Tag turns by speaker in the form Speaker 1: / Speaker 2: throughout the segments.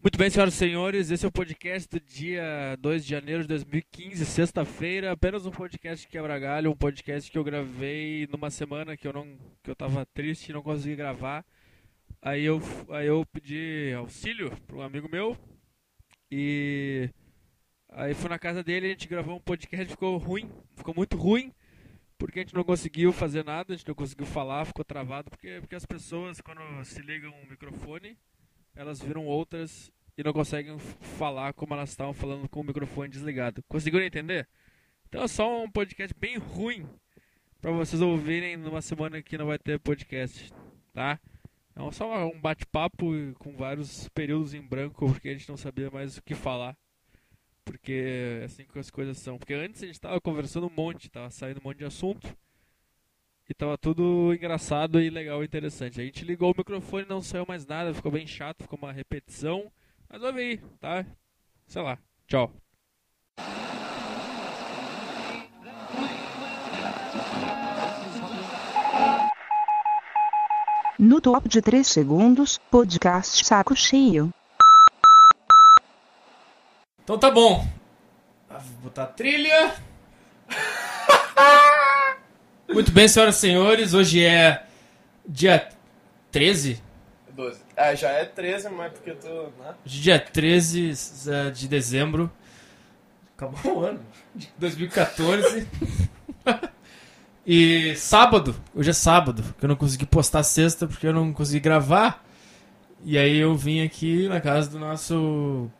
Speaker 1: Muito bem, senhoras e senhores, esse é o podcast do dia 2 de janeiro de 2015, sexta-feira, apenas um podcast de quebra-galho, um podcast que eu gravei numa semana que eu não que eu tava triste e não consegui gravar. Aí eu f- aí eu pedi auxílio para um amigo meu e aí fui na casa dele, a gente gravou um podcast, ficou ruim, ficou muito ruim, porque a gente não conseguiu fazer nada, a gente não conseguiu falar, ficou travado, porque porque as pessoas quando se ligam o microfone elas viram outras e não conseguem f- falar como elas estavam falando com o microfone desligado. Conseguiram entender? Então é só um podcast bem ruim pra vocês ouvirem numa semana que não vai ter podcast, tá? É um- só uma- um bate-papo com vários períodos em branco, porque a gente não sabia mais o que falar. Porque é assim que as coisas são. Porque antes a gente tava conversando um monte, tava saindo um monte de assunto. E tava tudo engraçado e legal e interessante. A gente ligou o microfone, não saiu mais nada, ficou bem chato, ficou uma repetição. Mas ouve aí, tá? Sei lá. Tchau.
Speaker 2: No top de 3 segundos, podcast saco cheio.
Speaker 1: Então tá bom. Ah, Vou botar a trilha. Muito bem, senhoras e senhores. Hoje é dia 13.
Speaker 3: 12. Ah, já é 13, mas porque tu. Né?
Speaker 1: Hoje é dia 13 eh, de dezembro
Speaker 3: Acabou o ano.
Speaker 1: de 2014. e sábado, hoje é sábado, que eu não consegui postar sexta porque eu não consegui gravar. E aí eu vim aqui na casa do nosso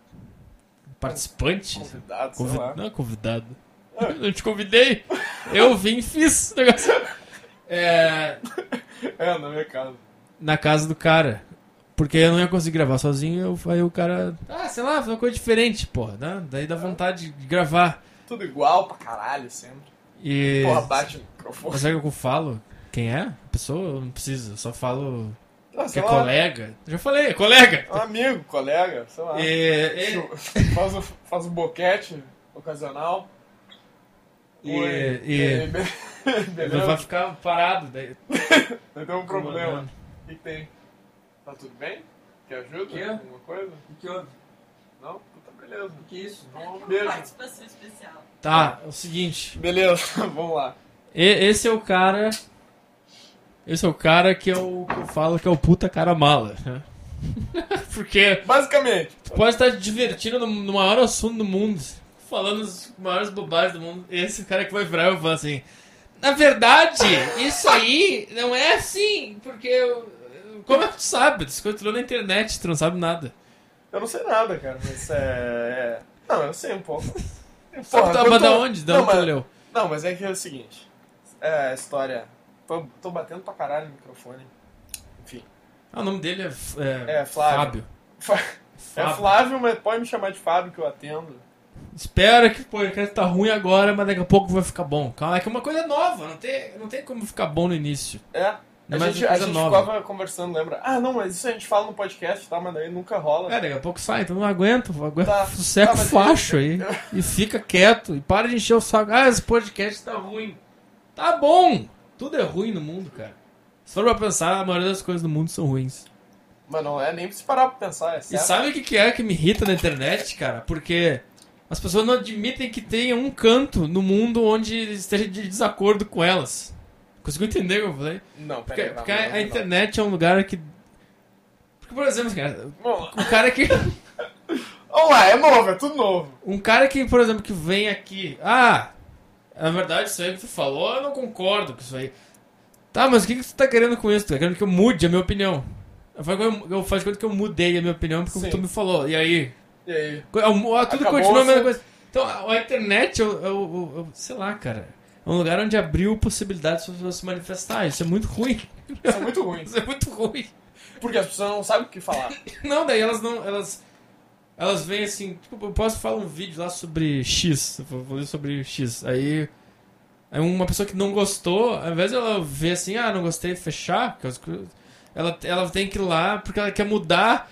Speaker 1: participante.
Speaker 3: Convidado, sei
Speaker 1: Convi-
Speaker 3: lá. Ah.
Speaker 1: Não, convidado. Eu te convidei. Eu vim e fiz o negócio. É,
Speaker 3: É, na minha casa.
Speaker 1: na casa do cara. Porque eu não ia conseguir gravar sozinho, eu, aí o cara. Ah, sei lá, foi uma coisa diferente, porra. né? Daí dá vontade de gravar.
Speaker 3: Tudo igual pra caralho, sempre.
Speaker 1: E.
Speaker 3: Porra, bate o microfone.
Speaker 1: Mas sabe o que eu falo? Quem é? A pessoa? Eu não preciso. Eu só falo
Speaker 3: Ah,
Speaker 1: que
Speaker 3: sei
Speaker 1: é
Speaker 3: lá,
Speaker 1: colega. Eu já falei, é colega.
Speaker 3: Um amigo, colega, sei lá.
Speaker 1: E,
Speaker 3: Chu- Faz, o, faz um boquete ocasional.
Speaker 1: e,
Speaker 3: Oi.
Speaker 1: e-
Speaker 3: be-
Speaker 1: não vai
Speaker 3: Beleza?
Speaker 1: ficar parado. Daí,
Speaker 3: Não tem um problema.
Speaker 1: Comandando.
Speaker 3: O que que tem? Tá tudo bem? Quer ajuda?
Speaker 1: Quê?
Speaker 3: Alguma coisa?
Speaker 4: Que houve?
Speaker 3: Não? Então tá beleza.
Speaker 4: Que isso?
Speaker 3: Então um beijo.
Speaker 5: Participação especial.
Speaker 1: tá, é o seguinte.
Speaker 3: Beleza, vamos lá.
Speaker 1: E- esse é o cara. Esse é o cara que eu, que eu falo que é o puta cara mala. né? Porque
Speaker 3: Basicamente,
Speaker 1: tu pode estar te divertindo no, no maior assunto do mundo, falando as maiores bobagens do mundo. e esse cara que vai virar e vai falar assim. Na verdade, isso aí não é assim, porque. eu- eu- Como é que tu sabe? Tu continua na internet, tu não sabe nada.
Speaker 3: Eu não sei nada, cara, mas é. é- Não, eu sei um pouco.
Speaker 1: Sabe tá,
Speaker 3: eu
Speaker 1: mas
Speaker 3: tô-
Speaker 1: da onde? Da
Speaker 3: não,
Speaker 1: onde tu
Speaker 3: mas-
Speaker 1: leu?
Speaker 3: Não, mas é que é o seguinte. É a história. Tô, tô batendo pra caralho no microfone. Enfim.
Speaker 1: Ah, o nome dele é. F- É,
Speaker 3: É, Flávio. Fa- É Flávio, mas pode me chamar de Fábio que eu atendo.
Speaker 1: Espera que o podcast tá ruim agora, mas daqui a pouco vai ficar bom. Calma, é que é uma coisa nova, não tem, não tem como ficar bom no início.
Speaker 3: É.
Speaker 1: Não,
Speaker 3: a
Speaker 1: mas
Speaker 3: gente,
Speaker 1: é
Speaker 3: a
Speaker 1: coisa
Speaker 3: gente
Speaker 1: nova.
Speaker 3: ficava conversando, lembra? Ah, não, mas isso a gente fala no podcast, tá? Mas daí nunca rola.
Speaker 1: É, daqui a pouco sai, então não aguenta, aguenta
Speaker 3: Tá,
Speaker 1: o seco
Speaker 3: tá, mas-
Speaker 1: facho aí. E fica quieto, e para de encher o saco. Ah, esse podcast tá ruim. Tá bom! Tudo é ruim no mundo, cara. Se for pra pensar, a maioria das coisas do mundo são ruins.
Speaker 3: Mas não é nem pra se parar pra pensar, é
Speaker 1: E
Speaker 3: certo.
Speaker 1: sabe o que que é que me irrita na internet, cara? Porque as pessoas não admitem que tenha um canto no mundo onde esteja de desacordo com elas. Conseguiu entender o que eu falei?
Speaker 3: Não,
Speaker 1: Porque,
Speaker 3: peraí.
Speaker 1: porque
Speaker 3: não,
Speaker 1: a,
Speaker 3: não,
Speaker 1: a
Speaker 3: não.
Speaker 1: internet é um lugar que. Porque, por exemplo, cara,
Speaker 3: Vamos lá.
Speaker 1: um cara que.
Speaker 3: Vamos lá, é novo, é tudo novo.
Speaker 1: Um cara que, por exemplo, que vem aqui. Ah, na verdade, isso aí que tu falou, eu não concordo com isso aí. Tá, mas o que, que tu tá querendo com isso? Tu tá querendo que eu mude a minha opinião? Eu faço, eu, eu faço conta que eu mudei a minha opinião porque
Speaker 3: Sim.
Speaker 1: tu me falou. E aí?
Speaker 3: E aí?
Speaker 1: Co- ah, mu- ah, Tudo
Speaker 3: Acabou
Speaker 1: continua a mesma
Speaker 3: essa-
Speaker 1: coisa. Então, a, a internet, eu, eu- eu- eu- sei lá, cara. É um lugar onde abriu possibilidades para as pessoas se manifestar. Isso é muito ruim.
Speaker 3: Isso é muito ruim.
Speaker 1: Isso é muito ruim.
Speaker 3: Porque as pessoas não sabem o que falar.
Speaker 1: Não, daí elas não. Elas. Elas vêm assim. Tipo, eu posso falar um vídeo lá sobre X. Eu vou fazer sobre X. Aí. Aí É uma pessoa que não gostou, ao invés de ela ver assim, ah, não gostei, fechar, porque as coisas- ela, ela tem que ir lá porque ela quer mudar.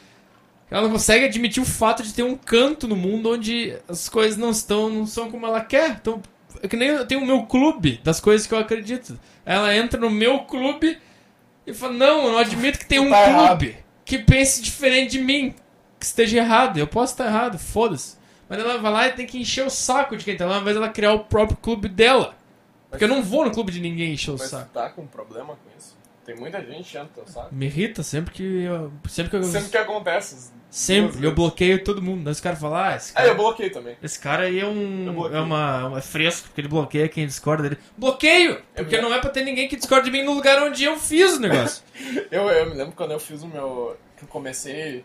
Speaker 1: Ela não consegue admitir o fato de ter um canto no mundo onde as coisas não estão, não são como ela quer. Então, é que nem eu tenho o meu clube das coisas que eu acredito. Ela entra no meu clube e fala, não, eu não admito que tem um
Speaker 3: Tá errado.
Speaker 1: clube que pense diferente de mim. que esteja errado, eu posso estar errado, foda-se. Mas ela vai lá e tem que encher o saco de quem tá lá, ao invés ela criar o próprio clube dela. Porque eu não vou no clube de ninguém encher o
Speaker 3: Mas tu
Speaker 1: saco.
Speaker 3: tá com problema com isso? Tem muita gente enchendo teu saco.
Speaker 1: Me irrita sempre que eu. Sempre que eu.
Speaker 3: Sempre
Speaker 1: Sempre,
Speaker 3: que é acontece.
Speaker 1: eu bloqueio todo mundo. Daí os caras falam, ah, esse
Speaker 3: Ah,
Speaker 1: cara.
Speaker 3: eu bloqueei também.
Speaker 1: Esse cara aí é
Speaker 3: Eu
Speaker 1: um.
Speaker 3: bloqueio.
Speaker 1: É uma, uma- é fresco, porque ele bloqueia quem discorda dele. Bloqueio! Porque
Speaker 3: Eu-
Speaker 1: não é pra ter ninguém que discorde de mim no lugar onde eu fiz o negócio.
Speaker 3: Eu, eu me lembro quando eu fiz o meu. que eu comecei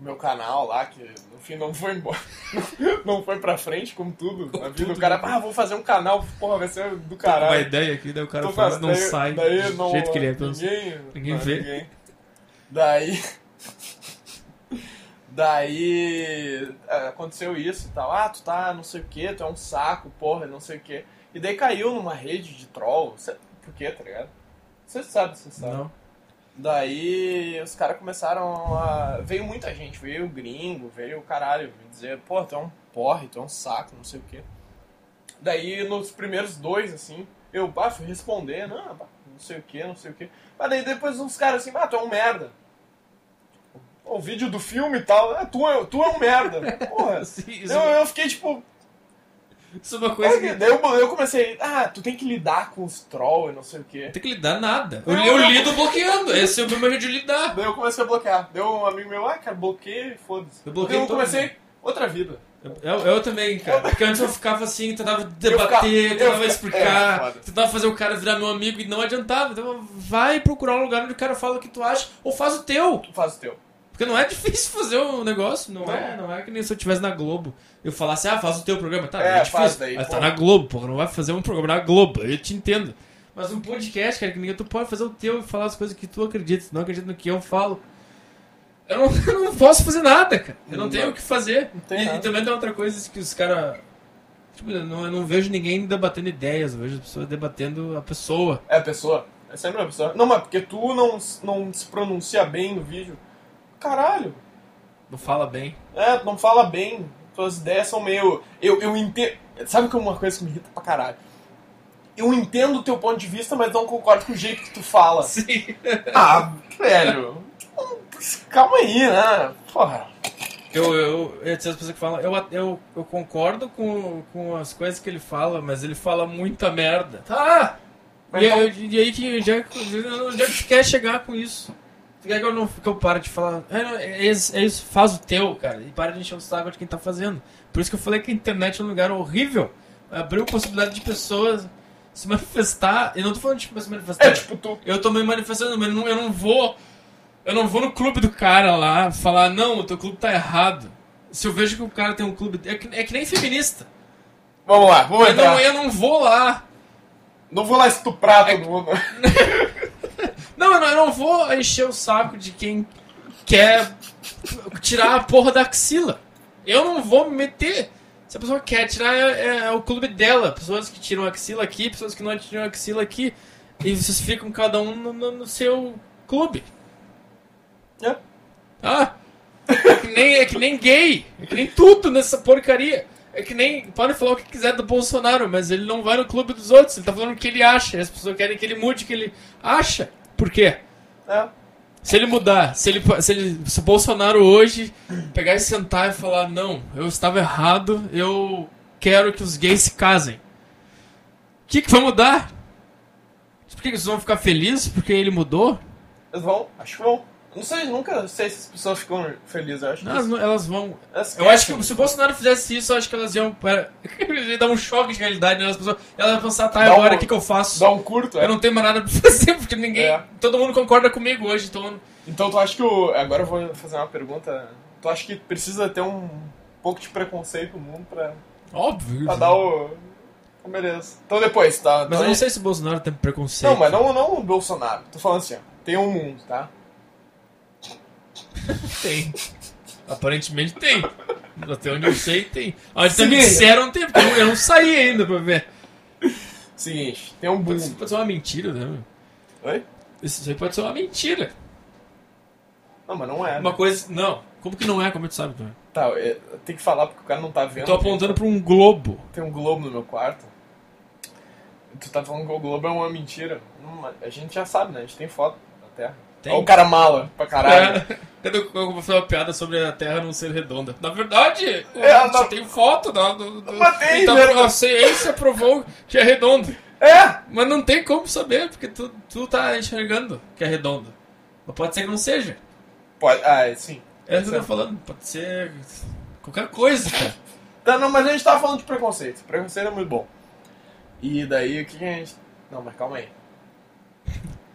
Speaker 3: o meu canal lá, que no fim não foi embora. Não foi pra frente, como tudo. A vida do cara,
Speaker 1: né?
Speaker 3: ah, vou fazer um canal, porra, vai ser do
Speaker 1: Uma
Speaker 3: caralho.
Speaker 1: ideia aqui, daí o cara
Speaker 3: Tô com
Speaker 1: faz,
Speaker 3: as-
Speaker 1: não
Speaker 3: Então tá, daí-
Speaker 1: sai
Speaker 3: daí
Speaker 1: do
Speaker 3: não-
Speaker 1: jeito que ele é. pelo menos.
Speaker 3: Ninguém,
Speaker 1: Ninguém
Speaker 3: não,
Speaker 1: vê.
Speaker 3: ninguém. Daí. Daí ah, aconteceu isso e tal. Ah, tu tá não sei o que, tu é um saco, porra, não sei o que. E daí caiu numa rede de troll. Cê, por quê, tá ligado? Você sabe, você sabe.
Speaker 1: Não.
Speaker 3: Daí os caras começaram a. Veio muita gente, veio o gringo, veio o caralho, me dizer, pô, tu é um porre, tu é um saco, não sei o quê. Daí nos primeiros dois, assim, eu bah, fui responder, não, bah, não sei o quê, não sei o quê. Mas daí depois uns caras assim, ah, tu é um merda. O vídeo do filme e tal, ah, tu, é, tu é um merda. Porra.
Speaker 1: Isso, Assim, isso-
Speaker 3: Eu, eu fiquei tipo,
Speaker 1: isso é uma coisa que.
Speaker 3: daí eu, eu comecei, ah, tu tem que lidar com os trolls e não sei o quê.
Speaker 1: Não tem que lidar nada. Eu,
Speaker 3: Não,
Speaker 1: eu
Speaker 3: não.
Speaker 1: lido bloqueando. Esse é o meu jeito de lidar.
Speaker 3: Daí eu comecei a bloquear. Deu um amigo meu, ah, cara, bloqueei, foda-se.
Speaker 1: Eu bloqueei
Speaker 3: Daí eu
Speaker 1: todo
Speaker 3: comecei outra vida.
Speaker 1: Eu, eu- eu também, cara. Porque antes eu ficava assim, tentava
Speaker 3: ficava-
Speaker 1: debater,
Speaker 3: eu
Speaker 1: tentava
Speaker 3: fica- é,
Speaker 1: explicar,
Speaker 3: foda.
Speaker 1: tentava fazer o cara virar meu amigo e não adiantava. Então vai procurar um lugar onde o cara fala o que tu acha ou faz o teu.
Speaker 3: Tu faz o teu.
Speaker 1: Porque não é difícil fazer um negócio, não,
Speaker 3: Não.
Speaker 1: é? Não é que nem se eu estivesse na Globo. Eu falasse, ah, faz o teu programa. Tá, é,
Speaker 3: É,
Speaker 1: difícil.
Speaker 3: faz daí,
Speaker 1: mas
Speaker 3: pô.
Speaker 1: tá na Globo, porra. Não vai fazer um programa na Globo, eu te entendo. Mas um podcast, cara, que ninguém tu pode fazer o teu e falar as coisas que tu acredita. Se não acredita no que eu falo. Eu não, eu não posso fazer nada, cara. Eu não,
Speaker 3: Não.
Speaker 1: tenho o que fazer.
Speaker 3: Não tem
Speaker 1: E, e
Speaker 3: nada.
Speaker 1: também tem outra coisa que os caras. Tipo, eu não, eu não vejo ninguém debatendo ideias, eu vejo as pessoas debatendo a pessoa.
Speaker 3: É a pessoa. É sempre uma pessoa. Não, mas porque tu não, s- não se pronuncia bem no vídeo. Caralho.
Speaker 1: Não fala bem.
Speaker 3: É, tu não fala bem. Tuas ideias são meio. Eu, eu entendo. Sabe que é uma coisa que me irrita pra caralho? Eu entendo o teu ponto de vista, mas não concordo com o jeito que tu fala.
Speaker 1: Sim.
Speaker 3: Ah, velho. Calma aí, né? Porra.
Speaker 1: Eu, eu, eu, as pessoas que falam, eu, eu, eu concordo com, com as coisas que ele fala, mas ele fala muita merda. Tá!
Speaker 3: Mas
Speaker 1: E,
Speaker 3: então-
Speaker 1: eu- e aí que onde é que onde é que tu quer chegar com isso? Tu quer que eu não que eu pare de falar? É, não, é isso, é isso, faz o teu, cara. E para de encher o saco de quem tá fazendo. Por isso que eu falei que a internet é um lugar horrível. Abriu possibilidade de pessoas se manifestar. E não tô falando de tipo, se manifestar.
Speaker 3: É tipo tu.
Speaker 1: Eu tô me manifestando, mas não- eu não vou. Eu não vou no clube do cara lá falar, não, o teu clube tá errado. Se eu vejo que o cara tem um clube. É que, é que nem feminista.
Speaker 3: Vamos lá, vamos
Speaker 1: Eu não, é-
Speaker 3: entrar.
Speaker 1: eu não vou lá.
Speaker 3: Não vou lá estuprar
Speaker 1: É
Speaker 3: todo mundo.
Speaker 1: Não eu, não, eu não vou encher o saco de quem quer tirar a porra da axila. Eu não vou me meter. Se a pessoa quer tirar, é, é- é o clube dela. Pessoas que tiram a axila aqui, pessoas que não tiram a axila aqui. E vocês ficam cada um no- no- no seu clube.
Speaker 3: É.
Speaker 1: Ah! É que nem, é que nem gay. É que nem tudo nessa porcaria. É que nem. Pode falar o que quiser do Bolsonaro, mas ele não vai no clube dos outros. Ele tá falando o que ele acha. As pessoas querem que ele mude o que ele acha. Por quê?
Speaker 3: É.
Speaker 1: Se ele mudar, se ele, se ele- se o Bolsonaro hoje pegar e sentar e falar, não, eu estava errado, eu quero que os gays se casem. O que, que vai mudar? Por que que vocês vão ficar felizes porque ele mudou?
Speaker 3: Eles vão, acho que vão. Não sei, nunca sei se as pessoas ficam felizes, eu acho.
Speaker 1: Não, elas não- elas vão.
Speaker 3: que elas
Speaker 1: Eu acho que
Speaker 3: querem.
Speaker 1: se o Bolsonaro fizesse isso, eu acho que elas iam. Para... Ele ia dar um choque de realidade nas pessoas. Elas iam pensar, tá,
Speaker 3: Dá um-
Speaker 1: agora o que, que eu faço?
Speaker 3: Dá um curto, é.
Speaker 1: Eu não tenho mais nada pra fazer, porque ninguém.
Speaker 3: É.
Speaker 1: Todo mundo concorda comigo hoje, então.
Speaker 3: Então tu acha que o. Agora eu vou fazer uma pergunta. Tu acha que precisa ter um pouco de preconceito no mundo pra,
Speaker 1: Óbvio.
Speaker 3: pra dar o. o Beleza. Então depois, tá?
Speaker 1: Mas
Speaker 3: tá
Speaker 1: eu não sei se é o Bolsonaro tem preconceito.
Speaker 3: Não, mas não, não o Bolsonaro. Tô falando assim, ó. Tem um mundo, tá?
Speaker 1: Tem. Aparentemente tem. Até onde eu sei, tem. Mas
Speaker 3: Sim.
Speaker 1: também disseram tem, porque eu eu não saí ainda pra ver.
Speaker 3: Seguinte, tem um
Speaker 1: Isso
Speaker 3: mundo.
Speaker 1: pode ser uma mentira, né? meu?
Speaker 3: Oi?
Speaker 1: Isso aí pode ser uma mentira.
Speaker 3: Não, mas não é.
Speaker 1: Uma
Speaker 3: né?
Speaker 1: coisa. Não. Como que não é? Como tu sabe? Tom?
Speaker 3: Tá, é, tem que falar porque o cara não tá vendo.
Speaker 1: Eu tô apontando pra um globo.
Speaker 3: Tem um globo no meu quarto. Tu tá falando que o globo é uma mentira. Não, mas a gente já sabe, né? A gente tem foto da Terra. Ó, o cara mala pra caralho.
Speaker 1: É. Quando eu- eu vou fazer uma piada sobre a Terra não ser redonda. Na verdade, eu
Speaker 3: É,
Speaker 1: só
Speaker 3: não-
Speaker 1: tem foto da. Do, do-
Speaker 3: Mas tem,
Speaker 1: então,
Speaker 3: né?
Speaker 1: a ciência provou que é redondo.
Speaker 3: É!
Speaker 1: Mas não tem como saber, porque tu, tu tá enxergando que é redondo. Mas pode ser que não seja.
Speaker 3: Pode, ah, sim.
Speaker 1: É isso que eu tô falando. Pode ser qualquer coisa, cara.
Speaker 3: Tá, não, mas a gente tava falando de preconceito. Preconceito é muito bom. E daí o que que a gente. Não, mas calma aí.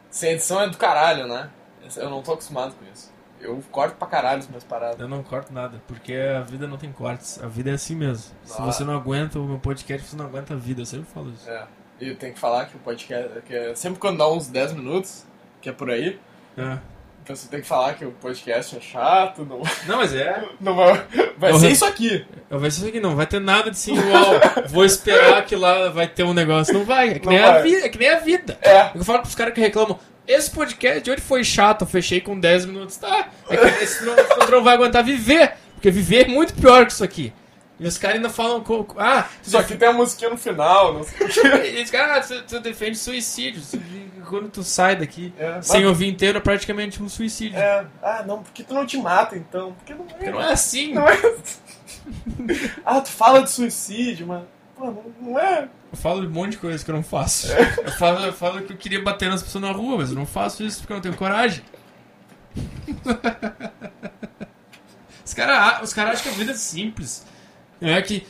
Speaker 3: Sem edição é do caralho, né? Eu não tô acostumado com isso. Eu corto pra caralho as minhas paradas.
Speaker 1: Eu não corto nada, porque a vida não tem cortes. A vida é assim mesmo. Se
Speaker 3: Ah.
Speaker 1: você não aguenta o meu podcast, você não aguenta a vida. Eu sempre falo isso.
Speaker 3: É. E eu tenho que falar que o podcast. Que é- sempre quando dá uns 10 minutos, que é por aí,
Speaker 1: É.
Speaker 3: a pessoa Então, tem que falar que o podcast é chato, não,
Speaker 1: Não, mas é.
Speaker 3: não vai. Vai
Speaker 1: Uhum.
Speaker 3: ser isso aqui.
Speaker 1: Eu vou isso aqui, não vai ter nada de assim, uau, vou esperar que lá vai ter um negócio. Não vai, é que,
Speaker 3: Não
Speaker 1: nem, A
Speaker 3: vai.
Speaker 1: vida, é que nem a vida.
Speaker 3: É.
Speaker 1: Eu falo pros caras que reclamam, esse podcast de hoje foi chato, eu fechei com 10 minutos. Tá, é que esse não, esse outro não vai aguentar viver, porque viver é muito pior que isso aqui. E os caras ainda falam, co- co- ah,
Speaker 3: Só que tem a musiquinha no final, não sei o quê.
Speaker 1: eles, ah tu, tu defende suicídio. Quando tu sai daqui,
Speaker 3: É,
Speaker 1: sem
Speaker 3: mas-
Speaker 1: ouvir inteiro, é praticamente um suicídio.
Speaker 3: É. Ah, não, por que tu não te mata então? Por que não.
Speaker 1: Porque não é assim.
Speaker 3: Não é. ah, tu fala de suicídio, mano. Pô, não, não é.
Speaker 1: Eu falo um monte de coisa que eu não faço. Eu falo, eu falo que eu queria bater nas pessoas na rua, mas eu não faço isso porque eu não tenho coragem. Os caras os cara acham que a vida é simples. É que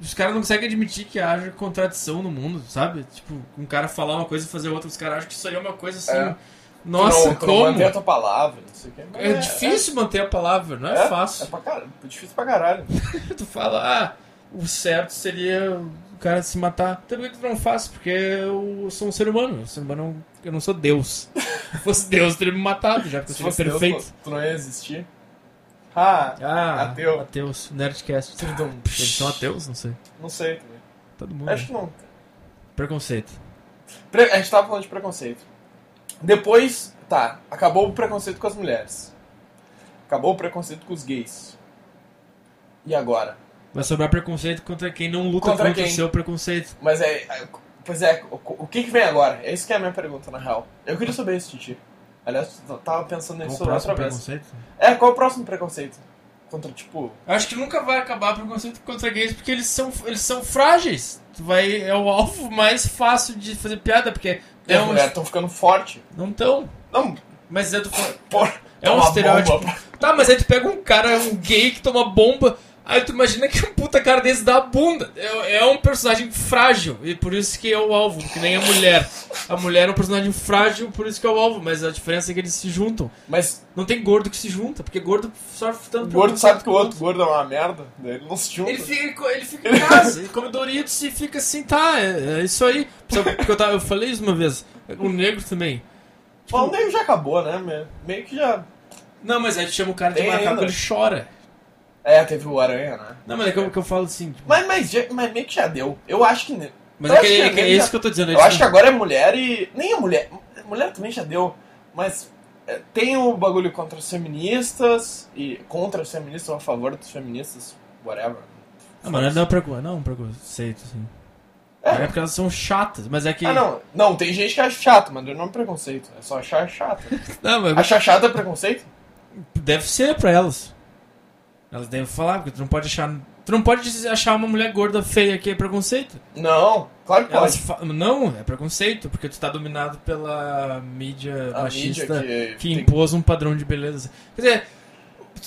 Speaker 1: os caras não conseguem admitir que haja contradição no mundo, sabe? Tipo, um cara falar uma coisa e fazer outra, os caras acham que isso aí é uma coisa assim.
Speaker 3: É.
Speaker 1: Nossa,
Speaker 3: não, tu Não
Speaker 1: como?
Speaker 3: manter a tua palavra, não sei o quê. Mas
Speaker 1: É difícil manter a palavra, não é, fácil.
Speaker 3: É, pra caralho, é difícil pra caralho.
Speaker 1: tu fala, ah, o certo seria o cara se matar. Também que tu não faz, porque eu sou um ser humano. O ser humano, é um- eu não sou Deus. Se fosse Deus, teria me matado, já que eu
Speaker 3: Se
Speaker 1: seria
Speaker 3: fosse Deus,
Speaker 1: perfeito.
Speaker 3: tu, tu não ia existir. é Ah,
Speaker 1: Ah,
Speaker 3: Ateu.
Speaker 1: Ateus, Nerdcast. Eles são ateus? Não sei.
Speaker 3: Então, não sei também.
Speaker 1: Todo mundo.
Speaker 3: Acho
Speaker 1: né?
Speaker 3: que não.
Speaker 1: Preconceito.
Speaker 3: Pre- A gente tava falando de preconceito. Depois, tá, acabou o preconceito com as mulheres. Acabou o preconceito com os gays. E agora?
Speaker 1: Vai sobrar preconceito contra quem não luta
Speaker 3: Contra
Speaker 1: contra, o
Speaker 3: quem?
Speaker 1: seu preconceito.
Speaker 3: Mas é. é, Pois é, o, o que que vem agora? É isso que é a minha pergunta, na real. Eu queria saber isso, Titi. Aliás, eu tava pensando
Speaker 1: Qual o
Speaker 3: nisso
Speaker 1: próximo
Speaker 3: outra vez.
Speaker 1: preconceito?
Speaker 3: É, qual é o próximo preconceito? Contra, tipo.
Speaker 1: Acho que nunca vai acabar preconceito contra gays porque eles são, eles são frágeis. Tu Vai, é o alvo mais fácil de fazer piada, porque
Speaker 3: É,
Speaker 1: é
Speaker 3: as
Speaker 1: um,
Speaker 3: mulheres estão ficando forte.
Speaker 1: não tão.
Speaker 3: Não,
Speaker 1: Mas é do.
Speaker 3: porra.
Speaker 1: É um
Speaker 3: uma
Speaker 1: estereótipo.
Speaker 3: bomba.
Speaker 1: Tá, mas aí tu pega um cara, um gay que toma bomba. Aí tu imagina que um puta cara desse dá a bunda. É, é um personagem frágil. E por isso que é o alvo, que nem a mulher. A mulher é um personagem frágil, por isso que é o alvo. Mas a diferença é que eles se juntam.
Speaker 3: Mas
Speaker 1: Não tem gordo que se junta, porque gordo sofre
Speaker 3: o
Speaker 1: tanto
Speaker 3: gordo sabe que o outro
Speaker 1: preconceito
Speaker 3: gordo é uma merda. Daí ele não se
Speaker 1: quanto-
Speaker 3: junta.
Speaker 1: Ele fica, ele co- ele fica em casa, ele come Doritos e fica assim, tá, é, é isso aí. Sabe, Porque eu, tava- eu falei isso uma vez. O negro também.
Speaker 3: Bom, daí Tipo, já acabou, né? meu? Meio que já.
Speaker 1: Não, mas aí tu chama o cara de
Speaker 3: Tem
Speaker 1: macaco,
Speaker 3: ainda.
Speaker 1: ele chora.
Speaker 3: É, teve o Aranha, né?
Speaker 1: Não, mas é que eu, que eu falo assim. tipo,
Speaker 3: Mas, mas, já- mas meio que já deu. Eu acho que. ne-
Speaker 1: Mas
Speaker 3: Eu
Speaker 1: é,
Speaker 3: acho
Speaker 1: que,
Speaker 3: que
Speaker 1: é,
Speaker 3: a
Speaker 1: que é
Speaker 3: gente
Speaker 1: isso
Speaker 3: já-
Speaker 1: que eu tô dizendo.
Speaker 3: Eu
Speaker 1: eles
Speaker 3: acho que
Speaker 1: não-
Speaker 3: agora é mulher e. Nem a mulher. Mulher também já deu. Mas é, tem o bagulho contra os feministas. E contra os feministas ou a favor dos feministas. Whatever.
Speaker 1: Ah, mas não é preconceito, não é um preconceito, assim.
Speaker 3: É.
Speaker 1: É porque elas são chatas, mas é que...
Speaker 3: Ah, não. Não, tem gente que acha chato, mas não é preconceito. É só achar chato.
Speaker 1: Não, mas
Speaker 3: Achar chato é preconceito?
Speaker 1: deve ser pra elas. Elas devem falar, porque tu não pode achar... Tu não pode achar uma mulher gorda feia que é preconceito.
Speaker 3: Não, claro que
Speaker 1: Elas
Speaker 3: pode.
Speaker 1: fa- Não, é preconceito, porque tu tá dominado pela mídia
Speaker 3: A mídia
Speaker 1: machista
Speaker 3: que-
Speaker 1: que
Speaker 3: tem-
Speaker 1: impôs um padrão de beleza. Quer dizer,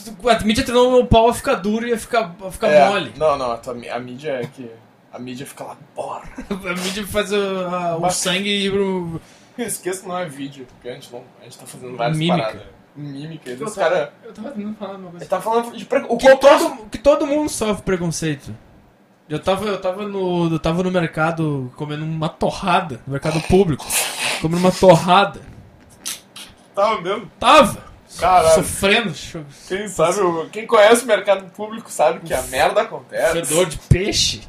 Speaker 1: tu- tu- a mídia treinou o pau a ficar duro e a ficar, a ficar
Speaker 3: É,
Speaker 1: mole.
Speaker 3: Não, não, a, tua mi- a mídia é que. A mídia fica lá, bora.
Speaker 1: A mídia faz o, a- o
Speaker 3: Mas-
Speaker 1: sangue ir pro...
Speaker 3: Esqueça que não é vídeo, porque a gente, não, a gente tá fazendo várias
Speaker 1: Mímica.
Speaker 3: paradas. Mímica. E
Speaker 1: Eu
Speaker 3: dos
Speaker 1: tava-
Speaker 3: caras.
Speaker 1: Eu tava tentando falar uma
Speaker 3: A
Speaker 1: coisa.
Speaker 3: gente tá falando de. Pre... O
Speaker 1: Que
Speaker 3: contorno-
Speaker 1: todo, que todo mundo sofre preconceito. Eu tava, eu tava no. Eu tava no mercado comendo uma torrada, no mercado público. Comendo uma torrada.
Speaker 3: Tava mesmo.
Speaker 1: Tava! so-
Speaker 3: Caralho.
Speaker 1: Sofrendo, cho-
Speaker 3: Quem sabe, o- quem conhece o mercado público sabe que a merda acontece.
Speaker 1: fedor de peixe.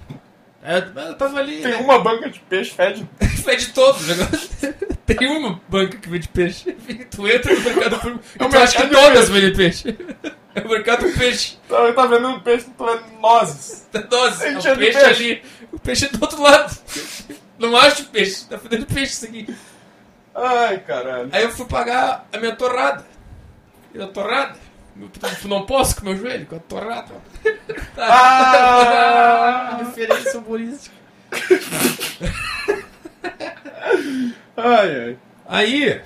Speaker 1: É, mas eu tava ali.
Speaker 3: Tem
Speaker 1: né?
Speaker 3: uma banca de peixe, fede.
Speaker 1: Fede todos. agora. Tem uma banca que vende peixe. Tu entra no mercado público.
Speaker 3: É o
Speaker 1: Eu acho que
Speaker 3: mercado de
Speaker 1: todas vendem peixe. É o mercado do peixe.
Speaker 3: Então, eu tá vendo um peixe, não tô vendo nozes.
Speaker 1: Nossa,
Speaker 3: Tem
Speaker 1: o
Speaker 3: cheiro
Speaker 1: um peixe,
Speaker 3: de peixe.
Speaker 1: é ali. O peixe é do outro lado. Não acho peixe. Tá fedendo peixe isso aqui.
Speaker 3: Ai, caralho.
Speaker 1: Aí eu fui pagar a minha torrada. E a torrada? Meu- Não posso com meu joelho? Com a torrada.
Speaker 3: Ah!
Speaker 1: Referência humorística.
Speaker 3: Ai, ai.
Speaker 1: Aí,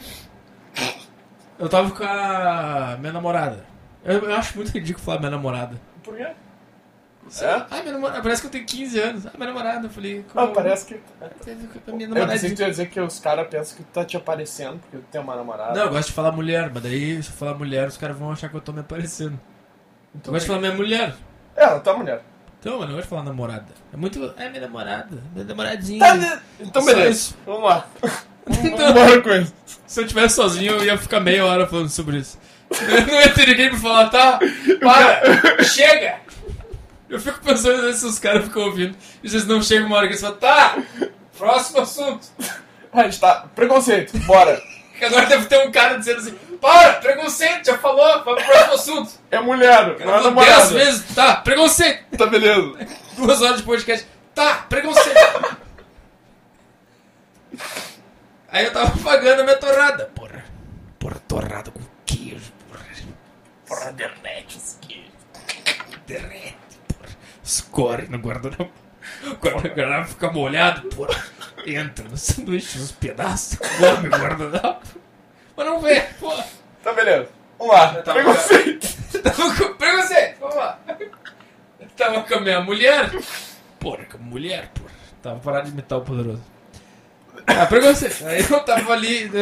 Speaker 1: eu tava com a minha namorada. Eu, eu acho muito ridículo falar minha namorada.
Speaker 3: Por quê? é?
Speaker 1: Ah, minha namorada, parece que eu tenho 15 anos. Ah, minha namorada, eu falei.
Speaker 3: Ah,
Speaker 1: como-
Speaker 3: parece que.
Speaker 1: A Minha
Speaker 3: Eu
Speaker 1: namorada
Speaker 3: pensei que tu ia dizer que os caras pensam que tu tá te aparecendo porque tu tem uma namorada.
Speaker 1: Não, eu gosto de falar mulher, mas daí se eu falar mulher, os caras vão achar que eu tô me aparecendo. eu gosto de falar Então, minha mulher.
Speaker 3: Então É, ela tá mulher.
Speaker 1: Então, eu não gosto de falar namorada. É muito. É minha namorada, minha namoradinha.
Speaker 3: Tá, né? Então,
Speaker 1: Só
Speaker 3: beleza.
Speaker 1: isso.
Speaker 3: Vamos lá. Vamos
Speaker 1: Então,
Speaker 3: embora com isso.
Speaker 1: se eu estivesse sozinho, eu ia ficar meia hora falando sobre isso. Eu não ia ter ninguém pra falar, tá? Para! chega! Eu fico pensando às vezes, se os caras ficam ouvindo. E vocês não chegam uma hora que eles falam, tá! Próximo assunto!
Speaker 3: A gente tá. Preconceito, bora.
Speaker 1: Que agora deve ter um cara dizendo assim, para! Preconceito, já falou, vamos pro próximo assunto!
Speaker 3: É mulher, não é
Speaker 1: Falou Dez
Speaker 3: namorada.
Speaker 1: vezes, tá, preconceito!
Speaker 3: Tá beleza.
Speaker 1: Duas horas de podcast. Tá, preconceito. Aí eu tava pagando a minha torrada. Porra. Porra, torrada com queijo, porra. Porra, derrete esse queijo. Derrete, porra. Escorre no guardanapo. Quando o guardanapo fica molhado, porra. Entra no sanduíche, nos pedaços. Come o guardanapo. Mas não vem, porra.
Speaker 3: Tá beleza. Vamos lá.
Speaker 1: Tá,
Speaker 3: Preconceito.
Speaker 1: Tava com... Preconceito, vamos lá. Tava com a minha mulher. Porra, com a mulher, porra. Tava parado de imitar o poderoso. Ah, preconceito. Aí eu tava ali. né?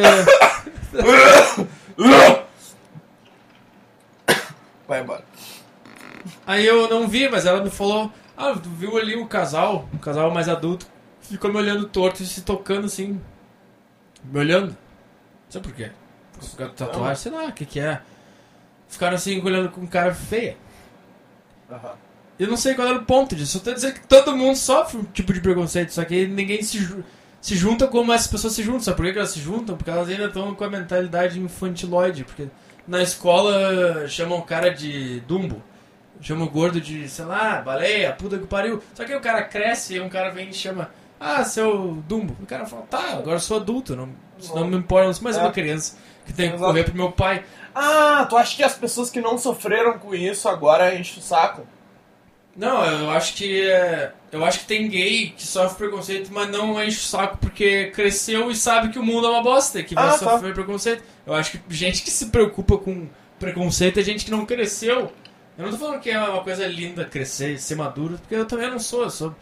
Speaker 3: Vai embora.
Speaker 1: Aí eu não vi, mas ela me falou: Ah, tu viu ali o casal, um casal mais adulto, ficou me olhando torto e se tocando assim. Me olhando. Não sei por quê. Por causa da tatuagem, sei lá, o que que é. Ficaram assim, olhando com cara feia.
Speaker 3: Aham.
Speaker 1: Eu não sei qual era o ponto disso. Eu tô dizendo que todo mundo sofre um tipo de preconceito, só que ninguém se, ju- se junta como essas pessoas se juntam. Sabe por que que elas se juntam? Porque elas ainda estão com a mentalidade infantiloide. Porque na escola chamam o cara de Dumbo, chamam o gordo de, sei lá, baleia, puta que pariu. Só que aí o cara cresce e um cara vem e chama, ah, seu Dumbo. O cara fala, tá, agora eu sou adulto, não, isso não me importa, eu não sou mais
Speaker 3: É.
Speaker 1: uma criança que tem que
Speaker 3: Exato.
Speaker 1: correr pro meu pai.
Speaker 3: Ah, tu acha que as pessoas que não sofreram com isso agora enchem o saco?
Speaker 1: Não, eu acho que é, eu acho que tem gay que sofre preconceito, mas não enche o saco porque cresceu e sabe que o mundo é uma bosta, que vai
Speaker 3: Ah, tá.
Speaker 1: sofrer preconceito. Eu acho que gente que se preocupa com preconceito é gente que não cresceu. Eu não tô falando que é uma coisa linda crescer, e ser maduro, porque eu também não sou, eu sou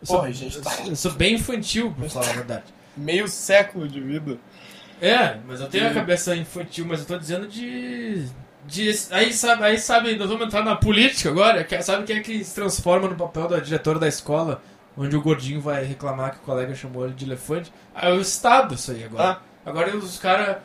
Speaker 1: eu sou,
Speaker 3: Porra, gente, tá-
Speaker 1: eu sou bem infantil, pra falar a verdade.
Speaker 3: Meio século de vida.
Speaker 1: É, mas eu tenho a cabeça infantil, mas eu tô dizendo de. de aí, sabe, aí sabe, nós vamos entrar na política agora. que- Sabe quem é que se transforma no papel da diretora da escola, onde o gordinho vai reclamar que o colega chamou ele de elefante? Ah, é o Estado isso aí agora. Agora os caras.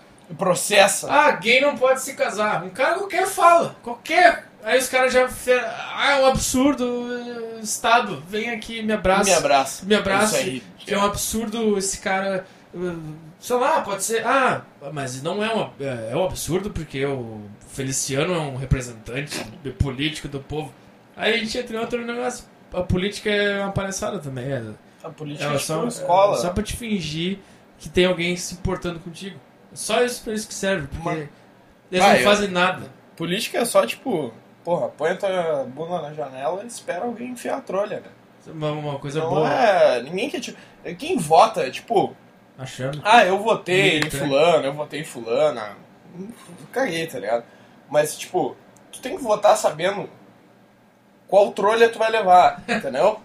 Speaker 3: Processa.
Speaker 1: Ah, gay não pode se casar. Um cara qualquer fala. Qualquer. Aí os caras já. fe- Ah, é um absurdo. eh, Estado, vem aqui, me abraça.
Speaker 3: Me abraça.
Speaker 1: Me abraça.
Speaker 3: É Isso
Speaker 1: É um
Speaker 3: aí.
Speaker 1: absurdo esse cara. uh, Sei lá, pode ser. Ah, mas não é um, é é um absurdo porque o Feliciano é um representante de- político do povo. Aí a gente entra em outro negócio. A política é uma palhaçada também. É,
Speaker 3: A política
Speaker 1: é
Speaker 3: é
Speaker 1: só,
Speaker 3: tipo escola.
Speaker 1: é só pra te fingir que tem alguém se importando contigo. Só isso pra isso que serve, porque
Speaker 3: Mas-
Speaker 1: eles
Speaker 3: Ah,
Speaker 1: não
Speaker 3: eu-
Speaker 1: fazem nada.
Speaker 3: Política é só tipo, porra, põe a tua bunda na janela e espera alguém enfiar a trolha, né?
Speaker 1: Uma, uma coisa
Speaker 3: Não
Speaker 1: boa,
Speaker 3: é. Ninguém que te. Quem vota é tipo,
Speaker 1: achando.
Speaker 3: ah, eu votei em
Speaker 1: Militante.
Speaker 3: fulano, eu votei em fulana. Caguei, tá ligado? Mas, tipo, tu tem que votar sabendo qual trolha tu vai levar, entendeu?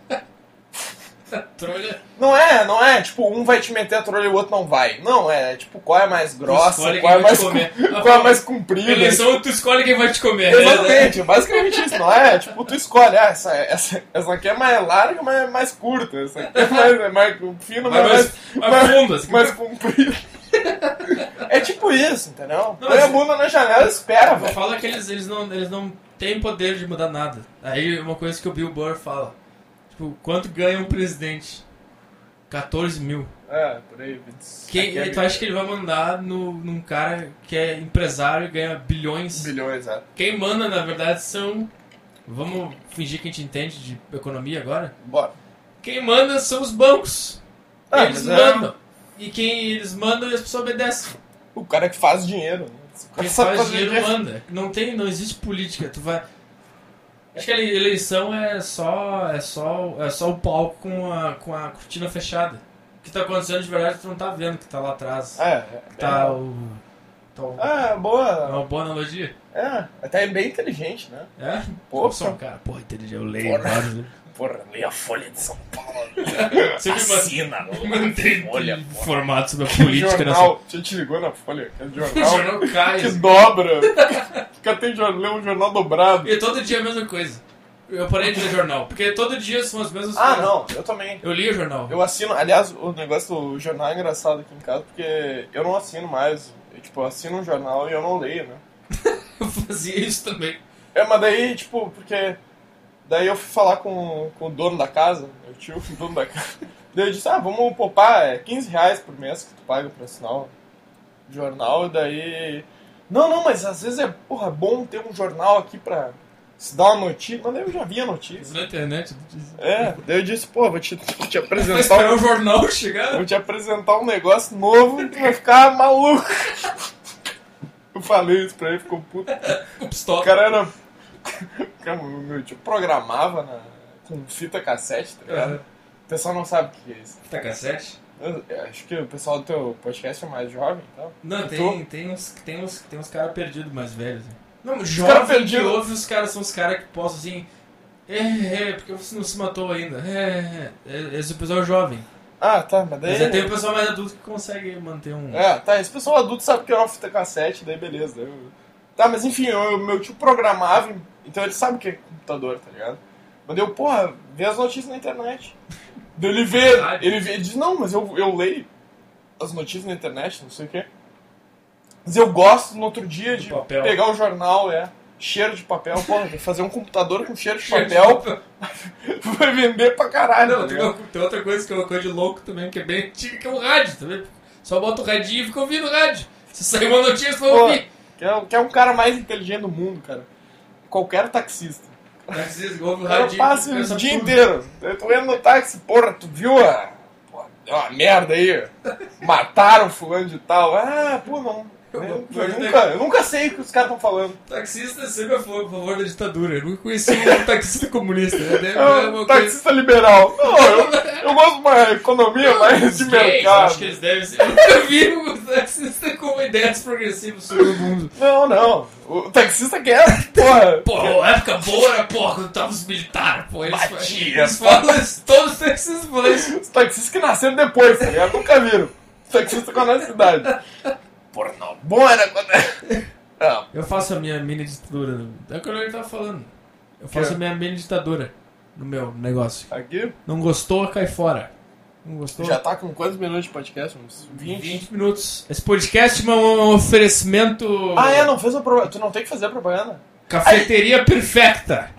Speaker 1: Trolha.
Speaker 3: Não é, não é, tipo, um vai te meter a trolha e o outro não vai. Não, é, tipo, qual é mais grossa,
Speaker 1: escolhe
Speaker 3: qual é
Speaker 1: quem vai te
Speaker 3: mais,
Speaker 1: comer.
Speaker 3: cu- qual é mais comprida.
Speaker 1: Eleição, tu escolhe quem vai te comer. né?
Speaker 3: Exatamente, é basicamente isso, não é? Tipo, tu escolhe, ah, essa, essa, essa aqui é mais larga, mas é mais curta, essa aqui é mais, é mais fina, mas,
Speaker 1: Mas
Speaker 3: mais,
Speaker 1: mais- mais fundo, assim.
Speaker 3: mais comprida. É tipo isso, entendeu? Põe a
Speaker 1: mas-
Speaker 3: bunda na janela e espera,
Speaker 1: Eu
Speaker 3: velho.
Speaker 1: falo Ah, que eles, eles, não, eles não têm poder de mudar nada. Aí uma coisa que o Bill Burr fala. Tipo, quanto ganha um presidente? 14 mil.
Speaker 3: É, por aí, Vince.
Speaker 1: Quem,
Speaker 3: Aqui é
Speaker 1: tu acha que ele vai mandar no, num cara que é empresário e ganha bilhões?
Speaker 3: Bilhões, é.
Speaker 1: Quem manda, na verdade, são... Vamos fingir que a gente entende de economia agora?
Speaker 3: Bora.
Speaker 1: Quem manda são os bancos.
Speaker 3: Ah,
Speaker 1: eles
Speaker 3: mas é-
Speaker 1: mandam. E quem eles mandam e as pessoas obedecem.
Speaker 3: O cara é que faz dinheiro. né? O cara
Speaker 1: Quem
Speaker 3: sabe
Speaker 1: faz
Speaker 3: fazer
Speaker 1: dinheiro manda. Não tem, não existe política. Tu vai. Acho que a eleição é só, é só, é só o palco com a, com a cortina fechada. O que tá acontecendo de verdade tu não tá vendo que tá lá atrás.
Speaker 3: É, é,
Speaker 1: Tá o. Tá o
Speaker 3: Ah,
Speaker 1: é
Speaker 3: boa.
Speaker 1: uma boa analogia.
Speaker 3: É, até é bem inteligente, né?
Speaker 1: É?
Speaker 3: Pô,
Speaker 1: eu sou um cara, porra, inteligente. Eu leio
Speaker 3: Porra.
Speaker 1: vários, né?
Speaker 3: Porra, lê a Folha de São Paulo.
Speaker 1: Você me manda-
Speaker 3: Assina.
Speaker 1: mantém
Speaker 3: Olha, porra.
Speaker 1: informado sobre a
Speaker 3: Que
Speaker 1: política nessa.
Speaker 3: jornal. Você te ligou na Folha? Que é
Speaker 1: O
Speaker 3: jornal
Speaker 1: jornal cai.
Speaker 3: que dobra. Fica tem jornal, lê um jornal dobrado.
Speaker 1: E todo dia é a mesma coisa. Eu parei de ler jornal, porque todo dia são as mesmas
Speaker 3: Ah,
Speaker 1: coisas.
Speaker 3: não, eu também.
Speaker 1: Eu li o jornal.
Speaker 3: Eu assino, aliás, o negócio do jornal é engraçado aqui em casa, porque eu não assino mais. Eu, tipo, eu assino um jornal e eu não leio, né?
Speaker 1: Eu fazia isso também.
Speaker 3: É, mas daí, tipo, porque. Daí eu fui falar com, com o dono da casa, meu tio, o dono da casa. Daí eu disse, ah, vamos poupar é, 15 reais por mês que tu paga pra assinar o jornal, e daí. Não, não, mas às vezes é porra, bom ter um jornal aqui pra se dar uma notícia. Mas daí eu já vi a notícia.
Speaker 1: Isso na internet.
Speaker 3: É, daí eu disse, pô, vou te, vou te
Speaker 1: Vai
Speaker 3: apresentar
Speaker 1: esperar
Speaker 3: um.
Speaker 1: o jornal chegar?
Speaker 3: Vou te apresentar um negócio novo e tu vai ficar maluco. Eu falei isso pra ele, ficou puto.
Speaker 1: Com
Speaker 3: O
Speaker 1: pistola.
Speaker 3: cara era. o cara, o meu tio programava na- com fita cassete, tá ligado?
Speaker 1: Cara,
Speaker 3: O pessoal não sabe o que é isso.
Speaker 1: Tá cassete?
Speaker 3: Eu- eu acho que o pessoal do teu podcast é mais jovem, então.
Speaker 1: Não, tem, tem uns, tem uns, tem uns caras perdidos mais velhos. né? Não,
Speaker 3: cara
Speaker 1: jovem que
Speaker 3: perdido.
Speaker 1: ouve, os caras são os caras que postam assim... É, é, porque você não se matou ainda. É, é, é. Esse é o pessoal jovem.
Speaker 3: Ah, tá, mas daí.
Speaker 1: Mas aí tem o pessoal mais adulto que consegue manter um...
Speaker 3: É, tá, esse pessoal adulto sabe que é uma fita cassete, daí beleza. daí eu- Tá, mas enfim, o meu tio programava, então ele sabe o que é computador, tá ligado? Mas eu, porra, vê as notícias na internet. Daí ele vê,
Speaker 1: Verdade.
Speaker 3: ele vê, ele diz, não, mas eu, eu leio as notícias na internet, não sei o quê. Mas eu gosto no outro dia
Speaker 1: Do
Speaker 3: de
Speaker 1: papel.
Speaker 3: pegar o jornal, é. Cheiro de papel, porra, vou fazer um computador com cheiro de
Speaker 1: Cheiro de
Speaker 3: papel vai vender pra caralho.
Speaker 1: Não,
Speaker 3: tá
Speaker 1: tem,
Speaker 3: ligado?
Speaker 1: uma- tem outra coisa que é uma coisa de louco também, que é bem antiga, que é o rádio também. Só bota o radinho e fica ouvindo o rádio. Se sair uma notícia, você vai
Speaker 3: Pô.
Speaker 1: ouvir.
Speaker 3: Que é, que é um cara mais inteligente do mundo, cara. Qualquer taxista.
Speaker 1: Narciso, ouve o
Speaker 3: O cara
Speaker 1: radinho.
Speaker 3: passa
Speaker 1: pensa
Speaker 3: o dia
Speaker 1: tudo.
Speaker 3: inteiro. Eu tô indo no táxi, porra, tu viu a. Pô, deu uma merda aí. Mataram fulano de tal. Ah, pô, não. Eu,
Speaker 1: Eu-
Speaker 3: eu
Speaker 1: eu-
Speaker 3: nunca, eu nunca sei o que os caras estão falando.
Speaker 1: Taxista sempre foi a favor da ditadura. Eu nunca conheci um taxista comunista. Né? Deve- é
Speaker 3: É
Speaker 1: uma
Speaker 3: um
Speaker 1: coisa-
Speaker 3: taxista liberal. Não, eu, eu gosto de uma economia mais de
Speaker 1: Os gays, Acho
Speaker 3: mercado.
Speaker 1: que eles devem ser. Eu nunca vi um taxista com ideias progressivas sobre o mundo.
Speaker 3: Não, não. O taxista quer, porra.
Speaker 1: Pô, a época boa era, porra, quando tava os militares, pô. Eles,
Speaker 3: Batia,
Speaker 1: eles
Speaker 3: pô.
Speaker 1: falam isso, todos os taxistas falam isso.
Speaker 3: Os taxistas que nasceram depois, tá ligado? Nunca viram. Os taxistas com a nossa idade. Porra, não. Bom era quando era. Não.
Speaker 1: Eu faço a minha mini ditadura. no- É o que o Leonardo tava falando. Eu faço
Speaker 3: Que? é?
Speaker 1: a minha mini ditadura no meu negócio.
Speaker 3: Aqui,
Speaker 1: Não gostou, cai fora. Não gostou?
Speaker 3: já tá com quantos minutos de podcast? Uns 20?
Speaker 1: 20 minutos. Esse podcast é um oferecimento.
Speaker 3: Ah, é, não fez a propaganda. Tu não tem que fazer a propaganda.
Speaker 1: Cafeteria Perfecta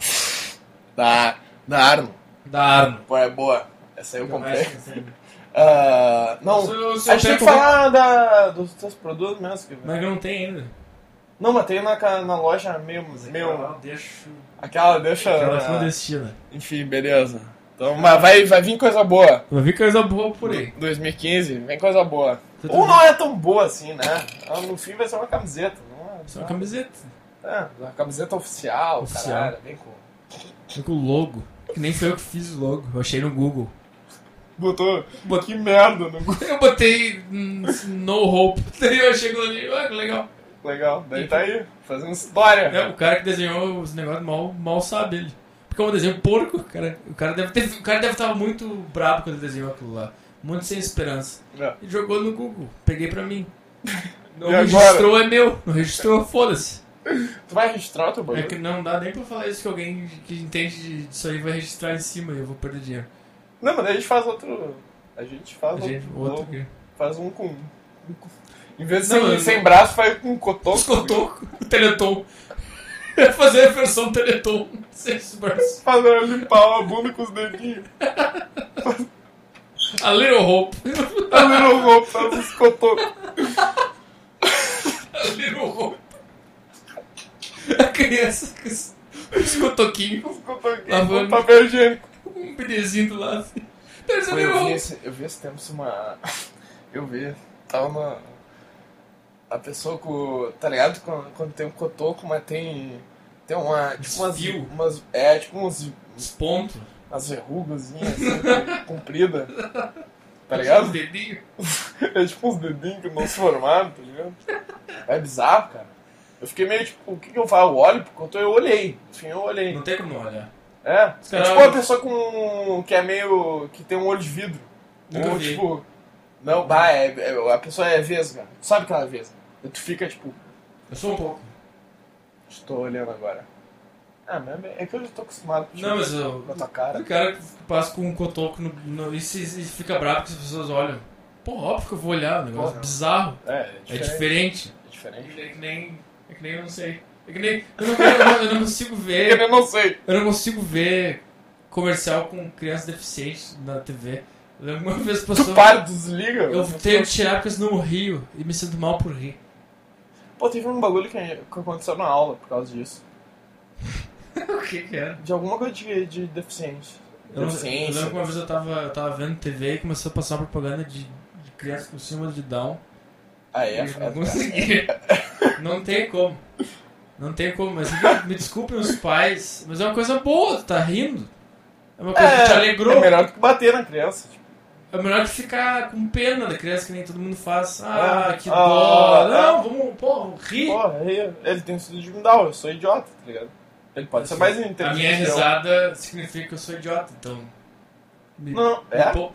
Speaker 3: Da, da Arno.
Speaker 1: da Arno.
Speaker 3: Pô, é boa. Essa aí eu comprei.
Speaker 1: Mas
Speaker 3: Ah, não,
Speaker 1: eu- se
Speaker 3: a
Speaker 1: eu
Speaker 3: gente tem
Speaker 1: quero
Speaker 3: que
Speaker 1: comprar-
Speaker 3: falar da, dos teus produtos mesmo. Que...
Speaker 1: Mas não tem ainda.
Speaker 3: Não, mas tem na, ca- na loja meio... meio
Speaker 1: deixo.
Speaker 3: aquela deixa...
Speaker 1: é Aquela
Speaker 3: ah,
Speaker 1: clandestina.
Speaker 3: enfim, beleza. Então, mas vai, vai vir coisa boa.
Speaker 1: Eu vi coisa boa por aí.
Speaker 3: 2015, vem coisa boa.
Speaker 1: Tudo
Speaker 3: Ou
Speaker 1: bem.
Speaker 3: não é tão boa assim, né? Ah, No fim vai ser uma camiseta. Não é,
Speaker 1: Só uma camiseta.
Speaker 3: É, uma camiseta oficial,
Speaker 1: Oficial.
Speaker 3: caralho. Vem com...
Speaker 1: Com o logo. Que nem foi eu que fiz o logo. Eu achei no Google.
Speaker 3: Botou... Que merda no
Speaker 1: Eu botei hum, no hope. Daí eu chego ali, ah, que legal.
Speaker 3: Legal, daí tá aí, fazendo história.
Speaker 1: É, o cara que desenhou os negócios mal, mal sabe ele. Porque é um desenho porco, cara. O cara deve ter, o cara deve estar muito brabo quando ele desenhou aquilo lá. Muito sem esperança.
Speaker 3: É.
Speaker 1: E jogou no Google, peguei pra mim. Não
Speaker 3: E
Speaker 1: registrou é meu, não registrou, foda-se.
Speaker 3: Tu vai registrar o teu
Speaker 1: É
Speaker 3: bagulho?
Speaker 1: que não dá nem pra falar isso que alguém que entende disso aí vai registrar em cima e eu vou perder dinheiro.
Speaker 3: Não, mas daí a gente faz outro. A gente
Speaker 1: A
Speaker 3: faz
Speaker 1: gente,
Speaker 3: outro.
Speaker 1: outro aqui.
Speaker 3: Faz um com. um com- Em vez de
Speaker 1: Não,
Speaker 3: sem,
Speaker 1: eu-
Speaker 3: sem braço, faz com cotoco.
Speaker 1: Os cotoco, o Teleton. Eu ia fazer a versão Teleton, sem os braços.
Speaker 3: Faz ela limpar a bunda com os dedinhos.
Speaker 1: A Little Hope.
Speaker 3: A little rope, faz uns cotocos.
Speaker 1: A Little Hope. A criança com os, os cotoquinhos,
Speaker 3: Uns cotoquinhos
Speaker 1: Lavando.
Speaker 3: com papel higiênico.
Speaker 1: um bebezinho do lado. Então, eles
Speaker 3: Pô,
Speaker 1: é Little
Speaker 3: eu, vi
Speaker 1: Hope.
Speaker 3: esse, eu vi esse tempo uma. Eu vi. Tava uma. A pessoa com. Tá ligado? Quando, quando tem um cotoco, mas tem. Tem uma. Tipo umas.
Speaker 1: Desfio.
Speaker 3: umas é, tipo uns,
Speaker 1: Os pontos.
Speaker 3: umas verrugazinhas assim, compridas. Tá ligado?
Speaker 1: Os dedinhos.
Speaker 3: É tipo uns dedinhos que não se formaram, tá ligado? É bizarro, cara. Eu fiquei meio tipo, o que que eu falo? Eu olho, porque eu, tô- eu olhei. Enfim, eu olhei.
Speaker 1: Não tem como não olhar.
Speaker 3: É. É
Speaker 1: caras-
Speaker 3: tipo uma pessoa com. que é meio. que tem um olho de vidro.
Speaker 1: Nunca
Speaker 3: Ou
Speaker 1: vi.
Speaker 3: tipo. Não, bah, é, é- a pessoa é vesga. Tu sabe que ela é vesga. E tu fica tipo,
Speaker 1: Eu sou um pouco.
Speaker 3: estou olhando agora. Ah, mas é que eu já tô acostumado com tipo,
Speaker 1: Não, mas eu.
Speaker 3: na tua cara.
Speaker 1: O cara que passa com um cotoco no, no, e, se, e fica bravo que as pessoas olham. Pô, óbvio que eu vou olhar, é um negócio
Speaker 3: Porra.
Speaker 1: bizarro.
Speaker 3: É, é
Speaker 1: É
Speaker 3: diferente.
Speaker 1: diferente.
Speaker 3: É diferente.
Speaker 1: É que nem. É que nem eu não sei. É que nem. Eu não, quero- eu não- eu não consigo ver.
Speaker 3: Eu não sei.
Speaker 1: Eu não consigo ver comercial com criança deficiente na TV. Eu lembro uma vez
Speaker 3: Tu
Speaker 1: passou.
Speaker 3: para, tu desliga.
Speaker 1: Eu tenho que tirar porque senão eu rio e me sinto mal por rir.
Speaker 3: Pô, teve um bagulho que, que aconteceu na aula por causa disso.
Speaker 1: o que que era?
Speaker 3: De alguma coisa de, de deficiente.
Speaker 1: Eu, não- eu
Speaker 3: Deficiência.
Speaker 1: lembro que uma vez eu tava, eu tava vendo TV e começou a passar uma propaganda de, de criança com síndrome de Down.
Speaker 3: Ah, é?
Speaker 1: eu não consegui. não tem como. Não tem como, mas me, me desculpem os pais, mas é uma coisa boa, tá rindo. É uma coisa que te alegrou.
Speaker 3: É melhor do que bater na criança. Tipo.
Speaker 1: É melhor que ficar com pena da criança, que nem todo mundo faz. Ah,
Speaker 3: Ah,
Speaker 1: que
Speaker 3: ah,
Speaker 1: dó.
Speaker 3: ah.
Speaker 1: não, vamos, pô, rir.
Speaker 3: Porra, aí, ele tem estudo de Down, eu sou idiota, tá ligado? Ele pode ser mais
Speaker 1: A
Speaker 3: inteligente.
Speaker 1: minha
Speaker 3: que eu.
Speaker 1: risada significa que eu sou idiota, então. Me-
Speaker 3: Não,
Speaker 1: me
Speaker 3: é?
Speaker 1: pou-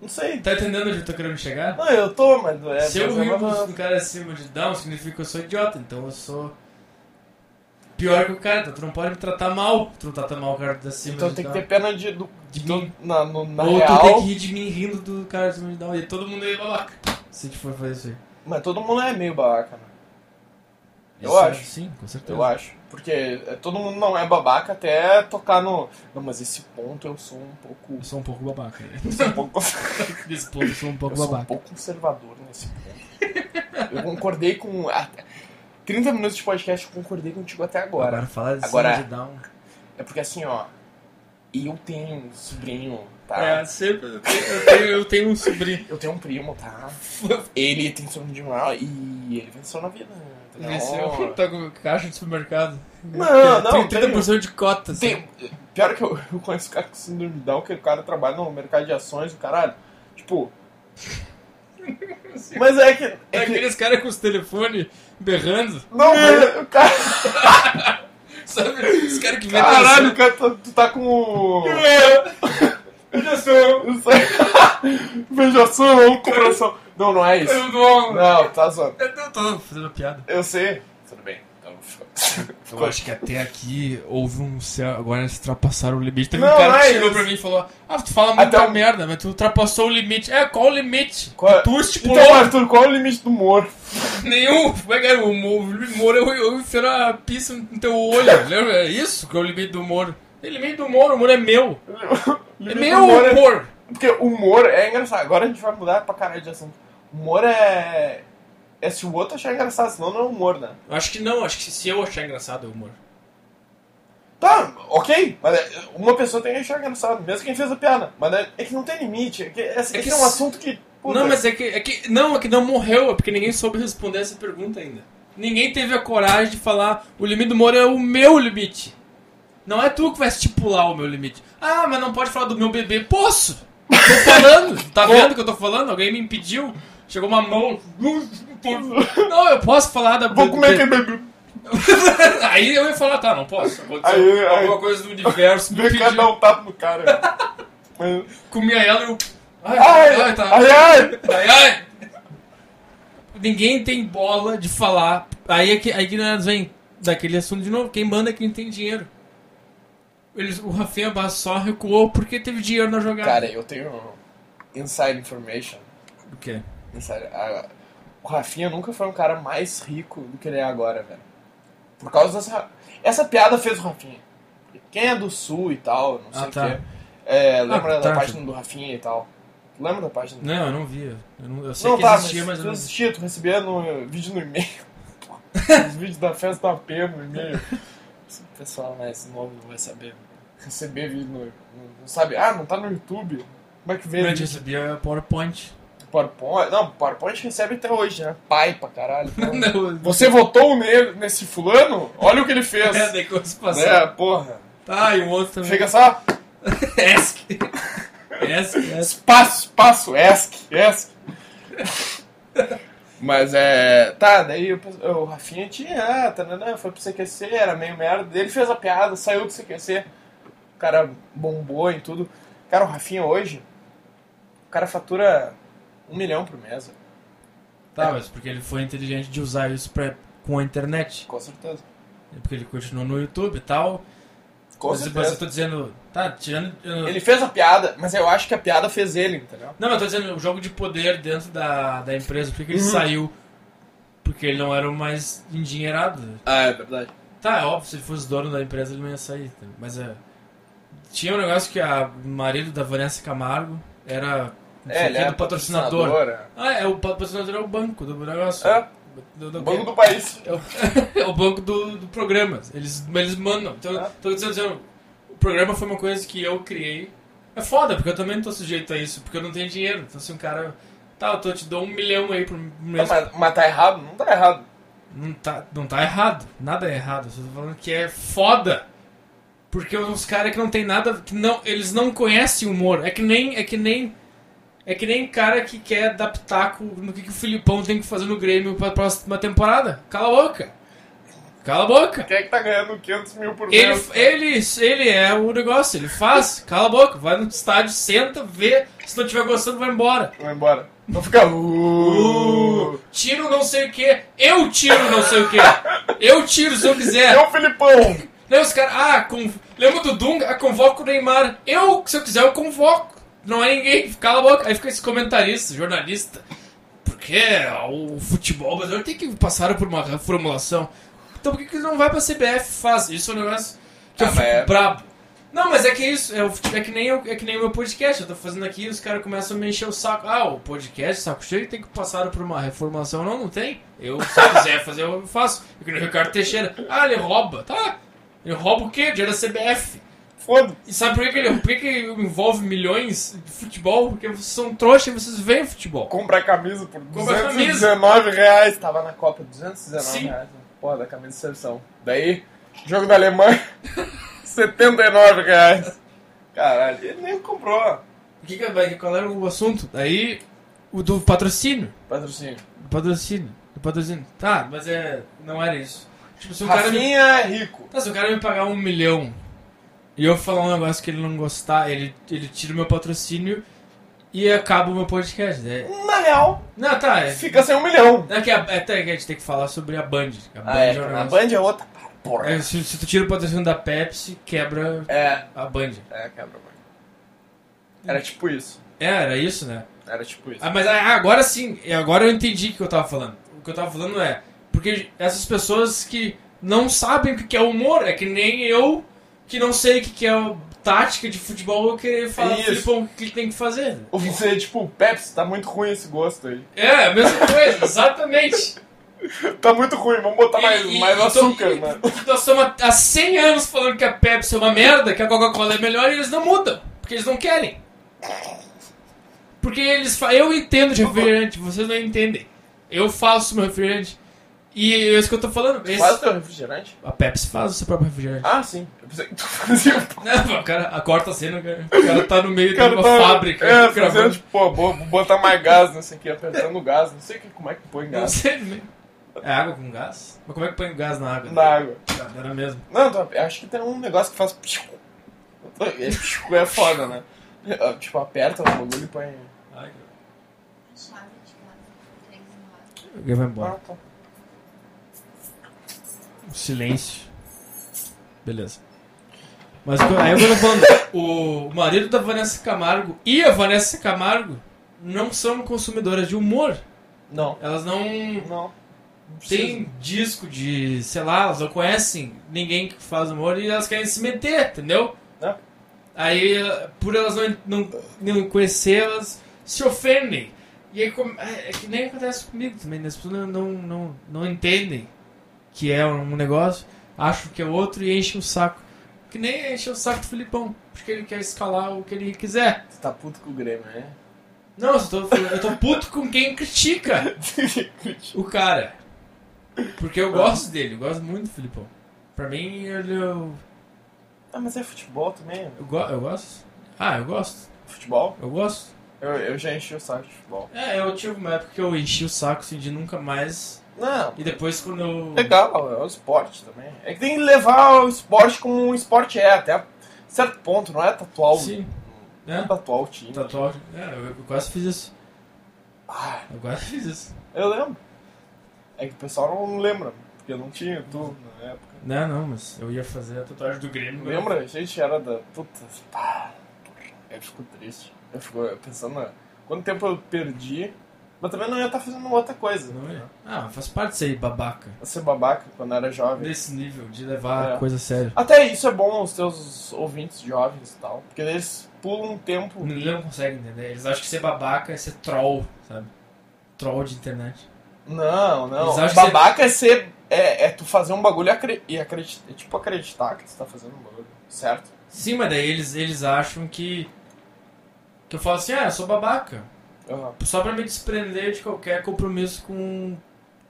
Speaker 3: Não sei.
Speaker 1: Tá entendendo onde eu tô querendo chegar?
Speaker 3: Não, eu tô, mas é.
Speaker 1: Se eu
Speaker 3: mas é
Speaker 1: rio
Speaker 3: uma-
Speaker 1: do cara acima de Down, significa que eu sou idiota, então eu sou pior que o cara, então tu não pode me tratar mal, tu não trata mal o cara da acima
Speaker 3: Então
Speaker 1: de
Speaker 3: tem que
Speaker 1: Down.
Speaker 3: ter pena de, do,
Speaker 1: De
Speaker 3: do-
Speaker 1: mim.
Speaker 3: na, no- na
Speaker 1: Ou
Speaker 3: real.
Speaker 1: tu Então, tem que rir de mim rindo do cara acima de Down, e todo mundo é babaca, se tu for fazer isso aí.
Speaker 3: Mas todo mundo é meio babaca, né? Eu
Speaker 1: Isso, é
Speaker 3: acho.
Speaker 1: Sim, com certeza.
Speaker 3: Eu acho. Porque é, todo mundo não é babaca até tocar no. Não, mas esse ponto eu sou um pouco.
Speaker 1: Eu sou um pouco babaca. né?
Speaker 3: Eu sou um pouco,
Speaker 1: Desse ponto eu sou um pouco
Speaker 3: eu sou um
Speaker 1: babaca.
Speaker 3: pouco conservador nesse ponto. Eu concordei com. até- 30 minutos de podcast, eu concordei contigo até agora.
Speaker 1: Agora falar de
Speaker 3: Agora-
Speaker 1: cima de Down.
Speaker 3: É porque assim, ó. Eu tenho um sobrinho, tá?
Speaker 1: É, sempre eu tenho, eu tenho- eu tenho um sobrinho.
Speaker 3: Eu tenho um primo, tá? Ele tem sobrinho de mal e ele venceu na vida. entendeu?
Speaker 1: Esse tá com caixa de supermercado.
Speaker 3: Ah, Não, não,
Speaker 1: Tem 30% de assim. cotas.
Speaker 3: Tem, pior que eu, eu conheço cara com síndrome de Down, que o cara trabalha no mercado de ações, o caralho. Tipo. Mas é que.
Speaker 1: É
Speaker 3: É que
Speaker 1: aqueles caras com os telefones berrando.
Speaker 3: não, mas o cara.
Speaker 1: Sabe? Os caras que vendem.
Speaker 3: Caralho, o cara, tá- tu tá com. o-
Speaker 1: Vejação!
Speaker 3: Isso aí. Vejação, coração. Não, não é isso.
Speaker 1: bom!
Speaker 3: Não, tá zoando.
Speaker 1: Eu não tô fazendo piada.
Speaker 3: Eu sei. Tudo bem. Então, ficou-
Speaker 1: Eu acho que até aqui houve um. se- Agora eles ultrapassaram o limite. Teve
Speaker 3: Não,
Speaker 1: um cara
Speaker 3: não
Speaker 1: que
Speaker 3: é
Speaker 1: chegou
Speaker 3: isso.
Speaker 1: pra mim e falou: Ah, tu fala muita
Speaker 3: Até o-
Speaker 1: merda, mas tu ultrapassou o limite. É, qual o limite?
Speaker 3: Qual-
Speaker 1: Tu estipulou
Speaker 3: Então, Arthur, qual é o limite do humor?
Speaker 1: nenhum. Como é que era? O humor, o humor eu, eu enfio a pista no teu olho. Lembra? É isso que é o limite do humor. Tem limite do humor, o humor é meu. É
Speaker 3: Limite
Speaker 1: meu
Speaker 3: do humor é-
Speaker 1: humor.
Speaker 3: Porque humor é engraçado. Agora a gente vai mudar pra caralho de assunto. Humor é. É se o outro achar engraçado, senão não é humor, né?
Speaker 1: Eu Acho que não, acho que se eu achar engraçado é humor.
Speaker 3: Tá, ok. Mas é- uma pessoa tem que achar engraçado, mesmo quem fez a piada. Mas é, é que não tem limite. É que, é, é que é um
Speaker 1: se-
Speaker 3: assunto que. puta,
Speaker 1: Não, mas é que, é que. Não, é que não morreu, é porque ninguém soube responder essa pergunta ainda. Ninguém teve a coragem de falar o limite do humor é o meu limite. Não é tu que vai estipular o meu limite. Ah, mas não pode falar do meu bebê. Posso! Tô falando! Tá vendo o que eu tô falando? Alguém me impediu. Chegou uma mão. Não, eu posso falar da.
Speaker 3: Vou comer aquele bebê.
Speaker 1: Aí eu ia falar, tá, não posso.
Speaker 3: Aí-
Speaker 1: Aconteceu alguma
Speaker 3: aí-
Speaker 1: coisa do universo. Me
Speaker 3: Vem cá
Speaker 1: impediu.
Speaker 3: dar um tapa no cara. Mas-
Speaker 1: Comia ela e eu. Ai,
Speaker 3: ai,
Speaker 1: ai, tá.
Speaker 3: ai, ai.
Speaker 1: Ai, ai! Ninguém tem bola de falar. Aí, é que- aí que nós vem daquele assunto de novo. Quem manda é quem tem dinheiro. Eles, o Rafinha Bastos só recuou porque teve dinheiro na jogada.
Speaker 3: Cara, eu tenho. Inside information.
Speaker 1: o quê?
Speaker 3: Inside, a- o Rafinha nunca foi um cara mais rico do que ele é agora, velho. Por causa dessa. Essa piada fez o Rafinha. Quem é do sul e tal, não sei
Speaker 1: Ah, tá.
Speaker 3: o quê. É, lembra
Speaker 1: Ah,
Speaker 3: da
Speaker 1: tá.
Speaker 3: página do Rafinha e tal? Tu lembra da página do
Speaker 1: Não, eu não via. Eu, não, eu sei
Speaker 3: Não,
Speaker 1: que
Speaker 3: tá,
Speaker 1: existia, mas,
Speaker 3: mas,
Speaker 1: eu
Speaker 3: tu
Speaker 1: não
Speaker 3: assistia, tu recebia no, vídeo no e-mail. Os vídeos da festa da P no e-mail. O pessoal mais novo não vai saber. Receber vídeo no. Não sabe? Ah, não tá no YouTube. Como é que vê?
Speaker 1: Mas eu
Speaker 3: vídeo?
Speaker 1: recebia PowerPoint.
Speaker 3: PowerPoint. Não, PowerPoint recebe até hoje, né? Pai pra caralho. Então,
Speaker 1: Não,
Speaker 3: Você votou nele, nesse fulano? Olha o que ele fez.
Speaker 1: é,
Speaker 3: né,
Speaker 1: daí quando se passar.
Speaker 3: porra.
Speaker 1: Ah, e o outro também.
Speaker 3: Chega só.
Speaker 1: ESC. ESC, ESC.
Speaker 3: Espaço, espaço, ESC, ESC. Mas é. Tá, daí eu penso- o Rafinha tinha. ah, tananã, Foi pro CQC, era meio merda. Ele fez a piada, saiu do CQC. O cara bombou e tudo. Cara, o Rafinha hoje. O cara fatura um milhão por mês.
Speaker 1: Tá, mas porque ele foi inteligente de usar isso pra, com a internet.
Speaker 3: Com certeza.
Speaker 1: Porque ele continuou no YouTube e tal.
Speaker 3: Com
Speaker 1: mas, tipo, mas eu
Speaker 3: certeza.
Speaker 1: tô dizendo. Tá, tirando. eu-
Speaker 3: Ele fez a piada, mas eu acho que a piada fez ele, entendeu?
Speaker 1: Não, mas eu tô dizendo o jogo de poder dentro da, da empresa. Por que que
Speaker 3: Uhum.
Speaker 1: ele saiu? Porque ele não era o mais endinheirado.
Speaker 3: Ah, é verdade.
Speaker 1: Tá, é óbvio, se ele fosse dono da empresa, ele não ia sair. tá? Mas é. Tinha um negócio que a o marido da Vanessa Camargo era. não sei o
Speaker 3: É, ele
Speaker 1: quê,
Speaker 3: é
Speaker 1: do patrocinador.
Speaker 3: patrocinador.
Speaker 1: Ah, é, o patrocinador é o banco do negócio.
Speaker 3: É.
Speaker 1: Do- do-
Speaker 3: O banco do país. Tá,
Speaker 1: É o, é o banco do, do programa. Eles, eles mandam. Então,
Speaker 3: Ah.
Speaker 1: tô dizendo, dizendo, o programa foi uma coisa que eu criei. É foda, porque eu também não tô sujeito a isso, porque eu não tenho dinheiro. Então, se um cara. Tá, eu tô, te dou um milhão aí por
Speaker 3: Não,
Speaker 1: mês.
Speaker 3: mas, mas tá errado? Não tá errado.
Speaker 1: Não tá, não tá errado. Nada é errado. Eu só tô falando que é foda. Porque os caras que não tem nada. Que não, eles não conhecem humor. É que nem. É que nem. É que nem cara que quer adaptar com- no que, que o Filipão tem que fazer no Grêmio pra próxima temporada. Cala a boca! Cala a boca!
Speaker 3: Quem é que tá ganhando 500 mil por
Speaker 1: Ele,
Speaker 3: mês?
Speaker 1: ele, ele é o negócio, ele faz, cala a boca, vai no estádio, senta, vê, se não tiver gostando, vai embora.
Speaker 3: Vai embora. Não fica. Uh,
Speaker 1: Uh, tiro não sei o que, eu tiro não sei o que, eu tiro se eu quiser.
Speaker 3: É o Filipão!
Speaker 1: Não, os caras, ah, con- lembra do Dunga? Ah, convoca o Neymar. Eu, se eu quiser, eu convoco. Não é ninguém, cala a boca. Aí fica esse comentarista, jornalista. Porque o futebol brasileiro tem que passar por uma reformulação. Então por que, que não vai pra CBF e faz? Isso é um negócio que eu
Speaker 3: Ah,
Speaker 1: fico
Speaker 3: mas é-
Speaker 1: brabo. Não, mas é que isso, é, o fute- é que nem eu, é que nem o meu podcast. Eu tô fazendo aqui e os caras começam a me encher o saco. Ah, o podcast, saco cheio, tem que passar por uma reformulação. Não, não tem. Eu, se eu quiser fazer, eu faço. É que nem o Ricardo Teixeira. Ah, ele rouba. Tá. Ele rouba o quê? Dinheiro da CBF.
Speaker 3: Foda-se.
Speaker 1: E sabe por que, que ele por que, que envolve milhões de futebol? Porque vocês são trouxas e vocês veem futebol.
Speaker 3: Compra a camisa por
Speaker 1: Compra a
Speaker 3: 219 reais. Tava na Copa, 219
Speaker 1: Sim.
Speaker 3: reais. Porra, da camisa de seleção. Daí, jogo da Alemanha, 79 reais. Caralho, ele nem comprou.
Speaker 1: O que, que vai- qual era o assunto? Aí, o do patrocínio.
Speaker 3: Patrocínio.
Speaker 1: Do patrocínio. Do patrocínio. Tá, mas é. Não era isso. Tipo, se um cara. me-
Speaker 3: Rafinha é rico.
Speaker 1: Tá, se o cara me pagar um milhão e eu falar um negócio que ele não gostar, ele, ele tira o meu patrocínio e acaba o meu podcast. né?
Speaker 3: Na real,
Speaker 1: Não, tá. É,
Speaker 3: fica sem um milhão.
Speaker 1: é que a, é até que a gente tem que falar sobre a Band. A Band
Speaker 3: Ah, é,
Speaker 1: é um
Speaker 3: cara, a
Speaker 1: negócio-
Speaker 3: Band é outra. Porra.
Speaker 1: é, se, se tu tira o patrocínio da Pepsi, quebra
Speaker 3: É,
Speaker 1: a Band.
Speaker 3: é, quebra, mano. Era tipo isso.
Speaker 1: É, era isso, né?
Speaker 3: Era tipo isso.
Speaker 1: Ah, mas ah, agora sim, e agora eu entendi o que eu tava falando. O que eu tava falando é, porque essas pessoas que não sabem o que que é humor, é que nem eu que não sei o que que é o- tática de futebol, eu querer falar pro
Speaker 3: Isso.
Speaker 1: Filipão o que ele tem que fazer.
Speaker 3: Ou você, tipo, Pepsi, tá muito ruim esse gosto aí.
Speaker 1: É, a mesma coisa, exatamente.
Speaker 3: Tá muito ruim, vamos botar mais,
Speaker 1: E- e-
Speaker 3: mais
Speaker 1: e tô-
Speaker 3: açúcar,
Speaker 1: e-
Speaker 3: mano.
Speaker 1: e Nós estamos há 100 anos falando que a Pepsi é uma merda, que a Coca-Cola é melhor e eles não mudam, porque eles não querem. Porque eles fa- eu entendo de refrigerante, vocês não entendem. Eu faço meu refrigerante. E é isso que eu tô falando. esse-
Speaker 3: Faz o teu refrigerante?
Speaker 1: a Pepsi faz o seu próprio refrigerante.
Speaker 3: Ah, sim. Eu pensei que tu fazia um o
Speaker 1: Não, o cara, a corta a cena, o cara, o cara tá no meio de uma
Speaker 3: tá-
Speaker 1: fábrica.
Speaker 3: É, fazendo
Speaker 1: gravando.
Speaker 3: tipo, pô, vou, vou botar mais gás nesse aqui, apertando o gás. Não sei que, como é que põe
Speaker 1: Não
Speaker 3: gás
Speaker 1: sei, né? É água com gás? Mas como é que põe o gás na água?
Speaker 3: na água.
Speaker 1: Era mesmo.
Speaker 3: Não, tô- eu acho que tem um negócio que faz... psiu. É, psiu, é foda, né? É, Tipo, aperta o bagulho e põe...
Speaker 1: Ai,
Speaker 5: A chave de casa. Três nós.
Speaker 1: Alguém vai embora.
Speaker 3: Ah, tá.
Speaker 1: Silêncio. Beleza. Mas co- aí eu tô falando, o marido da Vanessa Camargo e a Vanessa Camargo não são consumidoras de humor.
Speaker 3: Não.
Speaker 1: Elas não
Speaker 3: Não. Não precisa.
Speaker 1: têm disco de, sei lá, elas não conhecem ninguém que faz humor e elas querem se meter, entendeu?
Speaker 3: É.
Speaker 1: Aí, eh, por elas não, não, não conhecer, elas se ofendem. E aí, come- é é que nem acontece comigo também, né? As pessoas não, não, não, não entendem que é um negócio, acham que é outro e enchem o saco. Que nem enche o saco do Filipão, porque ele quer escalar o que ele quiser.
Speaker 3: Você tá puto com o Grêmio, né?
Speaker 1: Não, eu tô, eu tô puto com quem critica o cara. Porque
Speaker 3: Ah.
Speaker 1: eu gosto dele, eu gosto muito do Filipão. Pra mim, ele- eu,
Speaker 3: ah, mas é futebol também.
Speaker 1: eu, go- eu gosto. Ah, eu gosto.
Speaker 3: Futebol?
Speaker 1: Eu gosto.
Speaker 3: Eu, eu já enchi o saco de futebol.
Speaker 1: É, eu tive uma época que eu enchi o saco assim, de nunca mais.
Speaker 3: Não,
Speaker 1: E depois quando eu.
Speaker 3: legal, é o esporte também. É que tem que levar o esporte como o esporte é, até certo ponto, não é tatuar o,
Speaker 1: Sim.
Speaker 3: não é
Speaker 1: É,
Speaker 3: tatuar o time.
Speaker 1: tatuagem. É, eu, eu quase fiz isso.
Speaker 3: Ah,
Speaker 1: Eu quase fiz isso.
Speaker 3: eu lembro. É que o pessoal não lembra, porque eu não tinha tu na época.
Speaker 1: Não, Né, não, mas eu ia fazer a tatuagem do Grêmio. né? mas-
Speaker 3: Lembra? A gente era da. Puta, pá. Eu fico triste. Eu fico pensando na- quanto tempo eu perdi. Mas também não ia estar fazendo outra coisa.
Speaker 1: Não
Speaker 3: né?
Speaker 1: é? Ah, faz parte ser babaca.
Speaker 3: Eu ser babaca quando era jovem.
Speaker 1: Nesse nível de levar
Speaker 3: É.
Speaker 1: a coisa a sério.
Speaker 3: Até isso é bom aos teus ouvintes jovens e tal. Porque eles pulam um tempo.
Speaker 1: Eles não conseguem entender. Eles acham que ser babaca é ser troll, sabe? Troll de internet.
Speaker 3: Não, não.
Speaker 1: Eles acham que
Speaker 3: Babaca é ser. É, é tu fazer um bagulho e acre- e acreditar. É tipo acreditar que tu tá fazendo um bagulho. Certo?
Speaker 1: Sim, mas daí eles, eles acham que. Que eu falo assim, ah, eu sou babaca.
Speaker 3: Aham.
Speaker 1: Só pra me desprender de qualquer compromisso com,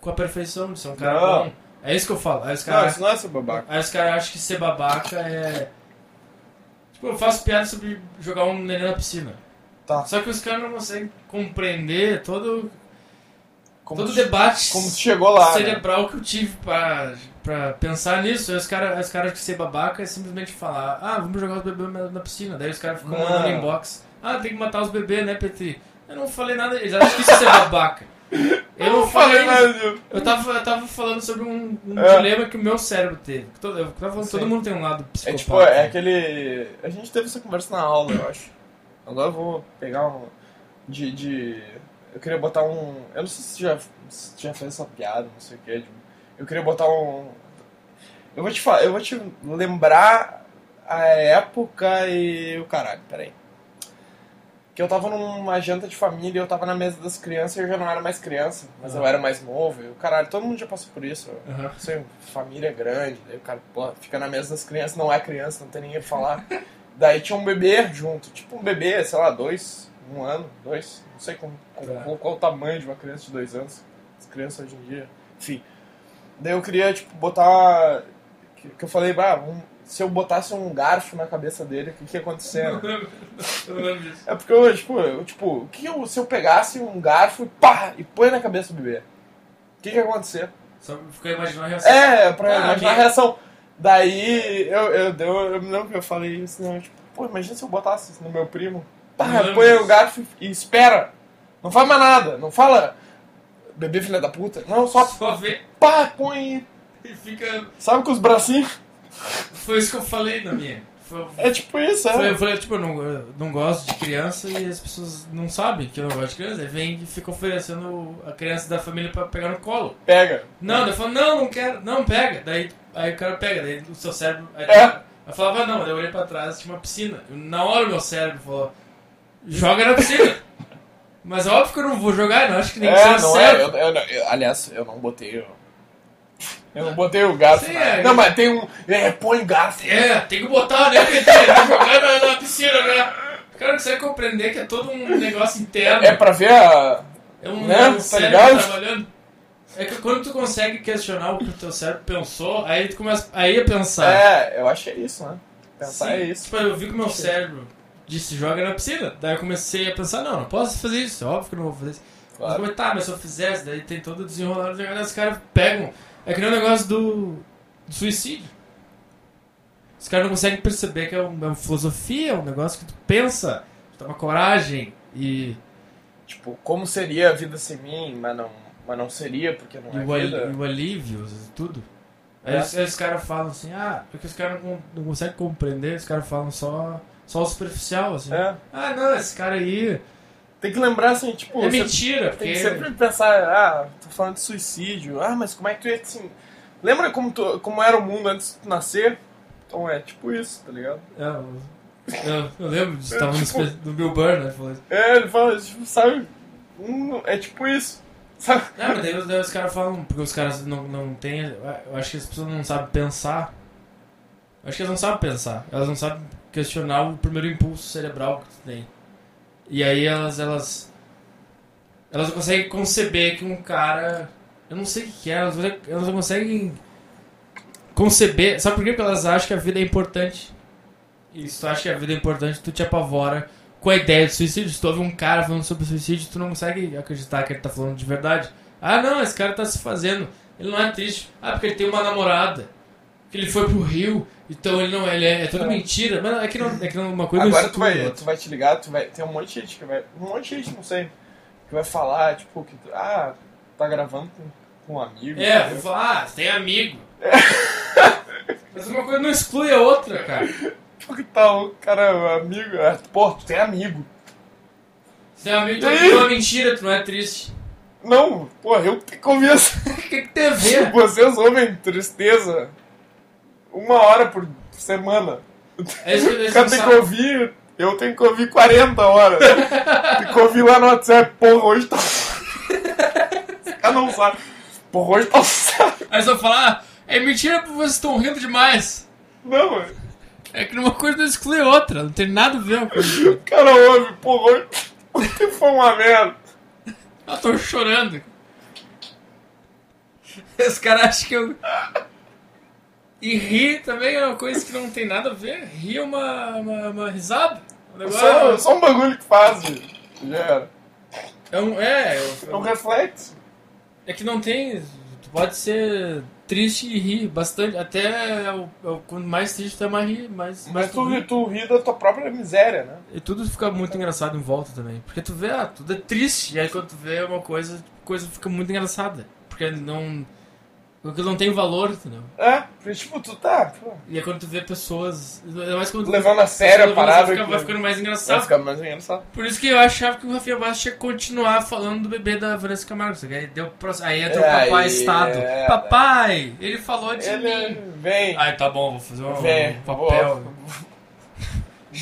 Speaker 1: com a perfeição, de ser um cara
Speaker 3: Não.
Speaker 1: bom. É isso que eu falo. Aí os
Speaker 3: Não,
Speaker 1: caras
Speaker 3: isso não é ser babaca.
Speaker 1: aí os caras acham que ser babaca é. Tipo, eu faço piada sobre jogar um neném na piscina.
Speaker 3: Tá.
Speaker 1: Só que os caras não conseguem compreender todo,
Speaker 3: Como,
Speaker 1: todo
Speaker 3: tu,
Speaker 1: o debate.
Speaker 3: como tu chegou lá. Né?
Speaker 1: cerebral é que eu tive pra, pra pensar nisso. Aí os caras os cara que ser babaca é simplesmente falar: Ah, vamos jogar os bebês na, na piscina. Daí os caras ficam
Speaker 3: Não.
Speaker 1: mandando inbox: Ah, tem que matar os bebês, né, Petri? Eu não falei nada, eles acham que isso é babaca. Eu não falei nada.
Speaker 3: disso.
Speaker 1: Eu tava, eu tava falando sobre um, um
Speaker 3: É.
Speaker 1: dilema que o meu cérebro teve. Todo, eu tava falando,
Speaker 3: Sim.
Speaker 1: todo mundo tem um lado
Speaker 3: É
Speaker 1: psicopata.
Speaker 3: tipo, é aquele. A gente teve essa conversa na aula, eu acho. Agora eu vou pegar um. De. de... Eu queria botar um. Eu não sei se tu já, se tu já fez essa piada, não sei o que. Eu queria botar um. Eu vou te falar, eu vou te lembrar a época e o caralho, peraí. Que eu tava numa janta de família, eu tava na mesa das crianças e eu já não era mais criança, mas eu era mais novo, e o caralho, todo mundo já passou por isso. eu-
Speaker 1: Aham.
Speaker 3: sei, família é grande, daí o cara pô, fica na mesa das crianças, não é criança, não tem ninguém pra falar. Daí tinha um bebê junto, tipo um bebê, sei lá, dois, um ano, dois, não sei como, com-
Speaker 1: Tá.
Speaker 3: qual, qual o tamanho de uma criança de dois anos, as crianças hoje em dia, enfim. Daí eu queria, tipo, botar. Que, que eu falei, bah, um- se eu botasse um garfo na cabeça dele, o que, que ia acontecer? né?
Speaker 1: Eu lembro disso.
Speaker 3: É porque eu, tipo, eu, tipo, o que eu, se eu pegasse um garfo e pá, e põe na cabeça do bebê? O que, que ia acontecer?
Speaker 1: Só ficou imaginando a reação.
Speaker 3: É, pra
Speaker 1: Ah,
Speaker 3: imaginar a
Speaker 1: que-
Speaker 3: reação. Daí eu, eu, eu, eu me lembro que eu falei isso, né? Tipo, pô, imagina se eu botasse isso no meu primo. Pá,
Speaker 1: Não,
Speaker 3: põe
Speaker 1: mas-
Speaker 3: o garfo e espera. Não faz mais nada, não fala bebê filha da puta. Não,
Speaker 1: Só,
Speaker 3: só
Speaker 1: só vê
Speaker 3: pá, põe.
Speaker 1: e fica.
Speaker 3: Sabe com os bracinhos?
Speaker 1: Foi isso que eu falei na minha. Foi,
Speaker 3: É tipo isso,
Speaker 1: Foi-
Speaker 3: é.
Speaker 1: Eu falei, tipo, eu não, eu não gosto de criança e as pessoas não sabem que eu não gosto de criança. Aí vem e fica oferecendo a criança da família pra pegar no colo.
Speaker 3: Pega.
Speaker 1: Não, daí eu falo, não, não quero, não, pega. Daí aí o cara pega, daí o seu cérebro. Aí,
Speaker 3: É.
Speaker 1: Eu falava, ah, não, daí eu olhei pra trás tinha uma piscina. Na hora o meu cérebro falou, joga na piscina. Mas é óbvio que eu não vou jogar, não acho que um nem que seja
Speaker 3: É, não é.
Speaker 1: certo.
Speaker 3: Eu, eu não- eu- aliás, eu não botei. o- Eu não botei o garfo.
Speaker 1: Sim,
Speaker 3: na-
Speaker 1: é.
Speaker 3: Não, mas tem um. É, põe garfo.
Speaker 1: É, tem que botar, né, PT? Tá jogar na, na piscina, né? O cara não consegue compreender que é todo um negócio interno.
Speaker 3: É pra ver a.
Speaker 1: É um,
Speaker 3: Né?
Speaker 1: é um
Speaker 3: Tá
Speaker 1: cérebro
Speaker 3: ligado?
Speaker 1: trabalhando. É que quando tu consegue questionar o que o teu cérebro pensou, aí tu começa aí a pensar.
Speaker 3: É, eu acho que é isso, né? Pensar
Speaker 1: tá. Sim.
Speaker 3: é isso.
Speaker 1: Tipo, eu vi que o meu cérebro disse joga na piscina. Daí eu comecei a pensar, não, não posso fazer isso, é óbvio que eu não vou fazer isso. Mas eu
Speaker 3: Claro.
Speaker 1: falei, tá, mas se eu fizesse, daí tem todo o desenrolar do negócio, os caras pegam. É que nem o negócio do, do suicídio. Os caras não conseguem perceber que é, um- é uma filosofia, é um negócio que tu pensa, tu toma coragem e
Speaker 3: Tipo, como seria a vida sem mim, mas não, mas não seria, porque não
Speaker 1: E
Speaker 3: é
Speaker 1: o, ali,
Speaker 3: vida.
Speaker 1: e o alívio, tudo. Aí,
Speaker 3: É.
Speaker 1: os, aí os caras falam assim, ah, porque os caras não, não conseguem compreender, os caras falam só, só o superficial, assim.
Speaker 3: É.
Speaker 1: Ah, não, esse cara aí
Speaker 3: Tem que lembrar assim, tipo,
Speaker 1: é
Speaker 3: você
Speaker 1: mentira,
Speaker 3: tem
Speaker 1: porque...
Speaker 3: que sempre pensar, ah, tô falando de suicídio, ah, mas como é que tu ia assim. Lembra como, tu- como era o mundo antes de tu nascer? Então é tipo isso, tá ligado?
Speaker 1: É, eu, eu- eu lembro, disso,
Speaker 3: É,
Speaker 1: tava no,
Speaker 3: tipo-
Speaker 1: espe- do Bill Burr, né, falou isso.
Speaker 3: É, ele fala, tipo, sabe? Hum, é tipo isso. Sabe?
Speaker 1: Não, mas daí, os- daí os caras falam, porque os caras não, não têm... Eu acho que as pessoas não sabem pensar. Eu acho que elas não sabem pensar. Elas não sabem questionar o primeiro impulso cerebral que tu tem. E aí elas, elas Elas não conseguem conceber que um cara. Eu não sei o que que é, elas, elas não conseguem conceber. Sabe por quê? Porque elas acham que a vida é importante. E se tu acha que a vida é importante, tu te apavora com a ideia de suicídio. Se tu ouve um cara falando sobre suicídio, tu não consegue acreditar que ele tá falando de verdade. Ah, não, esse cara tá se fazendo. Ele não é triste. Ah, porque ele tem uma namorada. Que ele foi pro Rio. Então ele não. Ele é, é tudo mentira. Mas é que, não, é que não, uma coisa não
Speaker 3: Agora tu
Speaker 1: exclui a
Speaker 3: vai,
Speaker 1: outra.
Speaker 3: tu vai te ligar, tu vai. Tem um monte de gente que vai. Um monte de gente, não sei, que vai falar, tipo, que tu, ah, tá gravando com, com um amigo.
Speaker 1: É, vou
Speaker 3: entendeu?
Speaker 1: falar, ah, você tem amigo. Mas uma coisa não exclui a outra, cara.
Speaker 3: Tipo, que tal, cara, amigo. é, Pô, tu tem amigo.
Speaker 1: Você tem amigo, tu é uma mentira, tu não é triste.
Speaker 3: Não, porra, eu que convenço.
Speaker 1: O que, que tem a ver?
Speaker 3: Vocês ouvem tristeza uma hora por semana.
Speaker 1: É isso que
Speaker 3: O
Speaker 1: eles não
Speaker 3: cara tem que
Speaker 1: sabem.
Speaker 3: ouvir. Eu tenho que ouvir 40 horas. tem que ouvir lá no WhatsApp. Porra, hoje tá. Os caras não sabem. Porra, hoje tá.
Speaker 1: Aí só falar, ah, é mentira porque vocês estão rindo demais.
Speaker 3: Não, é.
Speaker 1: É que uma coisa não exclui a outra, não tem nada a ver uma coisa.
Speaker 3: O cara ouve, porra, hoje hoje foi uma merda.
Speaker 1: Eu tô chorando. Os caras acham que eu. E rir também é uma coisa que não tem nada a ver. Rir é uma, uma, uma risada. Um negócio-
Speaker 3: Só, só um bagulho que faz, velho. Já era.
Speaker 1: É, um- é,
Speaker 3: É um reflexo.
Speaker 1: é que não tem. Tu pode ser triste e rir bastante. Até é o- é o- quanto mais triste tu é, mais rir. Mais,
Speaker 3: Mas
Speaker 1: mais
Speaker 3: tu,
Speaker 1: ri.
Speaker 3: ri- tu ri da tua própria miséria, né?
Speaker 1: E tudo fica muito engraçado em volta também. Porque tu vê, ah, tudo é triste. E aí quando tu vê uma coisa, a coisa fica muito engraçada. Porque não. Porque não tem valor, entendeu?
Speaker 3: É, porque, tipo, tu tá. pô,
Speaker 1: E é quando tu vê pessoas. Ainda mais quando
Speaker 3: Levando a sério a
Speaker 1: pessoas levando,
Speaker 3: parada
Speaker 1: Vai, ficar-
Speaker 3: que-
Speaker 1: vai ficando mais
Speaker 3: Vai
Speaker 1: engraçado.
Speaker 3: ficar mais ou menos só.
Speaker 1: Por isso que eu achava que o Rafinha Bastos tinha que continuar falando do bebê da Vanessa Camargo. só que Aí, deu, pro- aí entra
Speaker 3: É,
Speaker 1: o papai
Speaker 3: aí,
Speaker 1: Estado.
Speaker 3: é.
Speaker 1: papai! Ele falou de
Speaker 3: Ele
Speaker 1: mim.
Speaker 3: vem.
Speaker 1: Ai, tá bom, vou fazer um,
Speaker 3: Vem,
Speaker 1: um papel.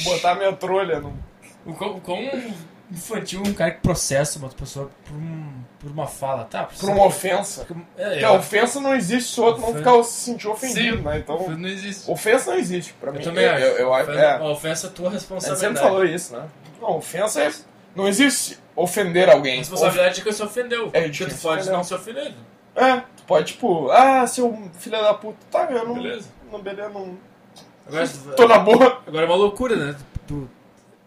Speaker 3: Vou botar minha trolha no.
Speaker 1: O quão, o quão infantil um cara que processa uma outra pessoa por, um- por uma fala, tá?
Speaker 3: Por uma ofensa.
Speaker 1: É,
Speaker 3: Porque
Speaker 1: é,
Speaker 3: a ofensa não existe se o outro não
Speaker 1: Ofen-
Speaker 3: ficar se sentir ofendido,
Speaker 1: Sim.
Speaker 3: né? Então.
Speaker 1: Não existe.
Speaker 3: Ofensa não existe, pra mim.
Speaker 1: Eu também acho.
Speaker 3: Eu, eu acho.
Speaker 1: Ofensa-
Speaker 3: É.
Speaker 1: Uma ofensa é tua
Speaker 3: Ele
Speaker 1: responsabilidade.
Speaker 3: sempre falou isso, né? Não, ofensa é. Não existe ofender alguém.
Speaker 1: responsabilidade é que você ofendeu.
Speaker 3: É,
Speaker 1: Porque
Speaker 3: que
Speaker 1: tu
Speaker 3: se
Speaker 1: pode
Speaker 3: ofendeu.
Speaker 1: não se ofender.
Speaker 3: É, tu pode, tipo, ah, seu filho da puta, tá, eu não.
Speaker 1: Beleza.
Speaker 3: Não, beleza, não.
Speaker 1: Agora,
Speaker 3: Tô na boa.
Speaker 1: agora é uma loucura, né? Tu- tu-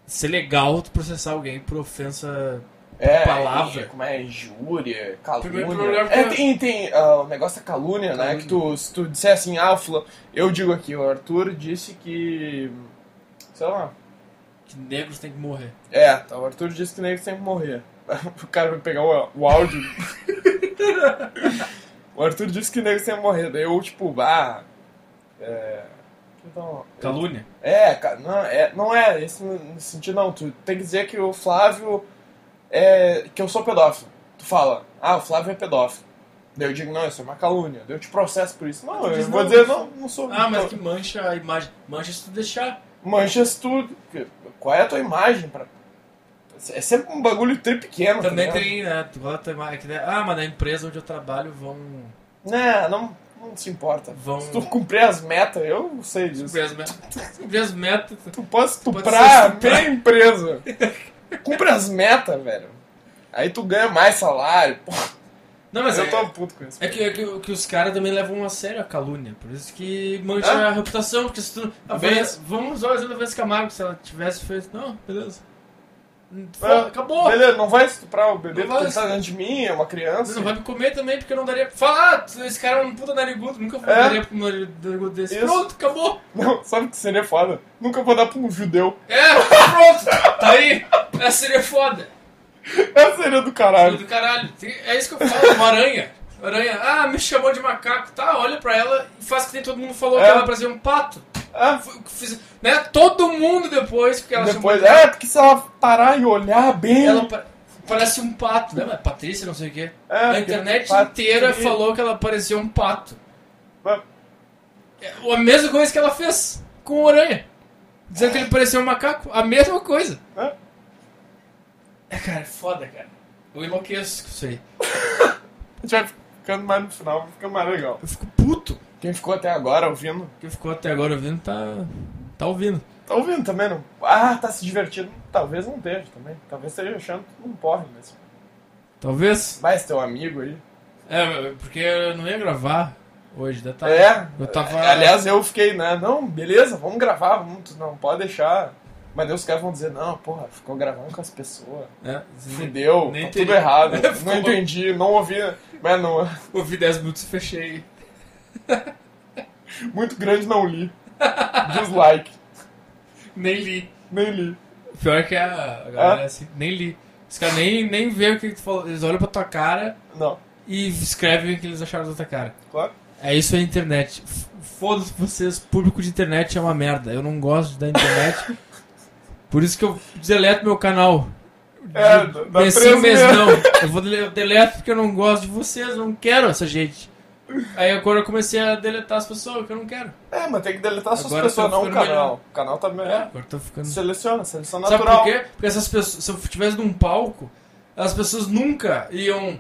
Speaker 1: ser legal tu processar alguém por ofensa.
Speaker 3: É,
Speaker 1: Palavra.
Speaker 3: e como é? Injúria,
Speaker 1: Primeiro
Speaker 3: calúnia.
Speaker 1: lugar,
Speaker 3: É,
Speaker 1: porque-
Speaker 3: tem, tem ah, o negócio da calúnia, né?
Speaker 1: Calúnia.
Speaker 3: Que tu, se tu disser assim, ah, o fulano- eu digo aqui, o Arthur disse que. Sei lá.
Speaker 1: Que negros têm que morrer.
Speaker 3: É, tá, o Arthur disse que negro sempre morrer. O cara vai pegar o, o áudio. o Arthur disse que negro sempre morrer. Daí eu, tipo, ah. É. Então,
Speaker 1: Calúnia.
Speaker 3: é, ca- não é, não é esse no no sentido, não. Tu tem que dizer que o Flávio é. que eu sou pedófilo. Tu fala, ah, o Flávio é pedófil. Daí eu digo, não, isso é uma calúnia. Daí eu te processo por isso. Não,
Speaker 1: tu
Speaker 3: eu
Speaker 1: diz,
Speaker 3: vou
Speaker 1: não,
Speaker 3: dizer,
Speaker 1: isso-
Speaker 3: não, não sou.
Speaker 1: Ah, mas
Speaker 3: não.
Speaker 1: que mancha a imagem. Mancha se tu deixar.
Speaker 3: Manchas tudo. Que- Qual é a tua imagem? Pra... É sempre um bagulho tri pequeno. tá
Speaker 1: Também
Speaker 3: ligado?
Speaker 1: tem, né? Tu bota a imagem. que daí- Ah, mas na empresa onde eu trabalho vão.
Speaker 3: Não, Né, não, não se importa.
Speaker 1: Vão-
Speaker 3: Se tu cumprir as metas, eu não sei disso.
Speaker 1: Cumprir as metas. Cumprir as metas.
Speaker 3: Tu pode
Speaker 1: ser
Speaker 3: estuprar
Speaker 1: estuprado.
Speaker 3: meia empresa. Cumpre as metas, velho. Aí tu ganha mais salário. Pô,
Speaker 1: Não, mas
Speaker 3: eu tô puto com isso.
Speaker 1: É que, é que, que os caras também levam a sério a calúnia, por isso que mancha
Speaker 3: Ah.
Speaker 1: a reputação, porque se tu. A
Speaker 3: Tá Bem-
Speaker 1: Vanessa- vamos usar o exemplo da Vanessa Camargo, se ela tivesse feito. Não, beleza. Fo-
Speaker 3: Ah,
Speaker 1: Acabou!
Speaker 3: Beleza, não vai estuprar o bebê
Speaker 1: Não vai
Speaker 3: porque ele tá dentro de mim, é uma criança.
Speaker 1: Você não vai me comer também, porque eu não daria. Fala, ah, tu- esse cara é um puta narigudo, nunca
Speaker 3: É.
Speaker 1: daria pra um narigudo desse.
Speaker 3: Isso.
Speaker 1: Pronto, acabou!
Speaker 3: Não, sabe o que seria foda? Nunca vou dar pra um judeu.
Speaker 1: É, pronto! tá aí! Essa seria foda!
Speaker 3: Essa seria do caralho.
Speaker 1: Do caralho! Tem- É isso que eu falo, uma aranha. Aranha, ah, me chamou de macaco, tá? Olha pra ela e faz que nem todo mundo falou
Speaker 3: É.
Speaker 1: que ela parecia um pato.
Speaker 3: Ah,
Speaker 1: Fiz- né? Todo mundo depois que ela
Speaker 3: depois,
Speaker 1: chamou de-
Speaker 3: é, porque se ela parar e olhar bem.
Speaker 1: Ela pa- parece um pato, né? Mas Patrícia, não sei o quê.
Speaker 3: É,
Speaker 1: a internet
Speaker 3: Patrícia.
Speaker 1: inteira falou que ela parecia um pato.
Speaker 3: Mas-
Speaker 1: É a mesma coisa que ela fez com o Aranha. Dizendo que ele parecia um macaco. A mesma coisa.
Speaker 3: É.
Speaker 1: É, cara, é foda, cara. Eu enlouqueço com isso aí.
Speaker 3: A gente vai ficando mais no final, fica mais legal.
Speaker 1: Eu fico puto.
Speaker 3: Quem ficou até agora ouvindo,
Speaker 1: Quem ficou até agora ouvindo tá. tá ouvindo.
Speaker 3: Tá ouvindo também, não? Ah, tá se divertindo. Talvez não esteja também. Talvez esteja achando que não porre, mas.
Speaker 1: Talvez.
Speaker 3: Vai, esse teu amigo aí.
Speaker 1: É, porque eu não ia gravar hoje, da tarde.
Speaker 3: É.
Speaker 1: Tá. Eu tava.
Speaker 3: Aliás, eu fiquei, né? Não, beleza, vamos gravar, vamos, tu não pode deixar. Mas daí os caras vão dizer, não, porra, ficou gravando com as pessoas.
Speaker 1: é,
Speaker 3: Fudeu,
Speaker 1: nem teria-
Speaker 3: tá tudo errado.
Speaker 1: Ficou-
Speaker 3: não entendi, não ouvi. Mas não,
Speaker 1: Ouvi 10 minutos e fechei.
Speaker 3: muito grande não li. Dislike,
Speaker 1: Nem li.
Speaker 3: nem li.
Speaker 1: Pior é que a a galera
Speaker 3: É?
Speaker 1: assim, nem li. Os caras nem, nem vê o que tu falou. Eles olham pra tua cara
Speaker 3: Não,
Speaker 1: e escrevem o que eles acharam da tua cara.
Speaker 3: claro.
Speaker 1: É isso é internet. F- Foda-se vocês, público de internet é uma merda. Eu não gosto da internet. Por isso que eu deleto meu canal.
Speaker 3: É, dá- dá
Speaker 1: Mês sim,
Speaker 3: três
Speaker 1: mês
Speaker 3: meses.
Speaker 1: não. Eu vou dele- eu deleto porque eu não gosto de vocês, eu não quero essa gente. Aí agora eu comecei a deletar as pessoas que eu não quero.
Speaker 3: É, mas tem que deletar essas
Speaker 1: Agora
Speaker 3: pessoas,
Speaker 1: tá
Speaker 3: não o
Speaker 1: ficando
Speaker 3: canal.
Speaker 1: melhor.
Speaker 3: O canal tá
Speaker 1: É,
Speaker 3: melhor.
Speaker 1: agora tô ficando.
Speaker 3: Seleciona, seleciona
Speaker 1: Sabe
Speaker 3: é natural.
Speaker 1: por quê? Porque essas pessoas, se eu estivesse num palco, as pessoas nunca iam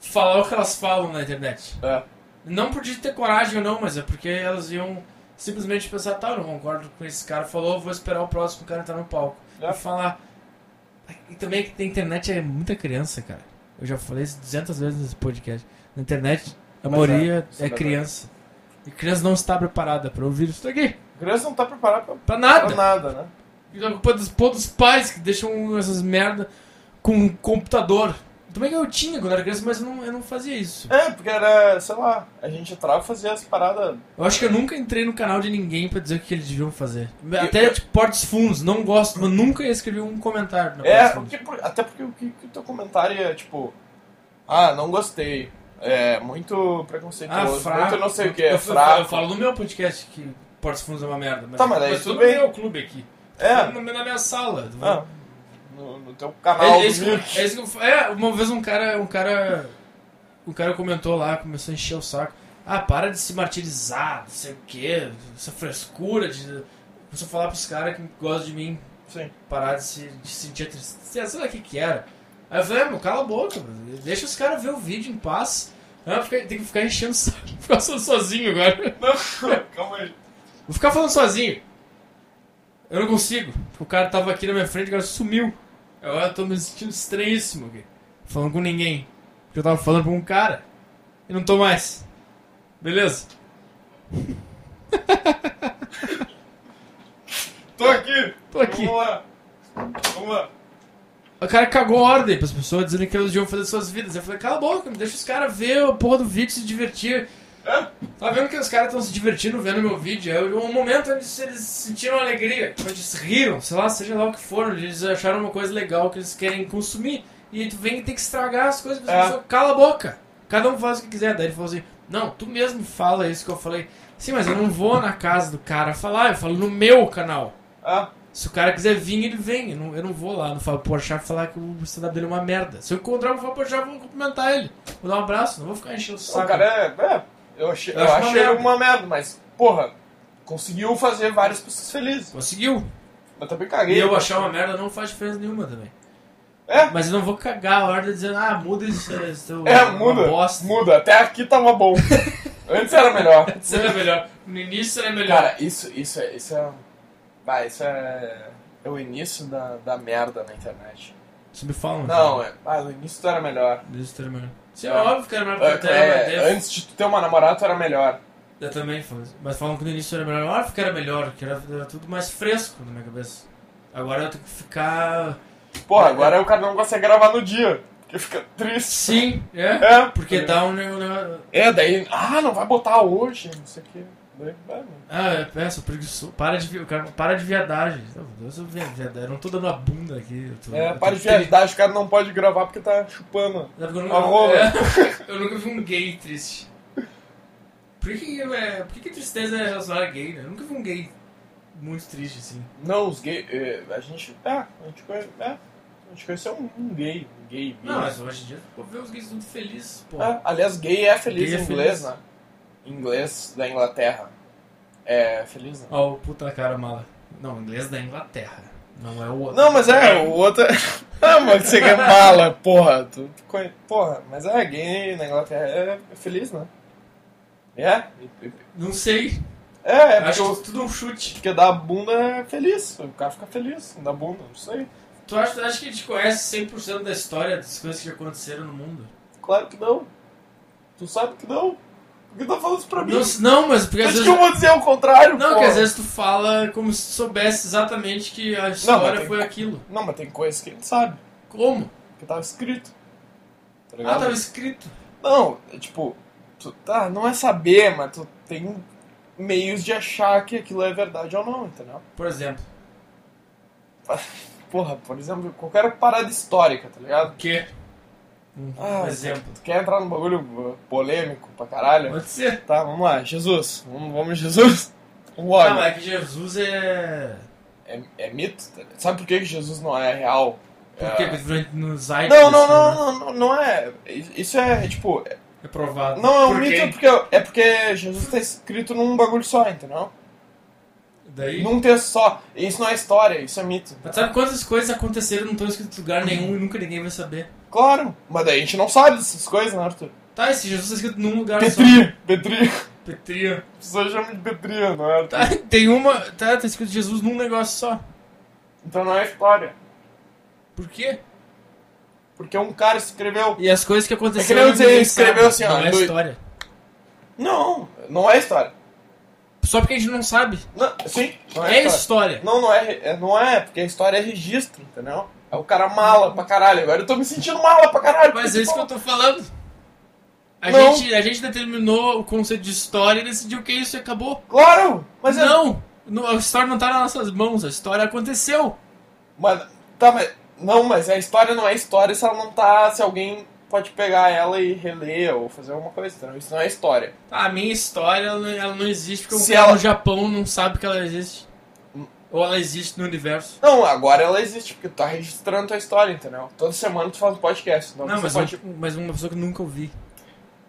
Speaker 1: falar o que elas falam na internet.
Speaker 3: É.
Speaker 1: Não por de ter coragem ou não, mas é porque elas iam simplesmente pensar, tá, eu não concordo com esse cara, falou, vou esperar o próximo cara entrar no palco.
Speaker 3: É.
Speaker 1: E falar. E também que na internet é muita criança, cara. Eu já falei isso 200 vezes nesse podcast. Na internet, a
Speaker 3: Mas é,
Speaker 1: maioria
Speaker 3: isso
Speaker 1: é,
Speaker 3: é verdade.
Speaker 1: criança. E criança não está preparada pra ouvir isso daqui.
Speaker 3: criança não tá preparada pra,
Speaker 1: Pra
Speaker 3: pra
Speaker 1: nada.
Speaker 3: nada, né?
Speaker 1: E a culpa é dos, pô, dos pais que deixam essas merda com um computador. Também que eu tinha quando era criança, mas eu não, eu não fazia isso.
Speaker 3: É, porque era, sei lá, a gente entrava e fazia as paradas.
Speaker 1: Eu acho que eu nunca entrei no canal de ninguém pra dizer o que eles deviam fazer.
Speaker 3: Eu-
Speaker 1: Até tipo, Portos Fundos, não gosto, mas nunca ia escrever um comentário. na
Speaker 3: É,
Speaker 1: Portos Fundos.
Speaker 3: porque por- até porque o que, que o teu comentário é tipo, ah, não gostei. É muito
Speaker 1: Ah,
Speaker 3: preconceituoso,
Speaker 1: fraco.
Speaker 3: muito não sei o que,
Speaker 1: Eu-
Speaker 3: é
Speaker 1: eu,
Speaker 3: fraco.
Speaker 1: Eu falo no meu podcast que Portos Fundos é uma merda. Mas,
Speaker 3: Tá, mas daí
Speaker 1: mas
Speaker 3: tudo
Speaker 1: tô no
Speaker 3: bem.
Speaker 1: meu clube aqui.
Speaker 3: É.
Speaker 1: Tô Na, na minha sala.
Speaker 3: Ah, no, no teu canal
Speaker 1: É, é
Speaker 3: do
Speaker 1: isso que eu-
Speaker 3: Mirk.
Speaker 1: é isso que eu fa- é, uma vez um cara, um cara, um cara comentou lá, começou a encher o saco. Ah, para de se martirizar, não sei o que, essa frescura de. Começou a falar pros caras que gostam de mim
Speaker 3: Sim.
Speaker 1: parar de, se, de sentir a tristeza, sei lá o que que era. Aí eu falei, ah, meu, cala a boca, mano. deixa os caras ver o vídeo em paz. Ah, fica- tem que ficar enchendo o saco, ficar so- sozinho agora.
Speaker 3: Não, calma aí.
Speaker 1: Vou ficar falando sozinho. Eu não consigo. O cara tava aqui na minha frente, o cara sumiu. Agora eu tô me sentindo estranhíssimo aqui. Falando com ninguém. Porque eu tava falando com um cara. E não tô mais. Beleza?
Speaker 3: Tô aqui.
Speaker 1: Tô aqui.
Speaker 3: Vamos lá. Vamos lá.
Speaker 1: O cara cagou ordem pras pessoas dizendo que elas deviam fazer suas vidas. Eu falei, cala a boca, deixa os caras ver a porra do vídeo se divertir.
Speaker 3: É.
Speaker 1: Tá vendo que os caras estão se divertindo vendo meu vídeo? É um momento onde eles sentiram alegria, onde eles riram, sei lá, seja lá o que for, onde eles acharam uma coisa legal que eles querem consumir. E aí tu vem e tem que estragar as coisas,
Speaker 3: É.
Speaker 1: é. cala a boca. Cada um faz o que quiser. Daí ele falou assim: Não, tu mesmo fala isso que eu falei. Sim, mas eu não vou na casa do cara falar, eu falo no meu canal.
Speaker 3: Ah,
Speaker 1: Se o cara quiser vir, ele vem. Eu não, eu não vou lá no Fábio Porchat falar que o stand-up dele é uma merda. Se eu encontrar o Fábio Porchat, eu vou cumprimentar ele. Vou dar um abraço, não vou ficar enchendo o saco.
Speaker 3: o cara é. é, eu achei,
Speaker 1: Eu
Speaker 3: eu
Speaker 1: acho uma
Speaker 3: achei
Speaker 1: merda.
Speaker 3: uma merda, mas, porra, conseguiu fazer várias pessoas felizes.
Speaker 1: Conseguiu.
Speaker 3: Eu também
Speaker 1: E
Speaker 3: é caguei.
Speaker 1: eu achar uma merda não faz diferença nenhuma também.
Speaker 3: É.
Speaker 1: Mas eu não vou cagar a ordem dizendo, ah, muda isso, isso é
Speaker 3: É,
Speaker 1: uma
Speaker 3: muda.
Speaker 1: bosta.
Speaker 3: Muda. Até aqui tava bom. Antes era melhor.
Speaker 1: Isso era melhor. No início era melhor.
Speaker 3: Cara, isso, isso, é- isso é. Vai, isso é. É o início da, da merda na internet.
Speaker 1: Você me fala, mano.
Speaker 3: Não, é. Ah, no início tu era melhor.
Speaker 1: No início era melhor. Isso é,
Speaker 3: É.
Speaker 1: óbvio que era melhor porque
Speaker 3: É,
Speaker 1: até era
Speaker 3: é,
Speaker 1: melhor.
Speaker 3: antes de tu ter uma namorada, tu era melhor.
Speaker 1: Eu também falo isso. Mas falam que no início era melhor. Óbvio que era melhor, que era, era tudo mais fresco na minha cabeça. Agora eu tenho que ficar É,
Speaker 3: Porra, agora o cara não consegue gravar no dia. Porque fica triste.
Speaker 1: Sim, é.
Speaker 3: É,
Speaker 1: Porque dá um negócio.
Speaker 3: É, daí. Ah, não vai botar hoje, não sei o que. Daí, né. vai, mano.
Speaker 1: Ah, é, é, sou preguiçoso. Para de, vi- o cara, para de viadagem. Não, Eu sou vi- viadagem. Eu não tô dando a bunda aqui. Eu tô, eu
Speaker 3: É,
Speaker 1: tô
Speaker 3: para de
Speaker 1: tri-
Speaker 3: viadagem, o cara não pode gravar porque tá chupando.
Speaker 1: Sabe que Eu
Speaker 3: a rola.
Speaker 1: nunca, é, eu nunca vi um gay triste. Por que, que, é, por que, que tristeza é relacionada a gay, né? Eu nunca vi um gay muito triste assim.
Speaker 3: Não, os gays. é, A gente. É, a gente conhece. É, a gente conheceu um, um gay. Um gay bi.
Speaker 1: Não, mas hoje em dia eu vejo os gays tudo felizes, pô.
Speaker 3: É, aliás, gay é feliz
Speaker 1: Gay é
Speaker 3: em inglês,
Speaker 1: feliz.
Speaker 3: né? Em Inglês da Inglaterra. É feliz, né?
Speaker 1: Ó, o puta cara mala. Não, inglês é da Inglaterra. Não é o outro.
Speaker 3: Não, mas é, o outro. ah, mano, você quer mala, porra. Tu, tu conhe- Porra, mas é gay na Inglaterra. É, é feliz, né? É? e- e-
Speaker 1: Não sei.
Speaker 3: É, é porque
Speaker 1: Acho
Speaker 3: o-
Speaker 1: que tudo um chute.
Speaker 3: Porque dar a bunda é feliz. O cara fica feliz da bunda, não sei.
Speaker 1: Tu acha, tu acha que a gente conhece 100% da história das coisas que aconteceram no mundo?
Speaker 3: Claro que não. Tu sabe que não. Por que tá falando isso pra mim?
Speaker 1: Não, se- não mas porque às
Speaker 3: Acho
Speaker 1: vezes.
Speaker 3: que eu vou dizer o é contrário,
Speaker 1: Não,
Speaker 3: pô.
Speaker 1: que às vezes tu fala como se tu soubesse exatamente que a história
Speaker 3: tem-
Speaker 1: foi aquilo.
Speaker 3: Não, mas tem coisas que ele sabe.
Speaker 1: Como?
Speaker 3: Que tava escrito. Tá
Speaker 1: Ah,
Speaker 3: ligado?
Speaker 1: tava escrito.
Speaker 3: Não, é tipo... Tu, tá, não é saber, mas tu tem meios de achar que aquilo é verdade ou não, entendeu?
Speaker 1: Por exemplo.
Speaker 3: Porra, por exemplo, qualquer parada histórica, tá ligado?
Speaker 1: O quê? Um
Speaker 3: Ah,
Speaker 1: exemplo.
Speaker 3: Tu quer entrar num bagulho uh, polêmico pra caralho?
Speaker 1: Pode ser.
Speaker 3: Tá, vamos lá, Jesus. Vamos, vamos Jesus. Vamos lá.
Speaker 1: Ah, mas é que Jesus é.
Speaker 3: é, é mito? Sabe por que que Jesus não é real? É.
Speaker 1: Por quê? Porque durante- no Zeitgeist,
Speaker 3: Não, não,
Speaker 1: né?
Speaker 3: não, não, não é. Isso é, tipo.
Speaker 1: É provado.
Speaker 3: Não é um
Speaker 1: Por quê?
Speaker 3: mito porque é porque Jesus tá escrito num bagulho só, entendeu?
Speaker 1: Daí.
Speaker 3: Num texto só. Isso não é história, isso é mito.
Speaker 1: Mas sabe quantas coisas aconteceram e não estão escritas em lugar nenhum e nunca ninguém vai saber?
Speaker 3: Claro, mas daí a gente não sabe dessas coisas, né, Arthur?
Speaker 1: Tá, esse Jesus tá escrito num lugar só.
Speaker 3: Petri, Petri.
Speaker 1: Petria.
Speaker 3: As pessoas chamam de Petri, não é? Arthur?
Speaker 1: Tá, tem uma. Tá, tá escrito Jesus num negócio só.
Speaker 3: Então não é história.
Speaker 1: Por quê?
Speaker 3: Porque um cara escreveu.
Speaker 1: E as coisas que
Speaker 3: É que
Speaker 1: aconteceram.
Speaker 3: nem você
Speaker 1: ninguém sabe.
Speaker 3: escreveu assim, ó,
Speaker 1: Não é
Speaker 3: dois-
Speaker 1: história.
Speaker 3: Não, não é história.
Speaker 1: Só porque a gente não sabe.
Speaker 3: Não, sim, não é,
Speaker 1: É
Speaker 3: história.
Speaker 1: história.
Speaker 3: Não, não é, é- não é, porque a história é registro, entendeu? É o cara mala pra caralho. Agora eu tô me sentindo mala pra caralho.
Speaker 1: Mas é isso que eu tô falando. A
Speaker 3: Não.
Speaker 1: gente, a gente determinou o conceito de história e decidiu que é isso e acabou.
Speaker 3: Claro! Mas é-
Speaker 1: não! não! A história não tá nas nossas mãos, a história aconteceu.
Speaker 3: Mas, tá, mas. Não, mas a história não é história se ela não tá. Se alguém pode pegar ela e reler ou fazer alguma coisa, entendeu? Isso não é história.
Speaker 1: Tá, a minha história, ela, ela não existe porque um
Speaker 3: Se
Speaker 1: cara
Speaker 3: ela-
Speaker 1: no Japão não sabe que ela existe. Ou ela existe no universo.
Speaker 3: Não, agora ela existe, porque tu tá registrando tua história, entendeu? Toda semana tu faz um podcast. Então
Speaker 1: Não,
Speaker 3: você
Speaker 1: mas,
Speaker 3: pode.
Speaker 1: um- mas uma pessoa que nunca ouvi.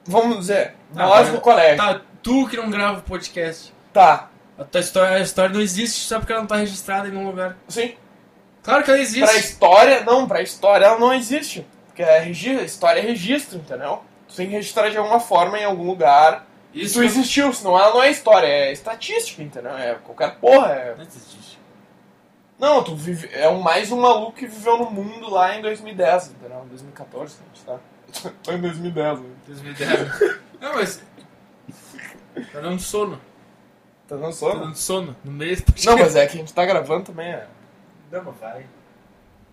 Speaker 3: Vamos dizer,
Speaker 1: Ah,
Speaker 3: nós
Speaker 1: mas-
Speaker 3: no colégio.
Speaker 1: Tá, tu que não grava o podcast.
Speaker 3: Tá.
Speaker 1: A tua história, a história não existe só porque ela não tá registrada em nenhum lugar.
Speaker 3: Sim.
Speaker 1: Claro que ela
Speaker 3: Pra
Speaker 1: existe.
Speaker 3: história, não, pra história ela não existe. Porque a regi- a história é registro, entendeu? Tu tem que registrar de alguma forma em algum lugar. Isso
Speaker 1: Isso
Speaker 3: tu existiu, senão ela não é história, é estatística, entendeu? É qualquer porra. é-
Speaker 1: não existe.
Speaker 3: Não, tu vive... é um- mais um maluco que viveu no mundo lá em 2010, entendeu? 2014 que a gente tá. Tô em 2010, né?
Speaker 1: 2010. Não, mas. Tá dando sono.
Speaker 3: Tá dando
Speaker 1: Tá
Speaker 3: sono?
Speaker 1: dando sono. No meio do
Speaker 3: Não, mas é que a gente tá gravando também. É...
Speaker 1: Não, mas vai.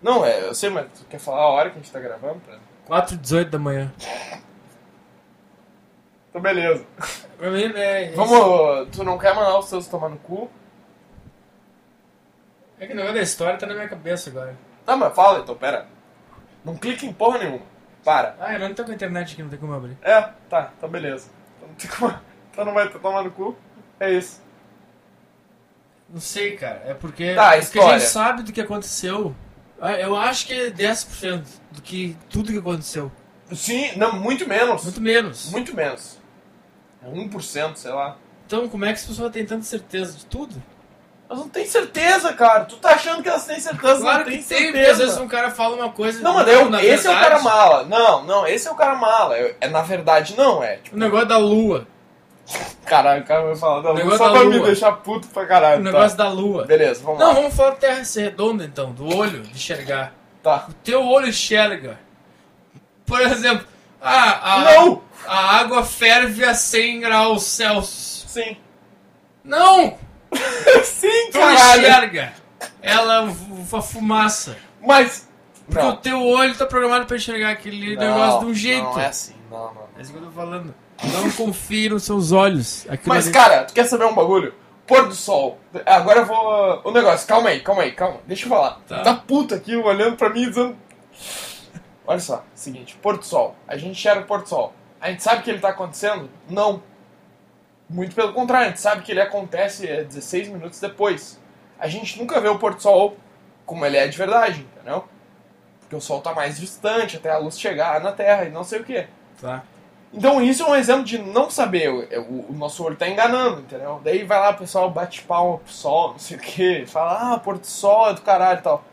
Speaker 3: Não, é, eu sei, mas tu quer falar a hora que a gente tá gravando? Pra...
Speaker 1: 4 18 da manhã.
Speaker 3: Então, beleza.
Speaker 1: Pra mim, né? é-
Speaker 3: Vamos, tu não quer mandar os seus tomar no cu?
Speaker 1: É que o negócio da história tá na minha cabeça agora.
Speaker 3: Tá, mas fala então, pera. Não clica em porra nenhuma. Para.
Speaker 1: Ah, eu não tô com a internet aqui, não tem como abrir.
Speaker 3: É, tá, então beleza. Então não, tem como- então não vai tomar no cu. É isso.
Speaker 1: Não sei, cara. É porque.
Speaker 3: Tá,
Speaker 1: é porque a
Speaker 3: história.
Speaker 1: gente sabe do que aconteceu. Ah, Eu acho que é 10% do que. Tudo que aconteceu.
Speaker 3: Sim, não, muito menos. Muito,
Speaker 1: Muito menos.
Speaker 3: menos. É 1%, sei lá.
Speaker 1: Então, como é que as pessoas têm tanta certeza de tudo?
Speaker 3: Elas não têm certeza, cara. Tu tá achando que elas têm certeza, não tem
Speaker 1: porque às vezes
Speaker 3: certeza.
Speaker 1: um cara fala uma coisa.
Speaker 3: não, mas eu,
Speaker 1: na
Speaker 3: esse é o
Speaker 1: verdade,
Speaker 3: cara mala. Não, não, esse é o cara mala. Eu- é, na verdade, não, é. Tipo,
Speaker 1: O negócio da lua.
Speaker 3: caralho, o cara vai falar da lua
Speaker 1: Negócio
Speaker 3: só
Speaker 1: da
Speaker 3: pra
Speaker 1: lua.
Speaker 3: me deixar puto pra
Speaker 1: O
Speaker 3: caralho. tá?
Speaker 1: negócio da lua.
Speaker 3: Beleza, vamos
Speaker 1: Não,
Speaker 3: lá.
Speaker 1: vamos falar da Terra ser redonda então, do olho de enxergar.
Speaker 3: Tá.
Speaker 1: O teu olho enxerga. Por exemplo, a, a,
Speaker 3: Não!
Speaker 1: a água ferve a 100 graus Celsius.
Speaker 3: Sim.
Speaker 1: Não!
Speaker 3: Sim,
Speaker 1: Tu
Speaker 3: caralho.
Speaker 1: enxerga! Ela é uma fumaça.
Speaker 3: Mas.
Speaker 1: Porque o teu olho tá programado pra enxergar aquele negócio de um jeito.
Speaker 3: Não é assim, não, não.
Speaker 1: É isso que eu tô falando. Não confie nos seus olhos. Aquilo
Speaker 3: Mas,
Speaker 1: ali-
Speaker 3: cara, tu quer saber um bagulho? Pôr do sol. Agora eu vou. O negócio, calma aí, calma aí, calma. Deixa eu falar.
Speaker 1: Tá.
Speaker 3: Tá, puto aqui olhando pra mim e dizendo. Olha só, seguinte, pôr do sol. A gente enxerga o pôr do sol. A gente sabe que ele tá acontecendo? Não. Muito pelo contrário, a gente sabe que ele acontece é, 16 minutos depois. A gente nunca vê o pôr do sol como ele é de verdade, entendeu? Porque o sol tá mais distante até a luz chegar na Terra e não sei o quê.
Speaker 1: Tá.
Speaker 3: Então isso é um exemplo de não saber. O, o- o nosso olho tá enganando, entendeu? Daí vai lá, o pessoal bate palma pro sol, não sei o que, fala, ah, Porto Sol é do caralho e tal.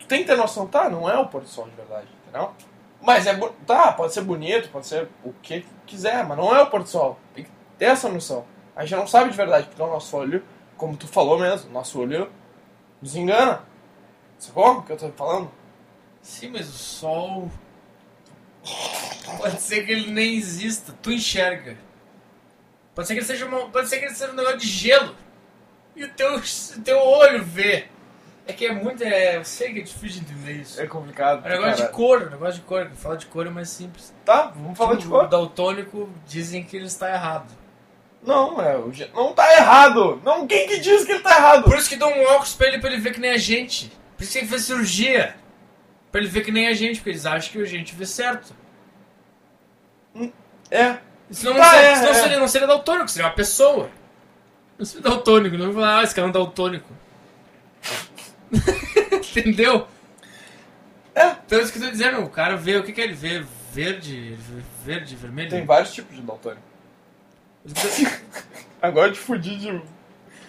Speaker 3: Tu tem que ter noção, tá? Não é o Porto Sol de verdade, entendeu? Mas é. bo- Tá, pode ser bonito, pode ser o que quiser, mas não é o Porto Sol. Tem que ter essa noção. A gente não sabe de verdade, porque o nosso olho, como tu falou mesmo, o nosso olho nos engana. Sacou o que eu tô falando?
Speaker 1: Sim, mas o sol. Pode ser que ele nem exista, tu enxerga. Pode ser que ele seja, uma, pode ser que ele seja um negócio de gelo. E o teu, o teu olho vê. É que é muito. É, eu sei que é difícil de entender isso.
Speaker 3: É complicado.
Speaker 1: É um negócio de
Speaker 3: cara.
Speaker 1: cor, um negócio de cor. Falar de cor é mais simples.
Speaker 3: Tá, vamos falar de
Speaker 1: Tipo,
Speaker 3: cor.
Speaker 1: O daltônico dizem que ele está errado.
Speaker 3: Não, é, o ge- não tá errado. Não, quem que diz que ele tá errado?
Speaker 1: Por isso que dão um óculos pra ele, pra ele ver que nem a gente. Por isso que ele fez cirurgia. Pra ele ver que nem a gente, porque eles acham que a gente vê certo.
Speaker 3: É.
Speaker 1: Senão,
Speaker 3: Tá,
Speaker 1: não, seria,
Speaker 3: é,
Speaker 1: senão
Speaker 3: é.
Speaker 1: seria, não seria daltônico, seria uma pessoa. Não seria daltônico, não vou falar, ah, esse cara é um daltônico. Entendeu?
Speaker 3: É.
Speaker 1: Então é isso que eu tô dizendo, o cara vê, o que que ele vê? Verde, ele vê verde, vermelho?
Speaker 3: Tem vários tipos de daltônico. Agora te fudi de.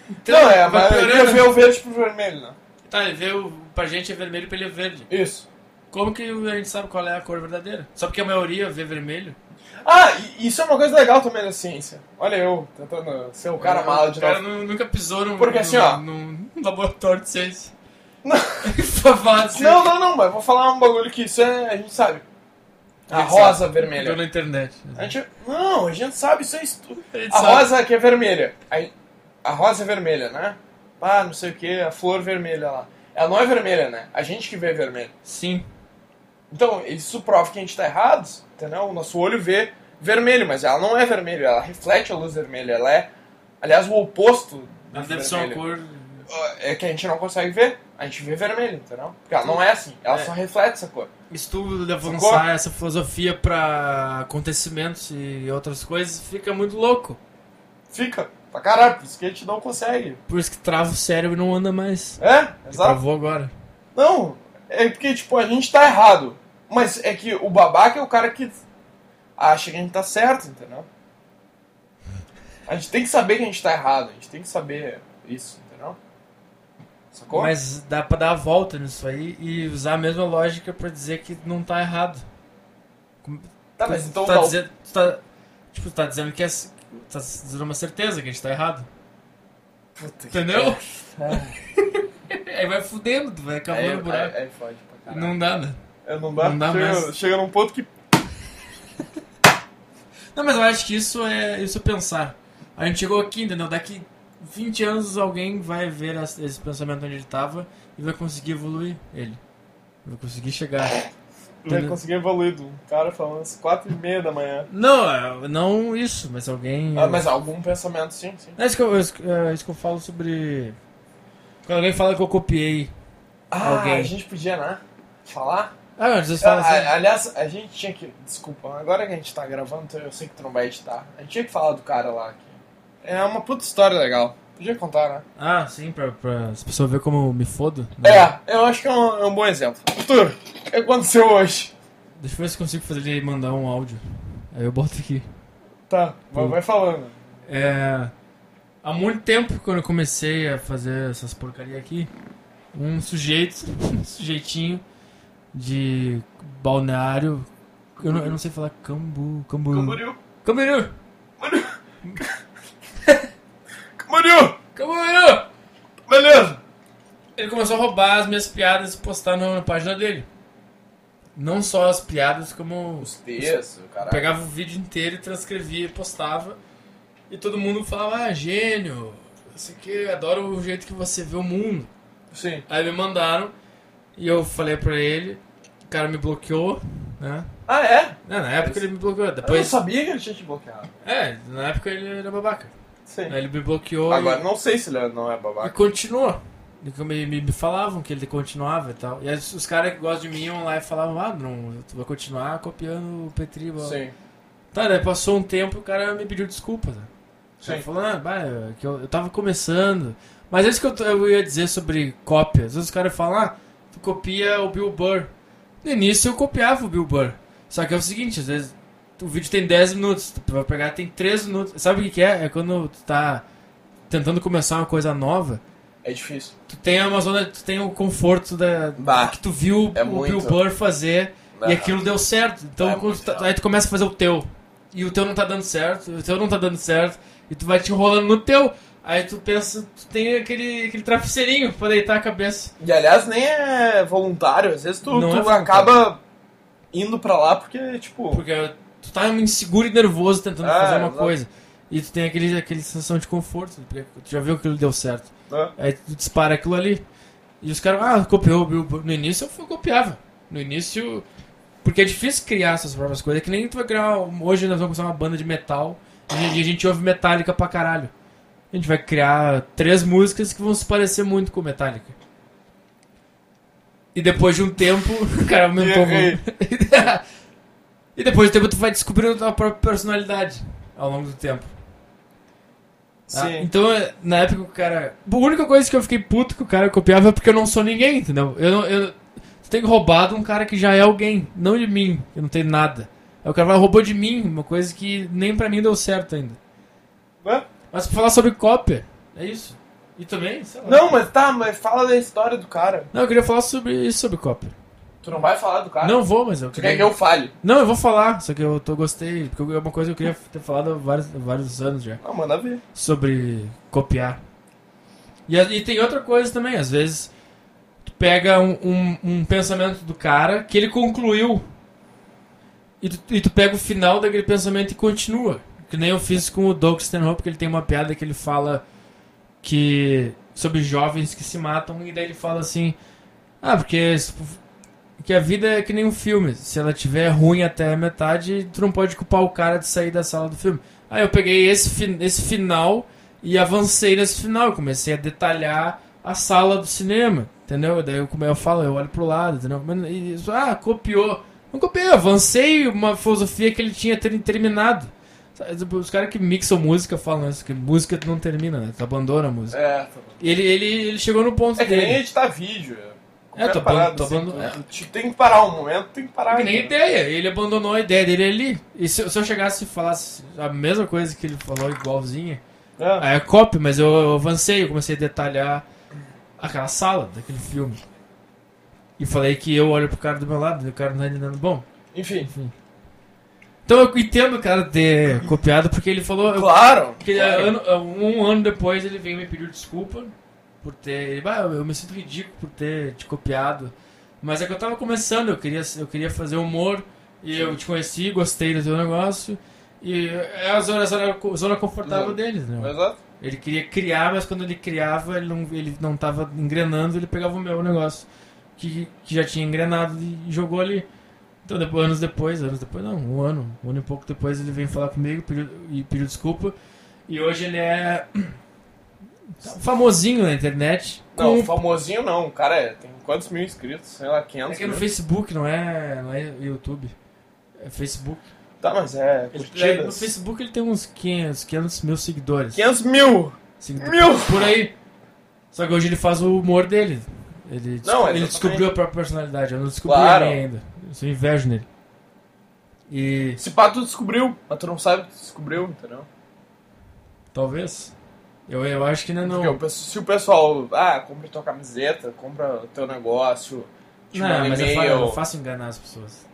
Speaker 1: Então,
Speaker 3: não, é,
Speaker 1: vai
Speaker 3: mas eu ia
Speaker 1: piorando.
Speaker 3: ver o verde pro vermelho, né?
Speaker 1: Tá, ele vê, o, pra gente é vermelho, pra ele é verde.
Speaker 3: Isso.
Speaker 1: Como que a gente sabe qual é a cor verdadeira? Só porque a maioria vê vermelho?
Speaker 3: Ah, e isso é uma coisa legal também da ciência. Olha eu, tentando ser o cara mala de
Speaker 1: O cara
Speaker 3: novo.
Speaker 1: nu- nunca pisou num,
Speaker 3: Porque
Speaker 1: num-
Speaker 3: assim, ó.
Speaker 1: num laboratório de ciência.
Speaker 3: Não.
Speaker 1: Pra falar assim,
Speaker 3: Não, não, não, mas vou falar um bagulho que isso é, a gente sabe. A
Speaker 1: Ele
Speaker 3: rosa
Speaker 1: Entrou
Speaker 3: vermelha.
Speaker 1: na internet.
Speaker 3: A gente, não, a gente sabe, isso é estudo.
Speaker 1: A gente
Speaker 3: A
Speaker 1: sabe.
Speaker 3: rosa que é vermelha. A, a rosa é vermelha, né? Ah, não sei o que, a flor vermelha lá. Ela não é vermelha, né? A gente que vê vermelho.
Speaker 1: Sim.
Speaker 3: Então, isso prova que a gente tá errado, entendeu? O nosso olho vê vermelho, mas ela não é vermelho, ela reflete a luz vermelha, ela é, aliás, o oposto da
Speaker 1: Mas deve ser uma
Speaker 3: vermelha.
Speaker 1: cor.
Speaker 3: É que a gente não consegue ver, a gente vê vermelho, entendeu? Porque ela não é assim, ela
Speaker 1: É.
Speaker 3: só reflete essa cor.
Speaker 1: Estudo de avançar
Speaker 3: Sacou?
Speaker 1: essa filosofia pra acontecimentos e outras coisas fica muito louco.
Speaker 3: Fica pra caralho, por isso que a gente não consegue.
Speaker 1: Por isso que trava o cérebro e não anda mais.
Speaker 3: É,
Speaker 1: Ele
Speaker 3: exato.
Speaker 1: Travou agora.
Speaker 3: Não, é porque, tipo, a gente tá errado. Mas é que o babaca é o cara que acha que a gente tá certo, entendeu? A gente tem que saber que a gente tá errado, a gente tem que saber isso, entendeu? Sacou?
Speaker 1: Mas dá pra dar a volta nisso aí e usar a mesma lógica pra dizer que não tá errado.
Speaker 3: tá,
Speaker 1: Tu-
Speaker 3: mas então
Speaker 1: tu tá
Speaker 3: dá o-
Speaker 1: dizendo, tu tá, tipo, tu tá dizendo que é, tu tá dizendo uma certeza que a gente tá errado.
Speaker 3: Puta que
Speaker 1: Entendeu? Aí vai fudendo, tu vai
Speaker 3: É. Aí,
Speaker 1: acabando o buraco.
Speaker 3: aí- aí É, fode pra caralho.
Speaker 1: não dá, né?
Speaker 3: É, não dá,
Speaker 1: não dá
Speaker 3: chega,
Speaker 1: mais.
Speaker 3: chega num ponto que. né,
Speaker 1: Não, mas eu acho que isso é isso é pensar. A gente chegou aqui, entendeu? Daqui 20 anos alguém vai ver as- esse pensamento onde ele tava e vai conseguir evoluir ele. Vai conseguir chegar.
Speaker 3: Não
Speaker 1: Entendeu?
Speaker 3: consegui evoluir. do- Um cara falando às quatro e meia da manhã.
Speaker 1: Não, é- não isso, mas alguém.
Speaker 3: Ah, mas algum pensamento, sim, sim.
Speaker 1: Não, isso que, eu, isso que- é isso que eu falo sobre. Quando alguém fala que eu copiei.
Speaker 3: Ah,
Speaker 1: Alguém.
Speaker 3: a gente podia, né? Falar?
Speaker 1: Ah, não, vocês falam assim.
Speaker 3: Ah, aliás, a gente tinha que. Desculpa, agora que a gente tá gravando, então eu sei que tu não vai editar. A gente tinha que falar do cara lá aqui. É uma puta história legal. Podia contar, né?
Speaker 1: Ah, sim, pra, pra as pessoas verem como eu me fodo.
Speaker 3: É, eu acho que é um, é um bom exemplo. Arthur, o que aconteceu hoje?
Speaker 1: Deixa eu ver se consigo fazer ele mandar um áudio. Aí eu boto aqui.
Speaker 3: Tá, vai, vai falando.
Speaker 1: É, há muito tempo, quando eu comecei a fazer essas porcaria aqui, um sujeito, um sujeitinho de balneário. Eu não, eu não sei falar cambu. Camburu.
Speaker 3: Camboriú.
Speaker 1: Camburu!
Speaker 3: Camboriú!
Speaker 1: Camburu!
Speaker 3: Beleza!
Speaker 1: Ele começou a roubar as minhas piadas e postar na, na página dele. Não só as piadas, como
Speaker 3: Os textos,
Speaker 1: Eu
Speaker 3: caralho.
Speaker 1: pegava o vídeo inteiro e transcrevia, e postava. E todo mundo falava, ah, gênio, não sei o que, adoro o jeito que você vê o mundo.
Speaker 3: Sim.
Speaker 1: Aí me mandaram, e eu falei pra ele, o cara me bloqueou, né?
Speaker 3: Ah, é?
Speaker 1: Não, na época ele me bloqueou,
Speaker 3: Eu não
Speaker 1: depois...
Speaker 3: sabia que ele tinha te bloqueado.
Speaker 1: É, na época ele era babaca.
Speaker 3: Sim.
Speaker 1: Aí ele me bloqueou
Speaker 3: Agora,
Speaker 1: e,
Speaker 3: não sei se ele não é
Speaker 1: e
Speaker 3: babaca.
Speaker 1: continuou. E como Me, me, me falavam que ele continuava e tal. E aí os caras que gostam de mim iam lá e falavam, ah, não, tu vai continuar copiando o Petri, blá, blá,
Speaker 3: Sim.
Speaker 1: Tá, daí passou um tempo e o cara me pediu desculpas. Né?
Speaker 3: Sim.
Speaker 1: Ele falou, ah, bah, é que eu, eu tava começando. Mas é isso que eu, tô- eu ia dizer sobre cópia. Às vezes os caras falam, ah, tu copia o Bill Burr. No início eu copiava o Bill Burr. Só que é o seguinte, às vezes o vídeo tem 10 minutos, tu vai pegar, tem 3 minutos. Sabe o que, que é? É quando tu tá tentando começar uma coisa nova,
Speaker 3: É difícil.
Speaker 1: tu tem uma zona, tu tem o conforto da,
Speaker 3: Bah,
Speaker 1: que tu viu
Speaker 3: é
Speaker 1: o Bill
Speaker 3: muito.
Speaker 1: Burr fazer
Speaker 3: Aham.
Speaker 1: e aquilo deu certo. Então
Speaker 3: É
Speaker 1: quando tu
Speaker 3: muito
Speaker 1: tá-
Speaker 3: legal.
Speaker 1: aí tu começa a fazer o teu. E o teu não tá dando certo, o teu não tá dando certo, e tu vai te enrolando no teu. Aí tu pensa, tu tem aquele, aquele travesseirinho pra deitar a cabeça.
Speaker 3: E aliás, nem é voluntário, às vezes tu,
Speaker 1: Não
Speaker 3: tu
Speaker 1: é voluntário.
Speaker 3: acaba indo pra lá porque, tipo.
Speaker 1: Porque tu tá inseguro e nervoso tentando
Speaker 3: Ah,
Speaker 1: fazer uma
Speaker 3: exato.
Speaker 1: coisa. E tu tem aquele, aquele sensação de conforto, porque tu já viu que aquilo deu certo.
Speaker 3: né?
Speaker 1: Aí tu dispara aquilo ali. E os caras, ah, copiou. viu? No início eu fui- copiava. No início. Porque é difícil criar essas próprias coisas. É que nem tu vai criar. Hoje nós vamos começar uma banda de metal. E a gente ouve Metallica pra caralho. A gente vai criar três músicas que vão se parecer muito com Metallica. E depois de um tempo. O cara aumentou
Speaker 3: Errei.
Speaker 1: muito. e depois de um tempo tu vai descobrindo a tua própria personalidade ao longo do tempo. Tá?
Speaker 3: Sim.
Speaker 1: Então, é, na época, o cara. A única coisa que eu fiquei puto que o cara copiava é porque eu não sou ninguém, entendeu? Eu não. Eu... Tu tem roubado um cara que já é alguém, não de mim, eu não tenho nada. Aí o cara vai roubou de mim, uma coisa que nem pra mim deu certo ainda. então-
Speaker 3: Hã?
Speaker 1: Mas pra falar sobre cópia, é isso. E também, sei lá.
Speaker 3: Não, mas tá, mas fala da história do cara.
Speaker 1: Não, eu queria falar sobre isso, sobre cópia.
Speaker 3: Tu não vai falar do cara?
Speaker 1: Não vou, mas eu
Speaker 3: Tu
Speaker 1: queria.
Speaker 3: Tá. quer que eu fale?
Speaker 1: Não, eu vou falar, só que eu tô gostei, porque é uma coisa que eu queria ter falado há vários, há vários anos já.
Speaker 3: Ah, manda ver.
Speaker 1: sobre copiar. E, a- e tem outra coisa também, às vezes tu pega um, um- um pensamento do cara que ele concluiu e tu, e tu pega o final daquele pensamento e continua. Que nem eu fiz com o Doug Stanhope, que ele tem uma piada que ele fala que sobre jovens que se matam e daí ele fala assim: "Ah, porque se- que a vida é que nem um filme, se ela tiver ruim até a metade, tu não pode culpar o cara de sair da sala do filme". Aí eu peguei esse, fi- esse final e avancei nesse final. Eu comecei a detalhar a sala do cinema, entendeu? Daí, eu, como eu falo, eu olho pro lado, entendeu? Mas e isso, ah, copiou. Não copiei, eu avancei uma filosofia que ele tinha ter terminado. Sabe, tipo, Os caras que mixam música falam isso, que música tu não termina, né? Tu abandona a música.
Speaker 3: É, tá bom.
Speaker 1: E ele, ele, ele chegou no ponto
Speaker 3: É que nem
Speaker 1: dele.
Speaker 3: editar vídeo.
Speaker 1: É,
Speaker 3: qualquer
Speaker 1: tô
Speaker 3: parada,
Speaker 1: falando- tô
Speaker 3: assim,
Speaker 1: falando-
Speaker 3: tu- tu tem que parar um momento, tem que parar.
Speaker 1: Que nem
Speaker 3: né?
Speaker 1: ideia, ele abandonou a ideia dele ali. E se, se eu chegasse e falasse a mesma coisa que ele falou, igualzinha,
Speaker 3: É.
Speaker 1: Ah, é copy, mas eu, eu avancei, eu comecei a detalhar aquela sala daquele filme. E falei que eu olho pro cara do meu lado, e o cara não tá entendendo. Bom,
Speaker 3: Enfim,
Speaker 1: então eu entendo o cara ter copiado, porque ele falou. eu-
Speaker 3: claro.
Speaker 1: porque,
Speaker 3: claro.
Speaker 1: ah, ano- um ano depois ele veio me pedir desculpa por ter. Ele, "Bah, eu me sinto ridículo por ter te copiado. Mas é que eu tava começando, eu queria, eu queria fazer humor, e eu te conheci, gostei do teu negócio. E é a zona, zona, zona confortável
Speaker 3: Não.
Speaker 1: deles, né?
Speaker 3: Exato.
Speaker 1: Ele queria criar, mas quando ele criava, ele não, ele não tava engrenando, ele pegava o meu negócio, que, que já tinha engrenado e jogou ali. Então, depois, anos depois, anos depois, não, um ano, um ano e pouco depois, ele veio falar comigo pediu, e pediu desculpa. E hoje ele é famosinho na internet.
Speaker 3: Não,
Speaker 1: com-
Speaker 3: famosinho não. O cara é, tem quantos mil inscritos? Sei lá, 500
Speaker 1: é que é no
Speaker 3: mil.
Speaker 1: Facebook, não é, não é YouTube. É Facebook.
Speaker 3: Tá, mas é
Speaker 1: Ele- no
Speaker 3: curtidas.
Speaker 1: Facebook ele tem uns 500, 500 mil seguidores.
Speaker 3: 500 mil!
Speaker 1: Seguidores.
Speaker 3: Mil!
Speaker 1: por aí. Só que hoje ele faz o humor dele. Ele, desco-
Speaker 3: Não,
Speaker 1: ele
Speaker 3: exatamente.
Speaker 1: descobriu a própria personalidade. Eu não descobri
Speaker 3: Claro.
Speaker 1: a minha ainda. Eu sou invejo nele. E
Speaker 3: Se pá, tu descobriu, mas tu não sabe que tu descobriu, entendeu?
Speaker 1: talvez. Eu, eu acho que ainda não.
Speaker 3: Porque o pessoal- se o pessoal, ah, compra tua camiseta, compra o teu negócio, te
Speaker 1: não,
Speaker 3: manda
Speaker 1: mas é eu
Speaker 3: e-mail,
Speaker 1: faço, eu faço enganar as pessoas.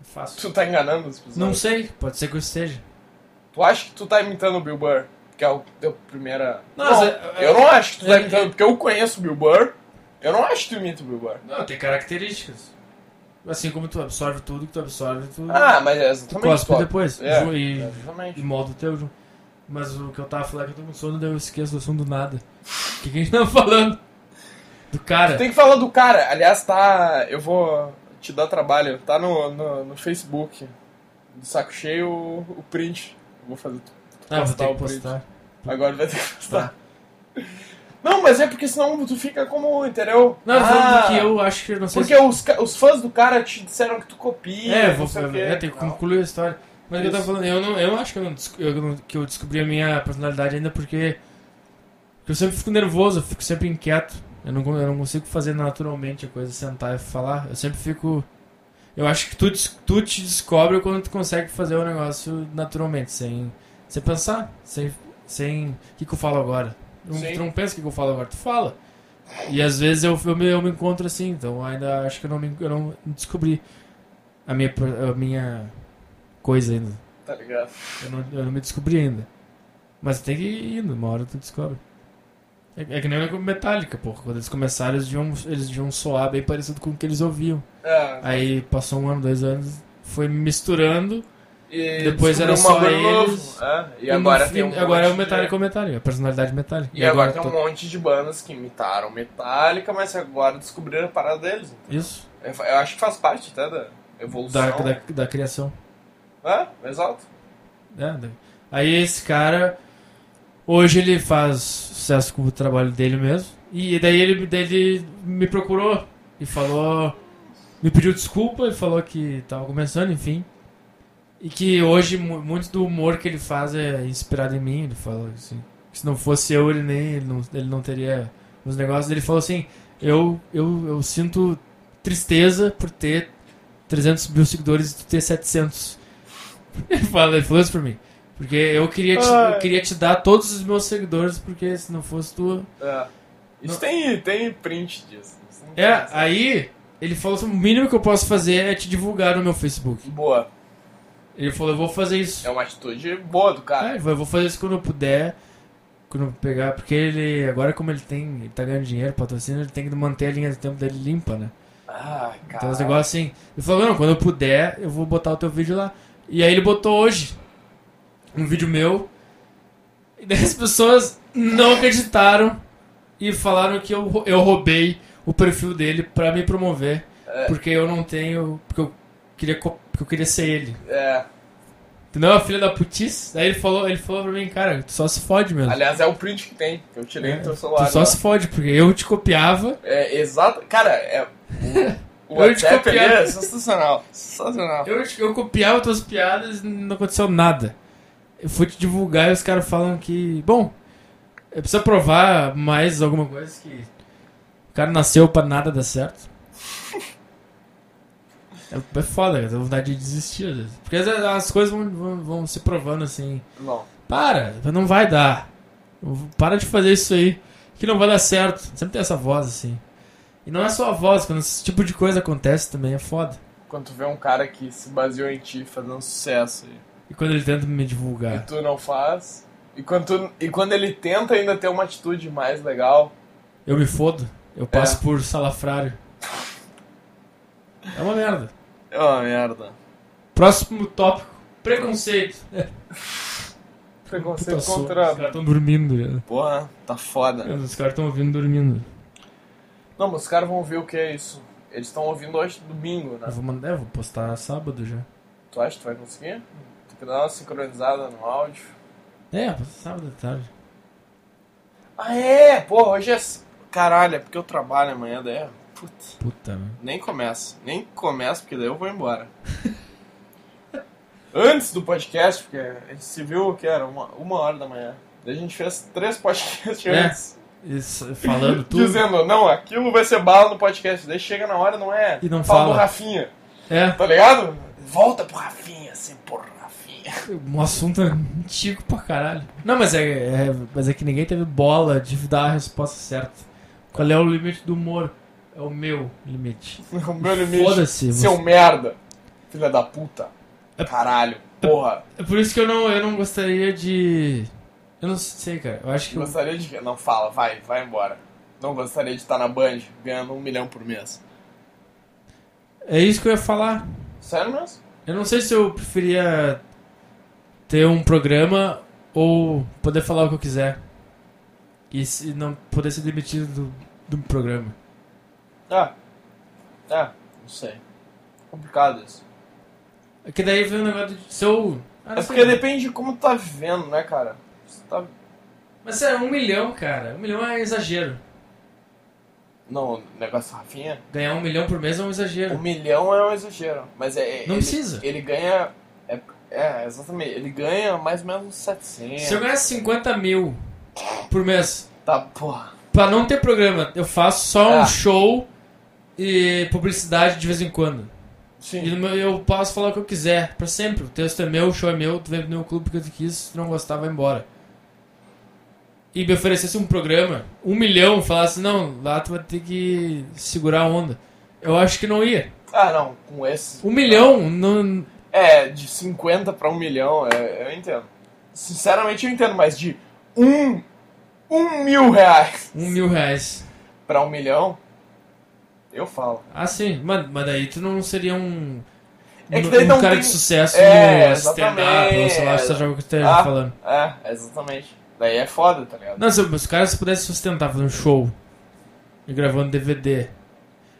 Speaker 1: Eu faço.
Speaker 3: tu tá enganando as pessoas.
Speaker 1: Não sei, pode ser que eu esteja.
Speaker 3: Tu acha que tu tá imitando o Bill Burr, que é o teu primeira...
Speaker 1: Não, mas é-
Speaker 3: eu não acho que tu tá
Speaker 1: é-
Speaker 3: imitando, porque eu conheço o Bill Burr, eu não acho que tu imita o Bill Burr.
Speaker 1: Não, tem características. Assim como tu absorve tudo que tu absorve, tu,
Speaker 3: Ah, mas é
Speaker 1: tu
Speaker 3: exatamente
Speaker 1: cospe
Speaker 3: tu-
Speaker 1: depois.
Speaker 3: É,
Speaker 1: Ju- e-
Speaker 3: exatamente.
Speaker 1: de modo teu, João. Mas o que eu tava falando é que eu tô com sono, daí eu esqueço o assunto do nada. O que, que a gente tava falando? Do cara.
Speaker 3: Tem que falar do cara. Aliás, tá. Eu vou te dar trabalho. Tá no, no, no Facebook. Do saco cheio o, o print. Eu vou fazer tudo.
Speaker 1: Ah, vou ter que
Speaker 3: postar o
Speaker 1: postar.
Speaker 3: Agora vai ter que postar.
Speaker 1: Tá.
Speaker 3: Não, mas é porque senão tu fica como, entendeu?
Speaker 1: Não, eu tô
Speaker 3: Ah,
Speaker 1: falando que eu acho que eu não sei
Speaker 3: Porque os, ca- os fãs do cara te disseram que tu
Speaker 1: se...
Speaker 3: copia.
Speaker 1: É,
Speaker 3: não
Speaker 1: vou
Speaker 3: sei o quê.
Speaker 1: é, tem que
Speaker 3: Não.
Speaker 1: concluir a história. Mas o que eu tava
Speaker 3: Isso.
Speaker 1: falando, eu não, eu não acho que eu, não, desco- eu não- que eu descobri a minha personalidade ainda porque porque eu sempre fico nervoso, eu fico sempre inquieto. Eu não, con- eu não consigo fazer naturalmente a coisa, sentar e falar. Eu sempre fico. Eu acho que tu, des- tu te descobre quando tu consegue fazer o negócio naturalmente, sem, sem pensar, sem. sem o que, que eu falo agora? Não,
Speaker 3: Sim.
Speaker 1: tu não pensa o que, que eu falo agora, tu fala. E às vezes eu, eu, me, eu me encontro assim, então ainda acho que eu não, me, eu não descobri a minha, per- a minha coisa ainda.
Speaker 3: Tá ligado?
Speaker 1: Eu não, eu não me descobri ainda. Mas tem que ir indo, uma hora tu descobre. É, é que nem o Metallica, pô. Quando eles começaram, eles deviam, eles deviam soar bem parecido com o que eles ouviam.
Speaker 3: É,
Speaker 1: Aí passou um ano, dois anos, foi misturando.
Speaker 3: e
Speaker 1: Depois era
Speaker 3: descobriu
Speaker 1: só
Speaker 3: um bagulho
Speaker 1: eles.
Speaker 3: novo, é, e
Speaker 1: no
Speaker 3: agora
Speaker 1: fim-
Speaker 3: tem um
Speaker 1: Agora é o
Speaker 3: monte de-
Speaker 1: Metallica é o Metallica, a personalidade Metallica.
Speaker 3: E agora tem um
Speaker 1: tô-
Speaker 3: monte de bandas que imitaram Metallica, mas agora descobriram a parada deles.
Speaker 1: Isso,
Speaker 3: Eu, fa- eu acho que faz parte até da evolução.
Speaker 1: da, da, da criação.
Speaker 3: É, exato.
Speaker 1: né? Da- Aí esse cara, hoje ele faz sucesso com o trabalho dele mesmo. E daí ele, daí ele me procurou e falou, me pediu desculpa e falou que tava começando, enfim. E que hoje mu- muito do humor que ele faz é inspirado em mim. Ele falou assim, que se não fosse eu, ele nem ele não, ele não teria os negócios. Ele falou assim, eu, eu, eu sinto tristeza por ter 300 mil seguidores e tu ter 700. Ele fala- ele falou isso pra mim. Porque eu queria, te,
Speaker 3: Ai.
Speaker 1: eu queria te dar todos os meus seguidores, porque se não fosse tu.
Speaker 3: É. Isso
Speaker 1: Não-
Speaker 3: tem, tem print disso. Isso não
Speaker 1: É,
Speaker 3: tem-
Speaker 1: aí ele falou assim: o mínimo que eu posso fazer é te divulgar no meu Facebook.
Speaker 3: Boa.
Speaker 1: Ele falou: eu vou fazer isso.
Speaker 3: É uma atitude boa do
Speaker 1: Ah,
Speaker 3: cara.
Speaker 1: ele falou, eu vou fazer isso quando eu puder. Quando eu pegar. Porque ele, agora como ele tem. Ele tá ganhando dinheiro, patrocínio, ele tem que manter a linha de tempo dele limpa, né?
Speaker 3: Ah, cara.
Speaker 1: Então os negócios assim. Ele falou, não, quando eu puder, eu vou botar o teu vídeo lá. E aí ele botou hoje um vídeo meu. E daí as pessoas não acreditaram e falaram que eu, eu roubei o perfil dele pra me promover. Porque eu não tenho. Porque eu queria, co- porque eu queria ser ele.
Speaker 3: É.
Speaker 1: Não, a filha da putiz. Aí ele falou, ele falou pra mim, cara, tu só se fode mesmo.
Speaker 3: Aliás, é o print que tem. Eu tirei do teu celular.
Speaker 1: É. tu só
Speaker 3: lá.
Speaker 1: se fode, porque eu te copiava.
Speaker 3: É, exato. Cara, é. O, o
Speaker 1: Eu te
Speaker 3: WhatsApp ali
Speaker 1: copiar.
Speaker 3: é sensacional. Sensacional.
Speaker 1: Eu, eu copiava tuas piadas e não aconteceu nada. Eu fui te divulgar e os caras falam que. Bom, eu preciso provar mais alguma coisa que. O cara nasceu pra nada dar certo. É, é foda, cara. Dá vontade de desistir às vezes. Porque às vezes as coisas vão, vão, vão se provando assim.
Speaker 3: Não.
Speaker 1: Para, não vai dar. Para de fazer isso aí, que não vai dar certo. Sempre tem essa voz assim. E não é só a voz, quando esse tipo de coisa acontece também é foda.
Speaker 3: Quando tu vê um cara que se baseou em ti fazendo sucesso e
Speaker 1: E quando ele tenta me
Speaker 3: e
Speaker 1: divulgar.
Speaker 3: tu não faz. E quando, tu- e quando ele tenta ainda ter uma atitude mais legal.
Speaker 1: Eu me fodo. Eu passo
Speaker 3: É.
Speaker 1: por salafrário. É uma merda.
Speaker 3: É uma merda.
Speaker 1: Próximo tópico. Preconceito. Puta
Speaker 3: Preconceito
Speaker 1: só, Os caras
Speaker 3: contra.
Speaker 1: estão dormindo. né?
Speaker 3: Porra, tá foda.
Speaker 1: Os caras estão ouvindo dormindo.
Speaker 3: Não, mas os caras vão ver o que é isso. Eles estão ouvindo hoje domingo, né?
Speaker 1: Eu vou mandar, eu vou postar sábado já.
Speaker 3: Tu acha que tu vai conseguir? Tem que dar uma sincronizada no áudio.
Speaker 1: É, vou postar sábado à tarde.
Speaker 3: Ah é! Porra, hoje é. s- Caralho, é porque eu trabalho amanhã, daí é. Putz.
Speaker 1: Puta, mano.
Speaker 3: Nem começa. Nem começa, porque daí eu vou embora. Antes do podcast, porque a gente se viu que era uma, uma hora da manhã. Daí a gente fez três podcasts
Speaker 1: É.
Speaker 3: antes.
Speaker 1: Isso, falando tudo.
Speaker 3: Dizendo, não, aquilo vai ser bala no podcast. Daí chega na hora, não é.
Speaker 1: E não
Speaker 3: do
Speaker 1: fala.
Speaker 3: Rafinha.
Speaker 1: É.
Speaker 3: Tá ligado? Volta pro Rafinha, assim, porra, Rafinha.
Speaker 1: Um assunto antigo pra caralho. Não, mas é, é- mas é que ninguém teve bola de dar a resposta certa. Qual é o limite do humor? É o meu limite.
Speaker 3: O meu limite.
Speaker 1: Foda-se. você-
Speaker 3: Seu merda. Filha da puta. Caralho. Porra.
Speaker 1: É por isso que eu não, eu não gostaria de. Eu não sei, cara. Eu acho que. Eu...
Speaker 3: Gostaria de. Não, fala, vai, vai embora. Não gostaria de estar na Band ganhando um milhão por mês.
Speaker 1: É isso que eu ia falar.
Speaker 3: Sério mesmo?
Speaker 1: Eu não sei se eu preferia ter um programa ou poder falar o que eu quiser. E se não poder ser demitido do, do programa.
Speaker 3: Ah. É, não sei. Complicado isso.
Speaker 1: É que daí vem um negócio de. Se eu. Ah, não
Speaker 3: É
Speaker 1: sei,
Speaker 3: porque
Speaker 1: né?
Speaker 3: depende de como tu tá vivendo, né, cara? Você tá.
Speaker 1: Mas sério, um milhão, cara. Um milhão é exagero.
Speaker 3: Não, o negócio do Rafinha.
Speaker 1: Ganhar um milhão por mês é um
Speaker 3: Um
Speaker 1: exagero.
Speaker 3: milhão é um exagero, mas é.
Speaker 1: Não
Speaker 3: ele,
Speaker 1: precisa.
Speaker 3: Ele ganha. É, é, exatamente. Ele ganha mais ou menos uns 700.
Speaker 1: Se eu ganhar 50 mil por mês,
Speaker 3: Tá, porra.
Speaker 1: pra não ter programa, eu faço só um
Speaker 3: Ah.
Speaker 1: show e publicidade de vez em quando. E
Speaker 3: Sim.
Speaker 1: no meu- eu posso falar o que eu quiser, pra sempre. O texto é meu, o show é meu, tu vem pro meu clube porque tu quis, se tu não gostar, vai embora. E me oferecesse um programa, um milhão, falasse, não, lá tu vai ter que segurar a onda. Eu acho que não ia.
Speaker 3: Ah, não, com esse.
Speaker 1: Um milhão, não,
Speaker 3: É, de 50 pra um milhão, é, eu entendo. Sinceramente eu entendo, mas de um, um mil reais
Speaker 1: Um mil reais.
Speaker 3: pra um milhão, eu falo.
Speaker 1: Ah, sim. Mas, mas daí tu não seria um.
Speaker 3: É que
Speaker 1: um-
Speaker 3: daí
Speaker 1: um
Speaker 3: não
Speaker 1: cara
Speaker 3: tem-
Speaker 1: de sucesso
Speaker 3: É,
Speaker 1: no stand-up, ou sei lá,
Speaker 3: exatamente.
Speaker 1: você joga o que tu tá
Speaker 3: Ah.
Speaker 1: falando.
Speaker 3: É, exatamente. Daí é foda, tá ligado?
Speaker 1: Não, se os caras se pudessem sustentar fazendo show e gravando DVD.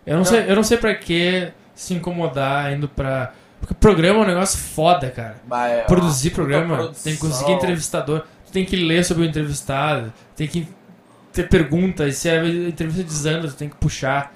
Speaker 1: Eu não,
Speaker 3: Não.
Speaker 1: sei, eu não sei pra que se incomodar indo pra. Porque programa é um negócio foda, cara.
Speaker 3: Mas é uma
Speaker 1: Produzir
Speaker 3: puta
Speaker 1: programa,
Speaker 3: produção.
Speaker 1: tem que conseguir entrevistador, tem que ler sobre o entrevistado, tem que ter perguntas, se é entrevista de Zandra, tu tem que puxar.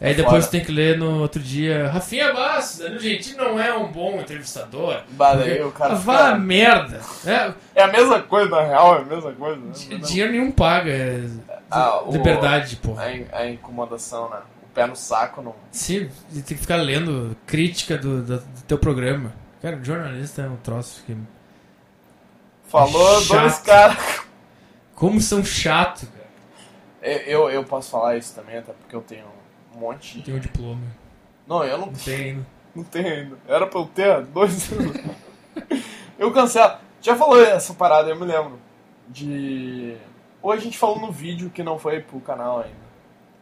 Speaker 1: Aí depois
Speaker 3: É Foda.
Speaker 1: tu tem que ler no outro dia. Rafinha Bastos, Danilo Gentili não é um bom entrevistador.
Speaker 3: Bah, daí o cara
Speaker 1: Ah, Vá a
Speaker 3: fica-
Speaker 1: merda! É,
Speaker 3: É a mesma coisa, na real, é a mesma coisa. né?
Speaker 1: di- dinheiro nenhum paga. é
Speaker 3: Ah, o-
Speaker 1: Liberdade, pô.
Speaker 3: A, in- a incomodação, né? O pé no saco não.
Speaker 1: Sim, e tem que ficar lendo crítica do, do, do teu programa. Cara, jornalista é um troço que.
Speaker 3: Falou
Speaker 1: Chato.
Speaker 3: dois caras.
Speaker 1: Como são chato, cara.
Speaker 3: Eu, eu, eu posso falar isso também, até porque eu tenho um monte
Speaker 1: Não
Speaker 3: de.
Speaker 1: tem um diploma.
Speaker 3: Não, eu não,
Speaker 1: Não tem ainda.
Speaker 3: não tenho ainda. Era pra eu ter há dois anos. eu cancelo. Já falou essa parada, eu me lembro. De. Ou a gente falou no vídeo que não foi pro canal ainda.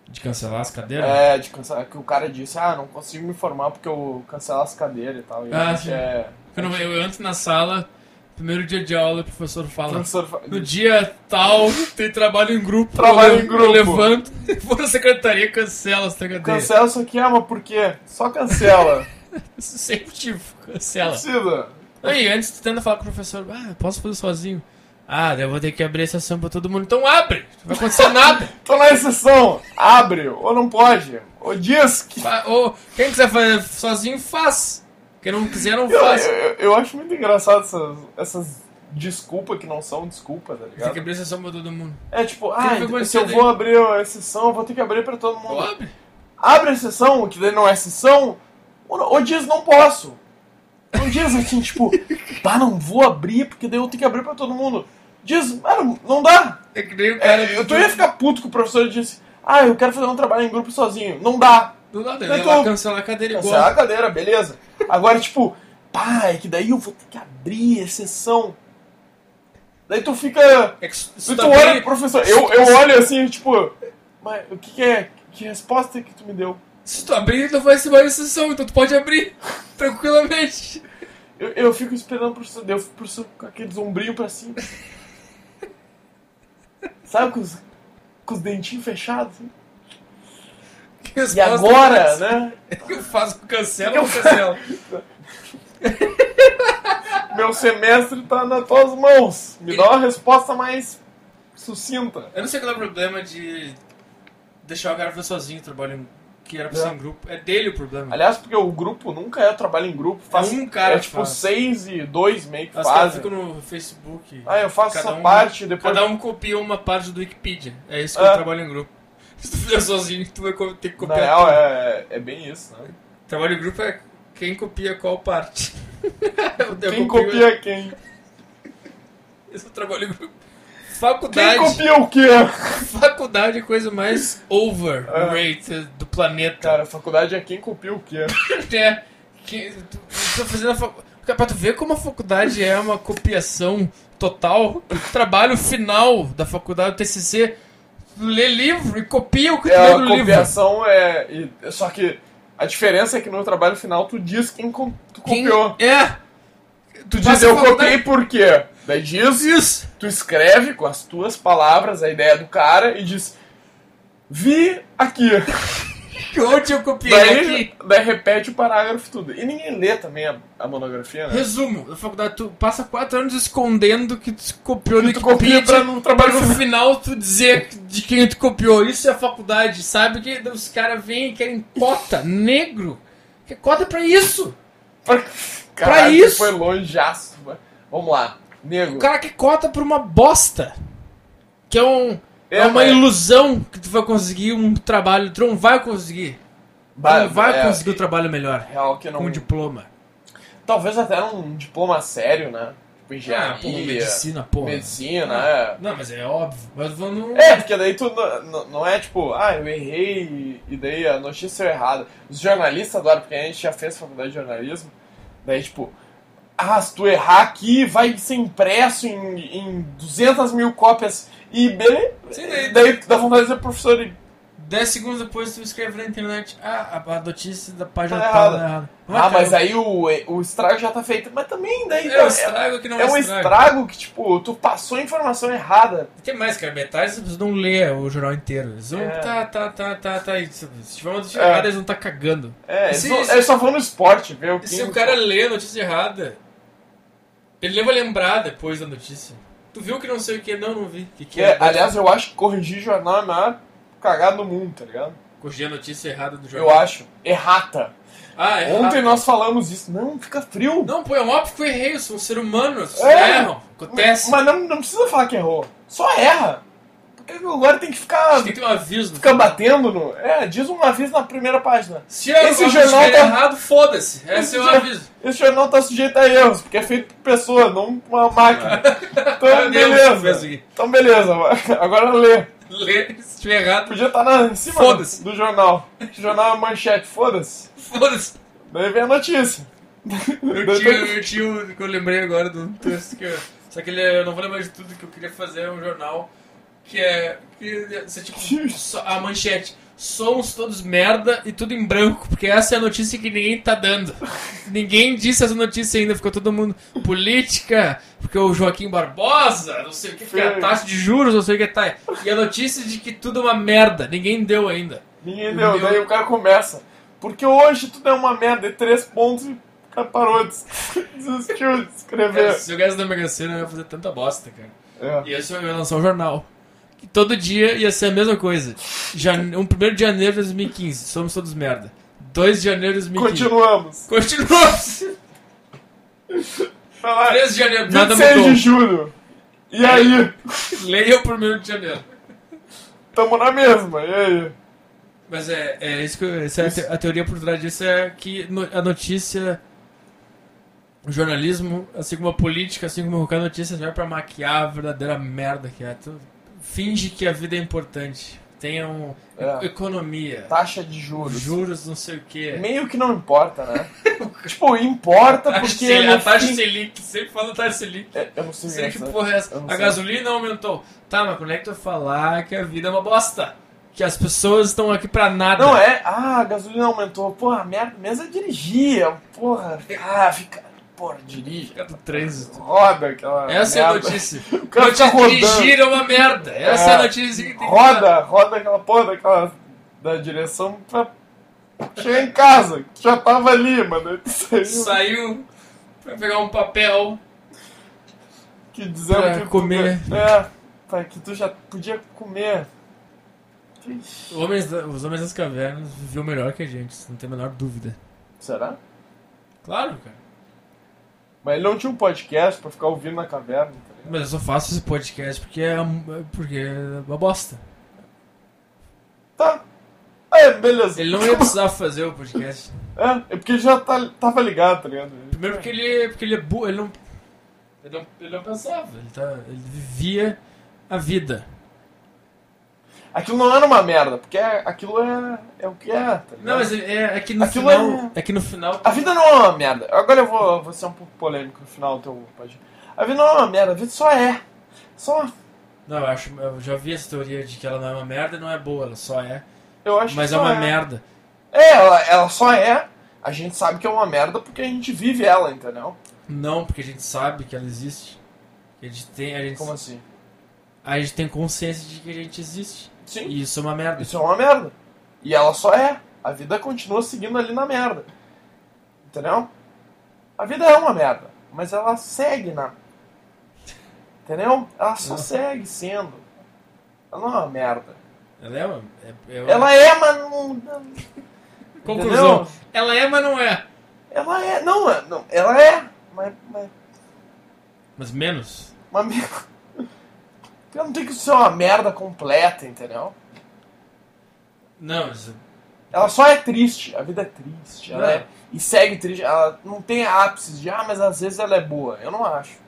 Speaker 1: De cancelar as cadeiras?
Speaker 3: É, de cancelar. Que o cara disse, ah, não consigo me informar porque eu cancelo as cadeiras e tal. E
Speaker 1: Ah,
Speaker 3: a gente
Speaker 1: sim.
Speaker 3: é.
Speaker 1: Eu, não- eu entro na sala, primeiro dia de aula, o professor fala.
Speaker 3: Professor... fa-
Speaker 1: No dia tal, tem trabalho em grupo.
Speaker 3: Trabalho
Speaker 1: eu
Speaker 3: em
Speaker 1: le-
Speaker 3: grupo.
Speaker 1: Eu levanto, vou na secretaria e cancelo as cadeiras.
Speaker 3: Cancela isso aqui, ah, mas por quê? Só cancela.
Speaker 1: Isso Sem motivo,
Speaker 3: Não
Speaker 1: cancela.
Speaker 3: precisa.
Speaker 1: Aí, antes tu tenta falar com o professor, ah, posso fazer sozinho. Ah, daí eu vou ter que abrir a sessão pra todo mundo. Então abre! Não vai acontecer nada!
Speaker 3: Tô na exceção, abre ou não pode, ou diz que.
Speaker 1: Fa- Ou quem quiser fazer sozinho, faz. Quem não quiser, não
Speaker 3: Eu,
Speaker 1: faz.
Speaker 3: eu, eu acho muito engraçado essas, essas desculpas que não são desculpas, tá
Speaker 1: Tem que
Speaker 3: ligado?
Speaker 1: abrir sessão pra todo mundo.
Speaker 3: É tipo,
Speaker 1: que
Speaker 3: ah,
Speaker 1: ver com
Speaker 3: se eu
Speaker 1: isso
Speaker 3: vou abrir a exceção, eu vou ter que abrir pra todo
Speaker 1: Ou
Speaker 3: mundo.
Speaker 1: abre.
Speaker 3: Abre a exceção, que daí não é exceção, ou, não- ou diz não posso. Não diz assim, tipo, pá, não vou abrir, porque daí eu tenho que abrir pra todo mundo. Diz, mano, não dá.
Speaker 1: É que nem o cara.
Speaker 3: É, eu tô ia ficar puto que o professor disse, ah, eu quero fazer um trabalho em grupo sozinho. Não dá.
Speaker 1: Do lado,
Speaker 3: Mas
Speaker 1: ele vai
Speaker 3: tu-
Speaker 1: cancelar a cadeira igual.
Speaker 3: Cancelar a cadeira, beleza. Agora, tipo, pai, que daí eu vou ter que abrir exceção. Daí tu fica.
Speaker 1: É que isso- isso
Speaker 3: Tu,
Speaker 1: tá
Speaker 3: tu olha
Speaker 1: bem,
Speaker 3: pro professor. Eu, eu olho assim, tipo, mas o que, que é? Que resposta que tu me deu?
Speaker 1: se tu abrir, ele não faz mais sessão, então tu pode abrir tranquilamente.
Speaker 3: Eu, eu fico esperando o professor. daí Eu fico pro professor com aquele sombrinho pra cima. Sabe, com os, com os dentinhos fechados. assim.
Speaker 1: Que
Speaker 3: E
Speaker 1: resposta
Speaker 3: agora,
Speaker 1: faz?
Speaker 3: né?
Speaker 1: O que eu faço? Cancela ou cancela?
Speaker 3: Meu semestre tá nas tuas mãos. Me dá uma resposta mais sucinta.
Speaker 1: Eu não sei qual é o problema de deixar o cara fazer sozinho trabalho que era pra ser em grupo. É dele o problema.
Speaker 3: Aliás, porque o grupo nunca é trabalho em grupo. Faz,
Speaker 1: um cara
Speaker 3: é
Speaker 1: que
Speaker 3: tipo
Speaker 1: faz.
Speaker 3: seis e dois meio que
Speaker 1: Os caras
Speaker 3: fazem.
Speaker 1: ficam no Facebook.
Speaker 3: Ah, eu faço
Speaker 1: Cada
Speaker 3: essa
Speaker 1: um-
Speaker 3: parte depois.
Speaker 1: Cada um copia uma parte do Wikipedia. É isso que
Speaker 3: É.
Speaker 1: eu trabalho em grupo. Se tu fizer sozinho, tu vai co- ter que
Speaker 3: Na
Speaker 1: copiar.
Speaker 3: real,
Speaker 1: tudo.
Speaker 3: é, é bem isso, né?
Speaker 1: Trabalho em grupo é quem copia qual parte. Eu
Speaker 3: Quem
Speaker 1: copio-
Speaker 3: copia quem?
Speaker 1: Esse é o trabalho em grupo.
Speaker 3: Quem
Speaker 1: Faculdade.
Speaker 3: copia Ah. o quê?
Speaker 1: Faculdade é a coisa mais overrated do planeta.
Speaker 3: Cara, a faculdade é quem copia o quê?
Speaker 1: É. Que, tu, tu tá fazendo a facu- Cara, Pra tu ver como a faculdade é uma copiação total, o trabalho final da faculdade, o TCC, lê livro e copia o que tu
Speaker 3: É,
Speaker 1: lê
Speaker 3: a
Speaker 1: no livro.
Speaker 3: copiação é. e- Só que a diferença é que no trabalho final tu diz quem co- tu
Speaker 1: Quem-
Speaker 3: copiou.
Speaker 1: É.
Speaker 3: Tu diz
Speaker 1: Passa a
Speaker 3: eu
Speaker 1: faculdade-
Speaker 3: copiei por quê? Daí diz
Speaker 1: Isso.
Speaker 3: Tu escreve com as tuas palavras a ideia do cara e diz. Vi aqui.
Speaker 1: Que Onde eu copiei aqui?
Speaker 3: Daí, daí repete o parágrafo tudo. E ninguém lê também a, a monografia, né?
Speaker 1: Resumo, na faculdade tu passa quatro anos escondendo que tu copiou no
Speaker 3: Que tu copia
Speaker 1: Wikipedia
Speaker 3: pra não trabalhar
Speaker 1: no final tu dizer de quem tu copiou. Isso é a faculdade, sabe? Que os caras vêm e querem cota, negro. Que cota é pra isso?
Speaker 3: Pra,
Speaker 1: Pra isso.
Speaker 3: Foi longeaço. mano. Vamos lá. Nego.
Speaker 1: O cara quer cota pra uma bosta. Que é, um, é,
Speaker 3: É,
Speaker 1: uma
Speaker 3: mas-
Speaker 1: ilusão que tu vai conseguir um trabalho. Tu não vai conseguir. Tu
Speaker 3: Ba-
Speaker 1: não vai
Speaker 3: é,
Speaker 1: conseguir um trabalho melhor.
Speaker 3: Real que não.
Speaker 1: Com um diploma.
Speaker 3: Talvez até um diploma sério, né? Tipo,
Speaker 1: Ah,
Speaker 3: engenharia.
Speaker 1: porra, medicina, porra.
Speaker 3: medicina, é.
Speaker 1: Não, mas é óbvio. Mas vamos.
Speaker 3: É, porque daí tu n- n- não é tipo, ah, eu errei e- e daí a notícia é errada. Os jornalistas adoram, porque a gente já fez faculdade de jornalismo. Daí, tipo, Ah, se tu errar aqui, vai ser impresso em, em 200 mil cópias. E beleza.
Speaker 1: Sim, daí-
Speaker 3: Daí dá vontade de dizer, professor, "Ah, ele
Speaker 1: 10 segundos depois tu escreve na internet, ah, a- a notícia da página
Speaker 3: Tá
Speaker 1: tal
Speaker 3: errada.
Speaker 1: tá errada.
Speaker 3: Ah, mas aí o, o estrago já tá feito. Mas também daí.
Speaker 1: É o estrago que não
Speaker 3: é um
Speaker 1: estrago.
Speaker 3: estrago que, tipo, tu passou a informação errada.
Speaker 1: Tem mais, cara. Metade eles não lê o jornal inteiro. Eles vão.
Speaker 3: É.
Speaker 1: Tá, tá, tá, tá, tá. E Se se tiver uma notícia
Speaker 3: É.
Speaker 1: errada, eles vão tá cagando.
Speaker 3: É, eles
Speaker 1: Se-
Speaker 3: só-
Speaker 1: se-
Speaker 3: eles só vão no esporte, ver o
Speaker 1: E
Speaker 3: que.
Speaker 1: se o cara lê a notícia errada, ele vai lembrar depois da notícia. Tu viu que não sei o que? Não, não vi. O que, que
Speaker 3: É,
Speaker 1: é?
Speaker 3: aliás, eu acho que corrigir jornal é a maior cagada do mundo, tá ligado?
Speaker 1: Corrigir a notícia errada do jornal.
Speaker 3: Eu acho. Errata.
Speaker 1: Ah, é.
Speaker 3: Ontem
Speaker 1: errado.
Speaker 3: nós falamos isso. Não, fica frio.
Speaker 1: Não, pô, é um óbvio que eu errei. Eu sou um ser humano. As pessoas
Speaker 3: É.
Speaker 1: erram. Acontece.
Speaker 3: Mas não, não precisa falar que errou. Só erra. Porque agora tem que
Speaker 1: A
Speaker 3: ficar,
Speaker 1: gente tem que ter um aviso. no
Speaker 3: ficar batendo no. É, diz um aviso na primeira página.
Speaker 1: Se é
Speaker 3: Esse
Speaker 1: o
Speaker 3: jornal
Speaker 1: jornal
Speaker 3: tá-
Speaker 1: errado, foda-se. Esse
Speaker 3: Esse
Speaker 1: é o
Speaker 3: jornal-
Speaker 1: aviso.
Speaker 3: Esse jornal tá sujeito a erros, porque é feito por pessoa, não uma máquina. Então,
Speaker 1: É. Ah, Meu assim. Deus, que fez
Speaker 3: beleza.
Speaker 1: aqui.
Speaker 3: Então, beleza. Agora lê.
Speaker 1: Lê, se tiver errado,
Speaker 3: Podia estar na, em cima
Speaker 1: Foda-se.
Speaker 3: do jornal. O jornal é manchete, foda-se.
Speaker 1: foda-se.
Speaker 3: Daí vem a notícia.
Speaker 1: Meu tio, meu tio, que eu lembrei agora do texto que eu. Só que ele, é, eu não vou lembrar de tudo que eu queria fazer é um jornal que é. Que, você, tipo, só- a manchete. Somos todos merda e tudo em branco, porque essa é a notícia que ninguém tá dando. Ninguém disse essa notícia ainda, ficou todo mundo política, porque o Joaquim Barbosa, não sei o que, que é a taxa de juros, não sei o que tá. E a notícia de que tudo é uma merda, ninguém deu ainda.
Speaker 3: Ninguém deu,
Speaker 1: Meu-
Speaker 3: daí o cara começa. Porque hoje tudo é uma merda, e três pontos e o cara parou, des- desistiu de
Speaker 1: Cara,
Speaker 3: escrever.
Speaker 1: se eu ganhasse da Mega Sena, eu ia fazer tanta bosta, cara.
Speaker 3: É.
Speaker 1: E esse eu ia lançar um jornal. Que todo dia ia ser a mesma coisa. Já, um 1 de janeiro de 2015, somos todos merda. 2 de janeiro de 2015.
Speaker 3: Continuamos.
Speaker 1: Continuamos!
Speaker 3: Vai lá.
Speaker 1: 3 de janeiro, nada
Speaker 3: 26 de
Speaker 1: mudou. É.
Speaker 3: julho. E aí?
Speaker 1: Leia o 1 de janeiro.
Speaker 3: Tamo na mesma, e aí?
Speaker 1: Mas é, é isso que eu- essa é a, te- a teoria por trás disso é que no- a notícia, o jornalismo, assim como a política, assim como qualquer notícia, serve pra maquiar a verdadeira merda que é. Tu finge que a vida é importante. Tenha um,
Speaker 3: É.
Speaker 1: economia,
Speaker 3: Taxa de juros.
Speaker 1: juros, não sei o quê.
Speaker 3: Meio que não importa, né? tipo, importa
Speaker 1: Taxa
Speaker 3: porque. é
Speaker 1: Selic-
Speaker 3: no
Speaker 1: a taxa
Speaker 3: fim-
Speaker 1: Selic, sempre fala taxa Selic.
Speaker 3: É, Eu não sei
Speaker 1: Selic,
Speaker 3: essa.
Speaker 1: porra, é essa.
Speaker 3: Eu não
Speaker 1: A
Speaker 3: sei.
Speaker 1: gasolina aumentou. Tá, mas como é que tu vai falar que a vida é uma bosta? Que as pessoas estão aqui pra nada.
Speaker 3: Não é? Ah, a gasolina aumentou. Porra, merda, mesa dirigia. Porra, ah, fica. Porra, dirige.
Speaker 1: Fica do trânsito.
Speaker 3: Roda aquela.
Speaker 1: Essa é a
Speaker 3: Ah, merda.
Speaker 1: notícia.
Speaker 3: cara
Speaker 1: Não
Speaker 3: fica
Speaker 1: te
Speaker 3: rodando.
Speaker 1: dirigir é uma merda. Essa é,
Speaker 3: É.
Speaker 1: a notícia que tem que dar.
Speaker 3: Roda, roda aquela porra daquela. da direção pra chegar em casa. que Já tava ali, mano. Tu Saiu
Speaker 1: Saiu pra pegar um papel.
Speaker 3: que dizendo
Speaker 1: pra
Speaker 3: que. tu-
Speaker 1: comer.
Speaker 3: É, tá, que tu já podia comer.
Speaker 1: Homens da- os homens das cavernas viviam melhor que a gente, isso não tem a menor dúvida.
Speaker 3: Será?
Speaker 1: Claro, cara.
Speaker 3: Mas ele não tinha um podcast pra ficar ouvindo na caverna, tá ligado?
Speaker 1: Mas eu só faço esse podcast porque é, um- porque é uma bosta.
Speaker 3: Tá. É, beleza.
Speaker 1: Ele não ia precisar fazer o podcast.
Speaker 3: É, é porque ele já tá, tava ligado, tá ligado?
Speaker 1: Primeiro porque ele, porque ele é burro, ele não, ele não. Ele não pensava, ele, tá, ele vivia a vida.
Speaker 3: Aquilo não era uma merda, porque é- aquilo é, é o que é, tá ligado?
Speaker 1: Não, mas é, é que no
Speaker 3: Aquilo um-
Speaker 1: final. É... que no final.
Speaker 3: A vida não é uma merda. Agora eu vou, vou ser um pouco polêmico no final do teu podcast. A vida não é uma merda, a vida só é. Só.
Speaker 1: Não, eu acho. Eu já vi essa teoria de que ela não é uma merda e não é boa, ela só é.
Speaker 3: Eu acho
Speaker 1: Mas
Speaker 3: que
Speaker 1: é
Speaker 3: só
Speaker 1: uma merda.
Speaker 3: É, ela, ela só é. A gente sabe que é uma merda porque a gente vive ela, entendeu?
Speaker 1: Não, porque a gente sabe que ela existe. A gente tem. A gente,
Speaker 3: Como assim?
Speaker 1: a gente tem consciência de que a gente existe.
Speaker 3: Sim.
Speaker 1: E isso é uma merda.
Speaker 3: Isso é uma merda. E ela só é. A vida continua seguindo ali na merda. Entendeu? A vida é uma merda, mas ela segue na. Entendeu? Ela só
Speaker 1: Nossa.
Speaker 3: segue sendo. Ela não é uma merda.
Speaker 1: Ela é uma. É, é uma-
Speaker 3: Ela é, mas não. não-
Speaker 1: Conclusão.
Speaker 3: entendeu?
Speaker 1: Ela é, mas não é.
Speaker 3: Ela é. Não, é- não ela é. Mas. Mas.
Speaker 1: Mas menos.
Speaker 3: mas merda. Ela não tem que ser uma merda completa, entendeu?
Speaker 1: Não, mas
Speaker 3: Ela só é triste. A vida é triste. Ela
Speaker 1: Não.
Speaker 3: é- E segue triste. Ela não tem ápices de. Ah, mas às vezes ela é boa. Eu não acho.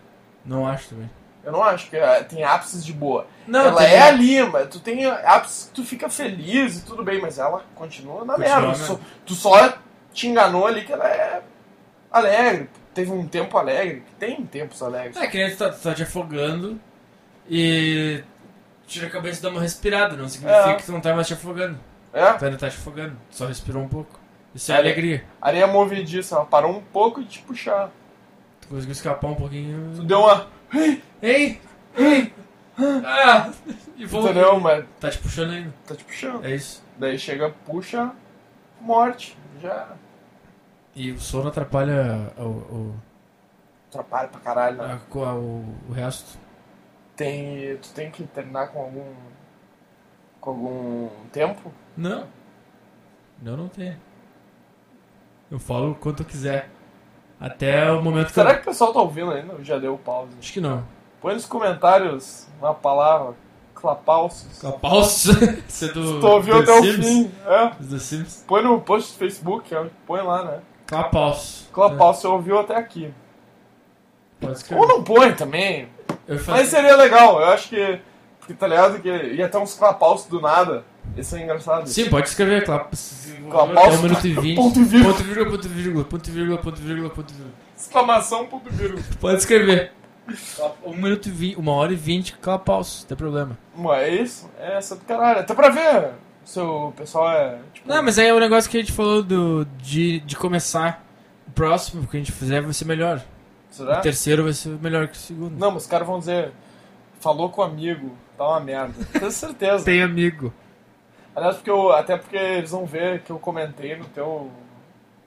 Speaker 1: não acho também.
Speaker 3: Eu não acho que ah, tem ápices de boa.
Speaker 1: Não,
Speaker 3: ela
Speaker 1: tem-
Speaker 3: é ali, mas tu tem ápices que tu fica feliz e tudo bem, mas ela continua na
Speaker 1: Continua
Speaker 3: merda.
Speaker 1: na
Speaker 3: Tu só- Tu só te enganou ali que ela é alegre. teve um tempo alegre, que tem tempos alegres.
Speaker 1: É, que nem tu tá, tu tá te afogando e tira a cabeça e dá uma respirada. Não significa
Speaker 3: É.
Speaker 1: que tu não tá mais te afogando.
Speaker 3: É,
Speaker 1: Tu ainda tá te afogando. Tu só respirou um pouco. Isso é,
Speaker 3: É.
Speaker 1: alegria.
Speaker 3: areia movediça, ela parou um pouco de te puxar.
Speaker 1: Tu conseguiu escapar um
Speaker 3: Tu
Speaker 1: pouquinho.
Speaker 3: deu uma.
Speaker 1: Ei! Ei! Ah! E voltou.
Speaker 3: Entendeu? Mas
Speaker 1: Tá te puxando ainda.
Speaker 3: tá te puxando.
Speaker 1: É isso.
Speaker 3: Daí chega, puxa, morte. Já
Speaker 1: E o sono atrapalha o, o,
Speaker 3: atrapalha pra caralho, né?
Speaker 1: a- co- a- o, o resto.
Speaker 3: Tem, tu tem que terminar com algum. com algum tempo?
Speaker 1: Não. Não, não tem. Eu falo quanto eu quiser. Até o momento que
Speaker 3: Será
Speaker 1: eu...
Speaker 3: que o pessoal tá ouvindo ainda? ou Já deu pausa.
Speaker 1: Acho que não.
Speaker 3: Põe nos comentários uma palavra. Clapalsos.
Speaker 1: A pausa. Você é do...
Speaker 3: Tu ouviu
Speaker 1: do
Speaker 3: até o
Speaker 1: Sims?
Speaker 3: fim. É.
Speaker 1: Do Sims.
Speaker 3: Põe no post do Facebook, é, põe lá, né?
Speaker 1: Clapaus.
Speaker 3: Clapalsos, você ouviu até aqui.
Speaker 1: É, Pode escrever.
Speaker 3: Ou não põe também.
Speaker 1: Eu ia fazer-
Speaker 3: Uh, Mas é- seria legal, eu acho que. Porque tá ligado que ia ter uns clapalsos do nada. Isso é engraçado.
Speaker 1: Sim, pode escrever. Clap...
Speaker 3: Clapaus.
Speaker 1: É um minuto e vinte.
Speaker 3: Ponto e vírgula.
Speaker 1: Ponto e vírgula, ponto e vírgula, ponto e vírgula, ponto e vírgula, ponto e vírgula.
Speaker 3: Exclamação ponto vírgula.
Speaker 1: Pode escrever. Um minuto e vinte, uma hora e vinte, clapaus, não tem problema.
Speaker 3: Mano, é isso? É essa do caralho. Até pra ver se o pessoal é. Tipo,
Speaker 1: Não, mas aí é o negócio que a gente falou do, de, de começar. O próximo que a gente fizer vai ser melhor.
Speaker 3: será?
Speaker 1: O terceiro vai ser melhor que o segundo.
Speaker 3: Tá. Não, mas os caras vão dizer. Falou com o amigo, tá uma merda. Tenho certeza.
Speaker 1: tem amigo.
Speaker 3: Aliás, porque eu, até porque eles vão ver que eu comentei no teu.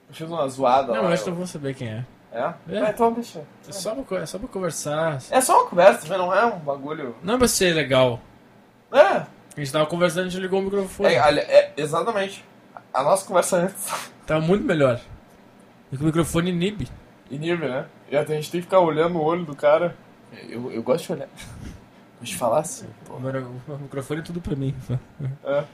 Speaker 3: Eu fiz uma zoada
Speaker 1: Não,
Speaker 3: lá.
Speaker 1: eu acho que
Speaker 3: eu-
Speaker 1: não vão saber quem é.
Speaker 3: É?
Speaker 1: É.
Speaker 3: Ah, então deixa.
Speaker 1: É só pra, co- é só pra conversar.
Speaker 3: É só uma conversa, também não é um bagulho.
Speaker 1: Não é pra ser legal.
Speaker 3: É,
Speaker 1: A gente tava conversando, a gente ligou o microfone.
Speaker 3: é, olha, é exatamente. A nossa conversa antes.
Speaker 1: Tá muito melhor. E que o microfone é inibe.
Speaker 3: Inibe, né? E até a gente tem que ficar olhando no olho do cara. Eu, eu gosto de olhar. Gosto de falar assim, pô.
Speaker 1: Agora o microfone é tudo pra mim.
Speaker 3: É.
Speaker 1: é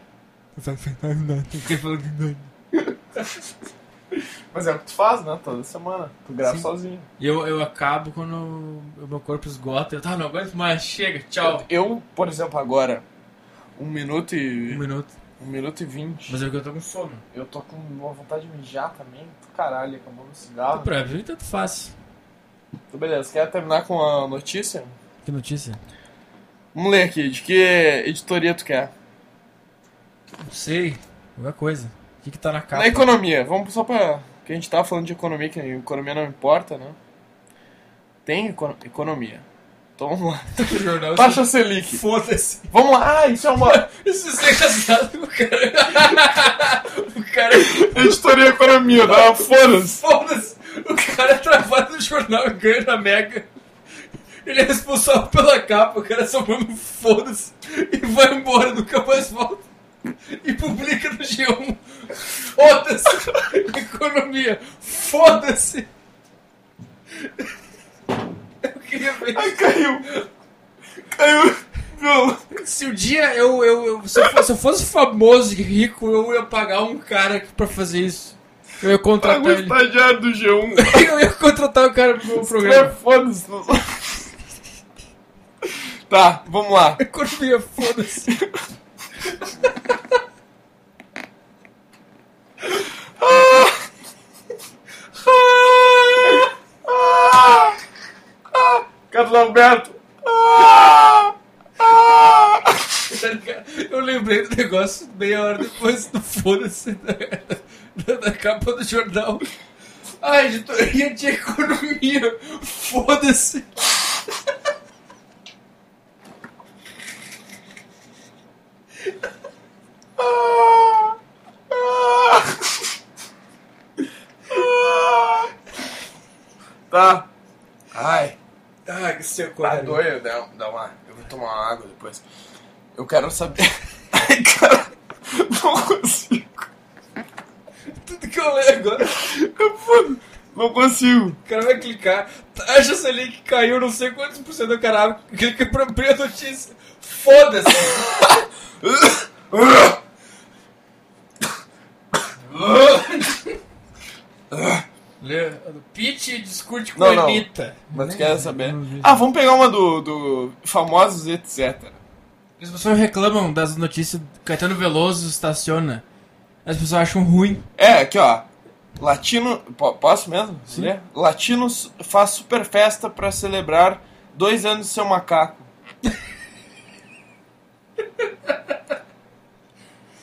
Speaker 3: Mas é o que tu faz, né? Toda semana. Tu grava
Speaker 1: Sim.
Speaker 3: sozinho.
Speaker 1: E eu, eu acabo quando o meu corpo esgota. Eu, tá, não aguento mais, chega, tchau.
Speaker 3: Eu, eu, por exemplo, agora, um minuto
Speaker 1: Um
Speaker 3: e.
Speaker 1: minuto.
Speaker 3: Um minuto e vinte.
Speaker 1: Mas é porque eu tô com sono.
Speaker 3: Eu tô com uma vontade de mijar também. Do Caralho, acabou no
Speaker 1: Ah.
Speaker 3: cigarro.
Speaker 1: Pra mim, tanto faz.
Speaker 3: Então, beleza, quer terminar com a notícia?
Speaker 1: Que notícia?
Speaker 3: Vamos ler aqui, de que editoria tu quer?
Speaker 1: Não sei. Qualquer coisa. O que que tá na capa?
Speaker 3: Na economia, vamos só pra. Porque a gente tava falando de economia, que economia não importa, né? Tem econo- economia. Então vamos lá.
Speaker 1: do jornal.
Speaker 3: Taxa Selic.
Speaker 1: Foda-se.
Speaker 3: Vamos lá, ah, isso é uma.
Speaker 1: Isso é casado com o cara. o cara.
Speaker 3: Editoria Economia, dá foda-se.
Speaker 1: Foda-se. O cara trabalha no jornal e ganha na Mega. Ele é responsável pela capa. O cara só manda um foda-se e vai embora, nunca mais volta. E publica no G1. Foda-se. Economia. Foda-se. Eu queria ver.
Speaker 3: Ai, caiu. Caiu. Não.
Speaker 1: Se um dia eu, eu, eu- se, eu fosse, se eu fosse famoso e rico, eu ia pagar um cara pra fazer isso. Eu ia contratar
Speaker 3: Trago o
Speaker 1: ele.
Speaker 3: estagiário do G1.
Speaker 1: Eu ia contratar o cara pro meu
Speaker 3: É,
Speaker 1: programa.
Speaker 3: foda-se. Tá, vamos lá.
Speaker 1: Economia, foda-se.
Speaker 3: Ah! Ah! Carlos Alberto. Ah! Ah!
Speaker 1: tá ligado? Eu lembrei do negócio meia hora depois do foda-se da, da- da capa do jornal. A editoria de economia, foda-se.
Speaker 3: Ah! Ah! Ah! Tá. Ai,
Speaker 1: Ah, que seu
Speaker 3: tá doido, dá, dá uma. Eu vou tomar uma água depois. Eu quero saber. Ai, cara, não consigo.
Speaker 1: Tudo que eu leio agora.
Speaker 3: Eu foda- Não consigo.
Speaker 1: O cara vai clicar, taxa Selic caiu não sei quantos por cento do cara, clica pra abrir a notícia. Foda-se! Lê, Pete discute com
Speaker 3: Não, não.
Speaker 1: Anitta.
Speaker 3: Mas tu quer saber? Ah, vamos pegar uma do, do famosos, etc.
Speaker 1: As pessoas reclamam das notícias Caetano Veloso estaciona. As pessoas acham ruim.
Speaker 3: É, aqui ó. Latino. po- Posso mesmo? Sim. Latino su- faz super festa pra celebrar dois anos de seu macaco.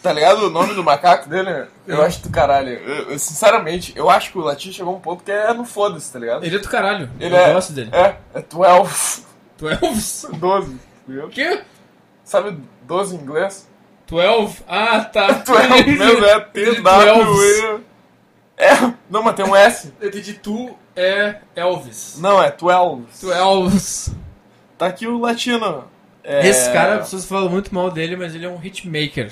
Speaker 3: Tá ligado o nome do macaco dele? Eu acho do caralho. Eu- eu, sinceramente, eu acho que o Latino chegou um ponto que é no foda-se, tá ligado?
Speaker 1: Ele é do caralho.
Speaker 3: Ele
Speaker 1: eu
Speaker 3: é,
Speaker 1: gosto dele.
Speaker 3: É, é 12.
Speaker 1: Twelve?
Speaker 3: 12. entendeu?
Speaker 1: O quê?
Speaker 3: Sabe 12 em inglês?
Speaker 1: Twelve? Ah, tá.
Speaker 3: 12 mesmo, é
Speaker 1: Ele
Speaker 3: t w É, não, mas tem um S.
Speaker 1: Eu entendi tu é Elvis.
Speaker 3: Não, é 12.
Speaker 1: Tu é Elvis.
Speaker 3: Tá aqui o latino. É,
Speaker 1: Esse cara, as pessoas falam muito mal dele, mas ele é um hitmaker.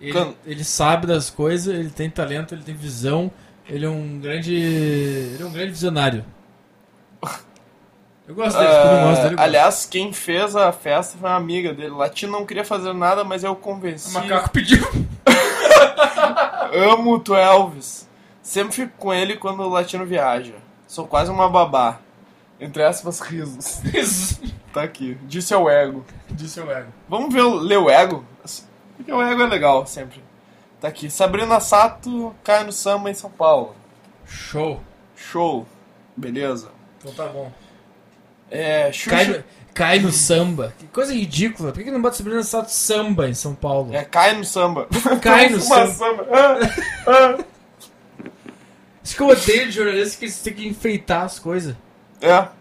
Speaker 1: Ele,
Speaker 3: Can-
Speaker 1: ele sabe das coisas, ele tem talento, ele tem visão, ele é um grande. Ele é um grande visionário. Eu gosto dele, todo mundo né, gosta dele. eu gosto.
Speaker 3: ah, aliás, quem fez a festa foi uma amiga dele. Latino não queria fazer nada, mas eu
Speaker 1: o
Speaker 3: convenci.
Speaker 1: macaco pediu.
Speaker 3: Amo o Elvis. Sempre fico com ele quando o latino viaja. Sou quase uma babá. Entre aspas, risos.
Speaker 1: Isso.
Speaker 3: Tá aqui. Disse ao ego.
Speaker 1: Disse o ego.
Speaker 3: Vamos ver, o- ler o ego? Porque o ego é legal sempre. Tá aqui. Sabrina Sato cai no samba em São Paulo.
Speaker 1: Show.
Speaker 3: Show. Beleza.
Speaker 1: Então tá bom.
Speaker 3: É, Xuxa.
Speaker 1: Cai, no- cai no samba. Que coisa ridícula. Por que que não bota Sabrina Sato samba em São Paulo?
Speaker 3: É, cai no samba.
Speaker 1: Cai no
Speaker 3: Uma
Speaker 1: samba.
Speaker 3: Ah,
Speaker 1: Isso que eu odeio de jornalista que eles têm que enfeitar as coisas.
Speaker 3: ah. É,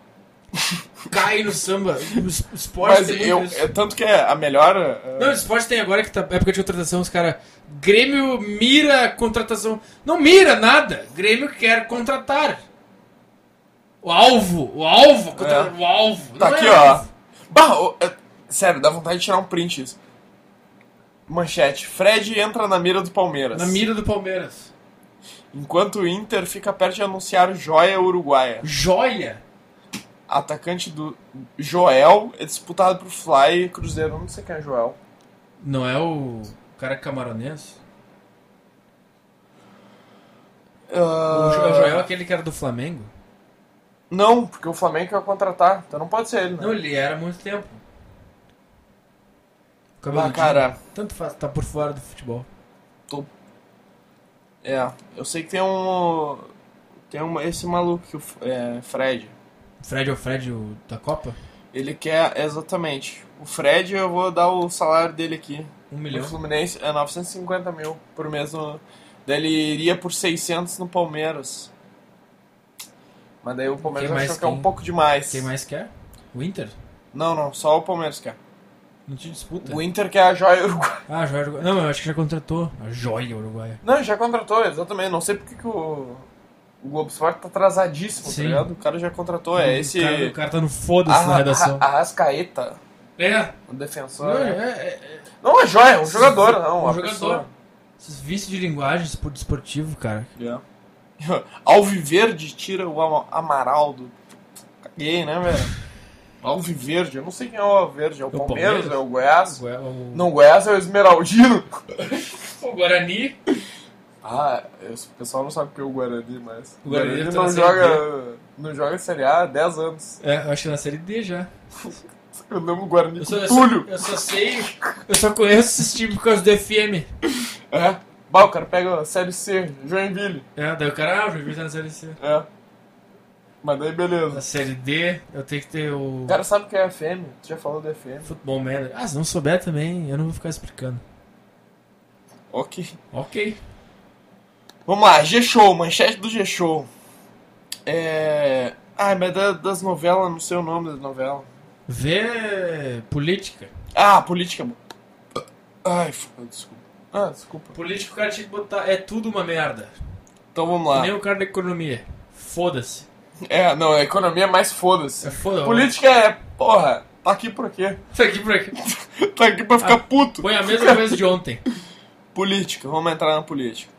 Speaker 1: Cai no samba. O es- o esporte
Speaker 3: mas
Speaker 1: tem muito
Speaker 3: eu,
Speaker 1: isso.
Speaker 3: é tanto que é a melhor. é,
Speaker 1: Não, o esporte tem agora que tá época de contratação, os caras. Grêmio mira a contratação. Não mira nada. Grêmio quer contratar. O alvo, o alvo, contra-
Speaker 3: É.
Speaker 1: o alvo.
Speaker 3: tá
Speaker 1: Não é
Speaker 3: aqui, ó.
Speaker 1: alvo.
Speaker 3: Bah, ô, é, sério, dá vontade de tirar um print isso. Manchete: Fred entra na mira do Palmeiras.
Speaker 1: Na mira do Palmeiras.
Speaker 3: Enquanto o Inter fica perto de anunciar joia uruguaia.
Speaker 1: Joia!
Speaker 3: Atacante do Joel é disputado pro Fly e Cruzeiro. Não sei quem é Joel.
Speaker 1: Não é o cara camaronês?
Speaker 3: Ah.
Speaker 1: O Jo- o Joel é aquele que era do Flamengo?
Speaker 3: Não, porque o Flamengo quer contratar. Então não pode ser ele, né?
Speaker 1: Não, ele era há muito tempo. O cabelo
Speaker 3: Ah, cara.
Speaker 1: Tanto faz, tá por fora do futebol.
Speaker 3: É, eu sei que tem um. Tem um, esse maluco que o F- é, Fred.
Speaker 1: Fred é o Fred o da Copa?
Speaker 3: Ele quer exatamente. O Fred, eu vou dar o salário dele aqui.
Speaker 1: Um
Speaker 3: O
Speaker 1: milhão.
Speaker 3: Fluminense é 950 mil por mês. No, daí ele iria por 600 no Palmeiras. Mas daí o Palmeiras
Speaker 1: Quem mais
Speaker 3: achou que é um
Speaker 1: tem?
Speaker 3: pouco demais.
Speaker 1: Quem mais quer? O Inter?
Speaker 3: Não, não, só o Palmeiras quer.
Speaker 1: Não tinha disputa.
Speaker 3: O Inter quer a joia uruguaia.
Speaker 1: Ah, joia uruguaia. Não, eu acho que já contratou. A joia uruguaia.
Speaker 3: Não, já contratou, exatamente. Não sei porque que o, o Globo Esporte tá atrasadíssimo,
Speaker 1: Sim.
Speaker 3: tá ligado? O cara já contratou, é esse. Ah,
Speaker 1: O cara, o cara tá no foda-se na
Speaker 3: Arra-
Speaker 1: redação.
Speaker 3: Arra- Arrascaeta,
Speaker 1: É.
Speaker 3: o defensor.
Speaker 1: Não,
Speaker 3: né?
Speaker 1: é, é, é.
Speaker 3: Não, é joia, ah. um jogador, não.
Speaker 1: Um
Speaker 3: uma
Speaker 1: jogador.
Speaker 3: pessoa.
Speaker 1: Esses vícios de linguagem por desportivo, cara.
Speaker 3: Yeah.
Speaker 1: É.
Speaker 3: Alviverde tira o ama- Amaraldo. Caguei, né, velho? Alviverde, eu não sei quem é o Alviverde, é
Speaker 1: É
Speaker 3: o,
Speaker 1: o
Speaker 3: Palmeiras,
Speaker 1: Palmeiras?
Speaker 3: é o Goiás.
Speaker 1: Ué, o-
Speaker 3: Não, Goiás é o Esmeraldino.
Speaker 1: O Guarani.
Speaker 3: Ah, esse- o pessoal não sabe o que é o Guarani, mas.
Speaker 1: O Guarani deve tá
Speaker 3: não
Speaker 1: na
Speaker 3: joga, não joga Série A há 10 anos.
Speaker 1: É, eu acho que na série D já.
Speaker 3: Eu lembro o Guarani
Speaker 1: Eu
Speaker 3: com
Speaker 1: só, eu, só,
Speaker 3: Túlio.
Speaker 1: eu só sei. Eu só conheço esses times por causa do FM.
Speaker 3: É. Bah, o cara pega a Série C, Joinville.
Speaker 1: É, daí o cara, ah, o Juventude tá na série C.
Speaker 3: É. Mas daí beleza.
Speaker 1: Na série D, eu tenho que ter o.
Speaker 3: O cara sabe o que é FM, tu já falou do FM.
Speaker 1: Futebol Manager. Ah, se não souber também, eu não vou ficar explicando.
Speaker 3: Ok.
Speaker 1: Ok.
Speaker 3: Vamos lá, G-Show, manchete do G-Show. É. Ah, mas da- das novelas, não sei o nome das novelas.
Speaker 1: Vê política.
Speaker 3: Ah, política. Ai, f- desculpa. Ah, desculpa.
Speaker 1: Político o cara tinha que botar. É tudo uma merda.
Speaker 3: Então vamos
Speaker 1: Nem
Speaker 3: lá.
Speaker 1: o cara da economia. Foda-se.
Speaker 3: É, não, a economia é mais
Speaker 1: É
Speaker 3: foda-se.
Speaker 1: foda
Speaker 3: Política é, porra, tá aqui por quê?
Speaker 1: Tá aqui por aqui.
Speaker 3: Tá aqui pra
Speaker 1: Ah.
Speaker 3: ficar puto.
Speaker 1: Põe a mesma coisa de ontem.
Speaker 3: Política, vamos entrar na política.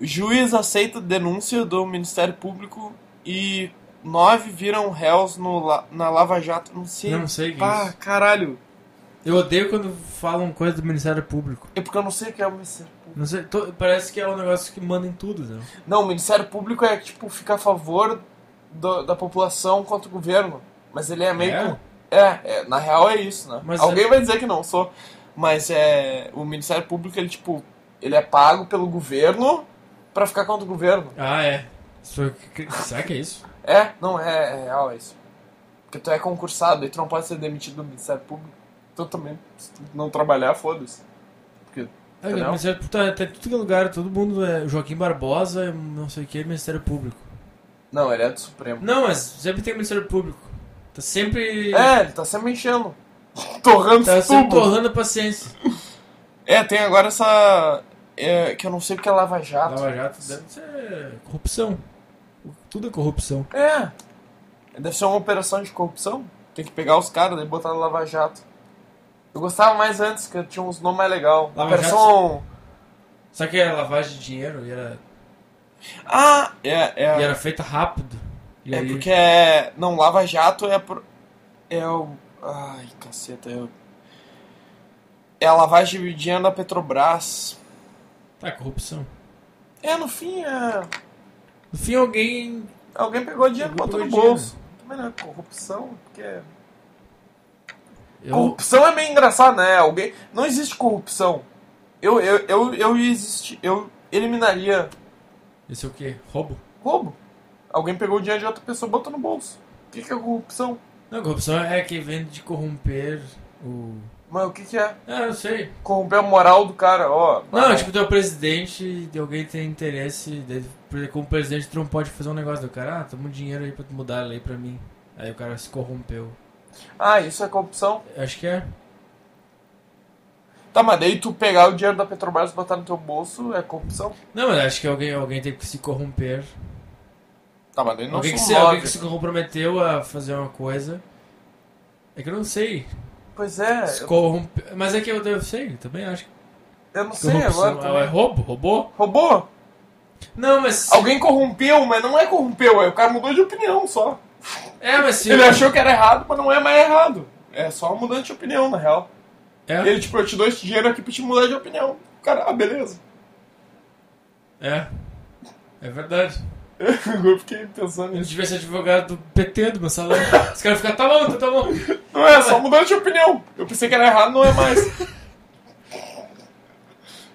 Speaker 3: Juiz aceita denúncia do Ministério Público e nove viram réus no, la- na Lava Jato. Não sei.
Speaker 1: Eu não sei o que é
Speaker 3: Ah,
Speaker 1: isso.
Speaker 3: caralho.
Speaker 1: Eu odeio quando falam coisa do Ministério Público.
Speaker 3: É porque eu não sei o que é o Ministério Público.
Speaker 1: Não sei, to- parece que é um negócio que manda em tudo, né?
Speaker 3: Não, o Ministério Público é tipo ficar a favor do- da população contra o governo. Mas ele é meio
Speaker 1: É?
Speaker 3: que. É, é, na real é isso, né?
Speaker 1: Mas
Speaker 3: Alguém
Speaker 1: é-
Speaker 3: vai dizer que não sou. Mas é. O Ministério Público, ele tipo. Ele é pago pelo governo pra ficar contra o governo.
Speaker 1: Ah, é. Isso- que- Será que é isso?
Speaker 3: É, não, é, é real, é isso. Porque tu é concursado e tu não pode ser demitido do Ministério Público. Tu também, se tu não trabalhar, foda-se.
Speaker 1: É,
Speaker 3: Não.
Speaker 1: mas é, tá, tá em tudo que é lugar, todo mundo é Joaquim Barbosa, não sei o que, Ministério Público.
Speaker 3: Não, ele é do Supremo.
Speaker 1: Não, mas sempre tem Ministério Público. Tá sempre.
Speaker 3: É, ele tá sempre enchendo. Torrando
Speaker 1: Tá sempre
Speaker 3: tudo.
Speaker 1: torrando a paciência.
Speaker 3: É, tem agora essa. é, que eu não sei o que é Lava Jato.
Speaker 1: Lava Jato deve ser corrupção. Tudo é corrupção.
Speaker 3: É. Deve ser uma operação de corrupção. Tem que pegar os caras e botar no Lava Jato. Eu gostava mais antes, que tinha uns nomes mais legais.
Speaker 1: Lava
Speaker 3: Operação.
Speaker 1: Só que era lavagem de dinheiro e era,
Speaker 3: Ah! É,
Speaker 1: e
Speaker 3: é.
Speaker 1: era feita rápido. E
Speaker 3: É
Speaker 1: aí-
Speaker 3: porque é. Não, Lava Jato é. Pro... É o. Ai, caceta. Eu... É a lavagem de dinheiro da Petrobras.
Speaker 1: Tá, corrupção.
Speaker 3: É, no fim, é.
Speaker 1: No fim, alguém.
Speaker 3: Alguém pegou dinheiro e
Speaker 1: Alguém
Speaker 3: botou no
Speaker 1: pegou dinheiro.
Speaker 3: bolso. Também não é corrupção, porque é.
Speaker 1: Eu,
Speaker 3: Corrupção é meio engraçado, né? Alguém... Não existe corrupção. Eu, eu, eu, eu, existi... eu eliminaria
Speaker 1: esse é o quê? Roubo?
Speaker 3: roubo. Alguém pegou o dinheiro de outra pessoa e botou no bolso. O que, que é corrupção?
Speaker 1: Não, corrupção é que vem de corromper o.
Speaker 3: Mas o que, que é?
Speaker 1: Ah, não sei.
Speaker 3: Corromper a moral do cara, ó.
Speaker 1: Não,
Speaker 3: vai.
Speaker 1: tipo, tu é o presidente e alguém tem interesse. daí, por exemplo, Como presidente, tu não pode fazer um negócio do cara. Ah, toma um dinheiro aí pra tu mudar a lei pra mim. Aí o cara se corrompeu.
Speaker 3: Ah, isso é corrupção?
Speaker 1: Acho que é.
Speaker 3: Tá, mas daí tu pegar o dinheiro da Petrobras e botar no teu bolso é corrupção?
Speaker 1: Não, mas acho que alguém, alguém tem que se corromper.
Speaker 3: Tá, mas daí não
Speaker 1: Alguém que,
Speaker 3: são
Speaker 1: se, alguém
Speaker 3: nove.
Speaker 1: que se comprometeu a fazer uma coisa. É que eu não sei.
Speaker 3: Pois é,
Speaker 1: Se
Speaker 3: eu-
Speaker 1: corrompe... Mas é que eu, eu sei, também acho que
Speaker 3: eu não sei
Speaker 1: corrupção é,
Speaker 3: agora.
Speaker 1: é
Speaker 3: também.
Speaker 1: roubo, roubou.
Speaker 3: Roubou?
Speaker 1: Não, mas.
Speaker 3: Alguém corrompeu, mas não é corrompeu, é o cara mudou de opinião só.
Speaker 1: É, mas se.
Speaker 3: Ele achou que era errado, mas não é mais errado. É só uma mudança de opinião, na real.
Speaker 1: É,
Speaker 3: Ele, tipo, eu te dou esse dinheiro aqui pra te mudar de opinião. O Cara, ah, beleza.
Speaker 1: é. É verdade.
Speaker 3: Eu fiquei pensando
Speaker 1: Eu
Speaker 3: nisso.
Speaker 1: devia ser advogado do PT do meu salão. Os caras ficam, tá bom, tá, tá bom.
Speaker 3: Não é, só mudança de opinião. Eu pensei que era errado, não é mais.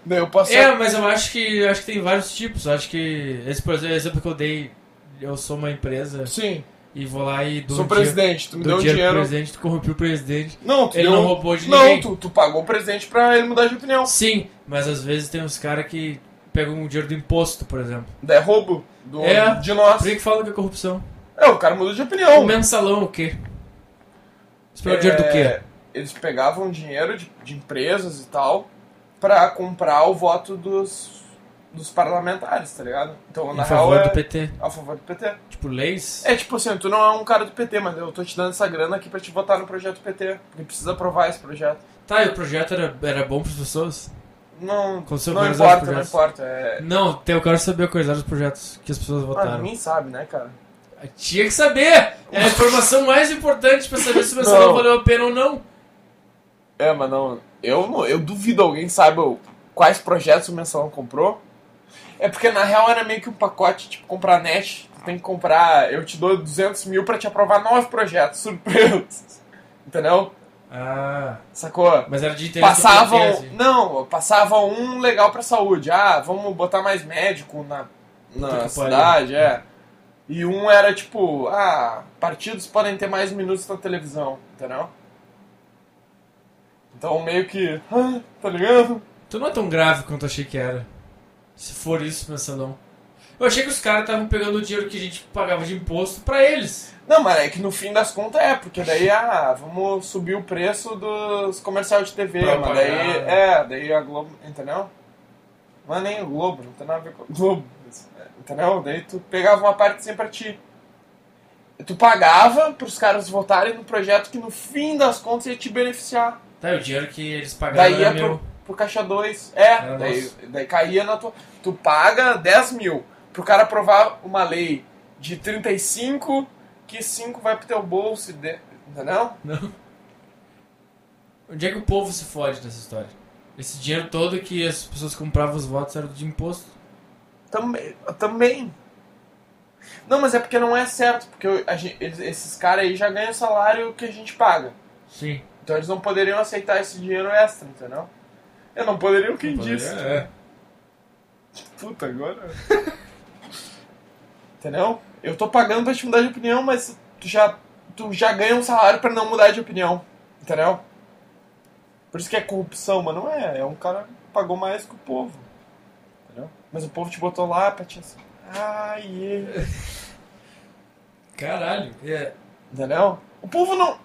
Speaker 3: Daí eu passei.
Speaker 1: É, mas eu acho que acho que tem vários tipos. Eu Acho que esse por exemplo, exemplo que eu dei, eu sou uma empresa
Speaker 3: Sim,
Speaker 1: e vou lá e dou
Speaker 3: sou
Speaker 1: um
Speaker 3: presidente, tu
Speaker 1: Dinheiro,
Speaker 3: me deu
Speaker 1: dou
Speaker 3: o
Speaker 1: dinheiro,
Speaker 3: dinheiro.
Speaker 1: pro presidente, tu corrompeu o presidente.
Speaker 3: Não, tu
Speaker 1: Ele
Speaker 3: deu- um-
Speaker 1: não roubou de
Speaker 3: não,
Speaker 1: ninguém.
Speaker 3: tu, tu pagou o presente pra ele mudar de opinião.
Speaker 1: Sim, mas às vezes tem uns caras que pegam o dinheiro do imposto, por exemplo.
Speaker 3: Daí é roubo do,
Speaker 1: É.
Speaker 3: de nós.
Speaker 1: Por que que falam que é corrupção?
Speaker 3: É, o cara mudou de
Speaker 1: O
Speaker 3: opinião.
Speaker 1: mensalão o quê? Você pegou o dinheiro do
Speaker 3: É,
Speaker 1: quê?
Speaker 3: Eles pegavam dinheiro de, de empresas e tal pra comprar o voto dos, dos parlamentares, tá ligado? Então, na
Speaker 1: Em favor
Speaker 3: real, é
Speaker 1: do PT.
Speaker 3: a favor do PT.
Speaker 1: Tipo, leis?
Speaker 3: É tipo assim, tu não é um cara do PT, mas eu tô te dando essa grana aqui pra te votar no projeto PT. Porque precisa aprovar esse projeto.
Speaker 1: Tá, e o projeto era, era bom pras pessoas?
Speaker 3: Não,
Speaker 1: Com seu
Speaker 3: não
Speaker 1: vários
Speaker 3: importa, não
Speaker 1: projetos.
Speaker 3: importa. É...
Speaker 1: Não, eu quero saber quais eram os projetos que as pessoas
Speaker 3: Ah,
Speaker 1: votaram. Ah,
Speaker 3: ninguém sabe, né, cara?
Speaker 1: Tinha que saber! É a informação mais importante pra saber se o mensalão
Speaker 3: Não.
Speaker 1: valeu a pena ou não.
Speaker 3: É, mas não. Eu, não, eu duvido alguém saiba o- quais projetos o Mensalão comprou. É porque na real era meio que um pacote, tipo, comprar net. Tu tem que comprar. Eu te dou 200 mil pra te aprovar nove projetos surpresas. Entendeu?
Speaker 1: Ah,
Speaker 3: Sacou?
Speaker 1: mas era de interesse
Speaker 3: passavam.
Speaker 1: do PT, assim.
Speaker 3: Não, passavam um legal pra saúde. Ah, vamos botar mais médico na,
Speaker 1: Puta
Speaker 3: na
Speaker 1: que
Speaker 3: cidade, é. E um era tipo, ah, partidos podem ter mais minutos na televisão, entendeu? Então meio que. Ah, tá ligado?
Speaker 1: Então não é tão grave quanto eu achei que era. Se for isso, mensalão. Eu achei que os caras estavam pegando o dinheiro que a gente pagava de imposto pra eles.
Speaker 3: Não, mas é que no fim das contas é, porque daí, ah, vamos subir o preço dos comerciais de TV,
Speaker 1: Pra
Speaker 3: mas daí.
Speaker 1: pagar. né?
Speaker 3: É, daí a Globo, entendeu? Não é nem o Globo, não tem nada a ver com o Globo. mas, é, Entendeu? Daí tu pegava uma partezinha pra ti. Tu pagava pros caras votarem no projeto que no fim das contas ia te beneficiar.
Speaker 1: Tá, e o dinheiro que eles pagaram era
Speaker 3: Daí ia
Speaker 1: meu.
Speaker 3: pro, pro caixa 2. É,
Speaker 1: Era
Speaker 3: daí,
Speaker 1: nosso.
Speaker 3: daí caía na tua. Tu paga 10 mil pro cara aprovar uma lei de 35, que 5 vai pro teu bolso. e de- Entendeu?
Speaker 1: Não. Onde é que o povo se fode nessa história? Esse dinheiro todo que as pessoas compravam os votos era de imposto.
Speaker 3: Também. também. Não, mas é porque não é certo, porque eu- a gen- eles- esses caras aí já ganham o salário que a gente paga.
Speaker 1: Sim.
Speaker 3: Então eles não poderiam aceitar esse dinheiro extra, entendeu? Eu não poderia, quem disse?
Speaker 1: É.
Speaker 3: puta agora. Entendeu? Eu tô pagando pra te mudar de opinião, mas tu já, tu já ganha um salário pra não mudar de opinião. Entendeu? Por isso que é corrupção, mas não é. É um cara que pagou mais que o povo. Entendeu? Mas o povo te botou lá pra te. Ai, é.
Speaker 1: Caralho. É.
Speaker 3: entendeu? O povo não.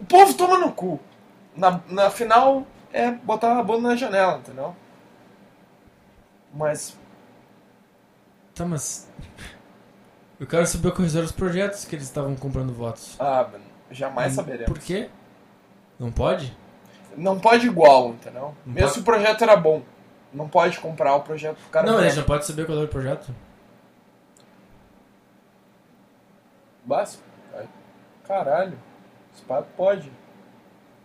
Speaker 3: O povo toma no cu. Na, na final é botar a bunda na janela, entendeu? Mas
Speaker 1: Tá, mas. Eu quero saber quais eram os projetos que eles estavam comprando votos.
Speaker 3: Ah, mano, jamais saberemos.
Speaker 1: Por quê? Não pode?
Speaker 3: Não pode igual, entendeu?
Speaker 1: Não
Speaker 3: Mesmo
Speaker 1: pode.
Speaker 3: se o projeto era bom. Não pode comprar o projeto pro cara.
Speaker 1: não,
Speaker 3: comprar.
Speaker 1: eles não podem saber qual era o projeto.
Speaker 3: Basta. Ai, Caralho. Esse papo pode.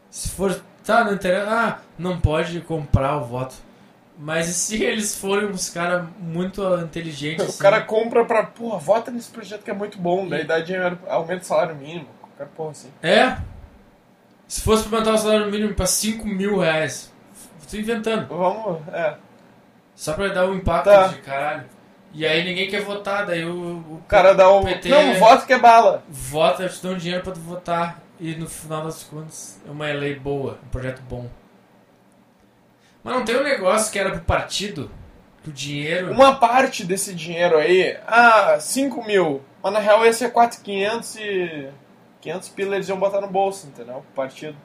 Speaker 1: Se for. Tá, não interessa. Ah, não pode comprar o voto. Mas e se eles forem uns caras muito inteligentes? assim?
Speaker 3: O cara compra pra. Porra, vota nesse projeto que é muito bom. Daí dá dinheiro, aumenta o salário mínimo. Qualquer porra assim.
Speaker 1: É? Se fosse pra aumentar o salário mínimo pra 5 mil reais. F- Tô inventando.
Speaker 3: Vamos. É.
Speaker 1: Só pra dar um impacto
Speaker 3: Tá.
Speaker 1: de caralho. E aí ninguém quer votar, daí o, o
Speaker 3: O cara dá o.
Speaker 1: PT
Speaker 3: Não, voto que é bala.
Speaker 1: vota, te dão dinheiro pra tu votar. E no final das contas, é uma lei boa, um projeto bom. Mas não tem um negócio que era pro partido? Que o dinheiro.
Speaker 3: Uma parte desse dinheiro aí. Ah, 5 mil. Mas na real ia ser 4,500 e. 500 pila eles iam botar no bolso, entendeu? Pro partido.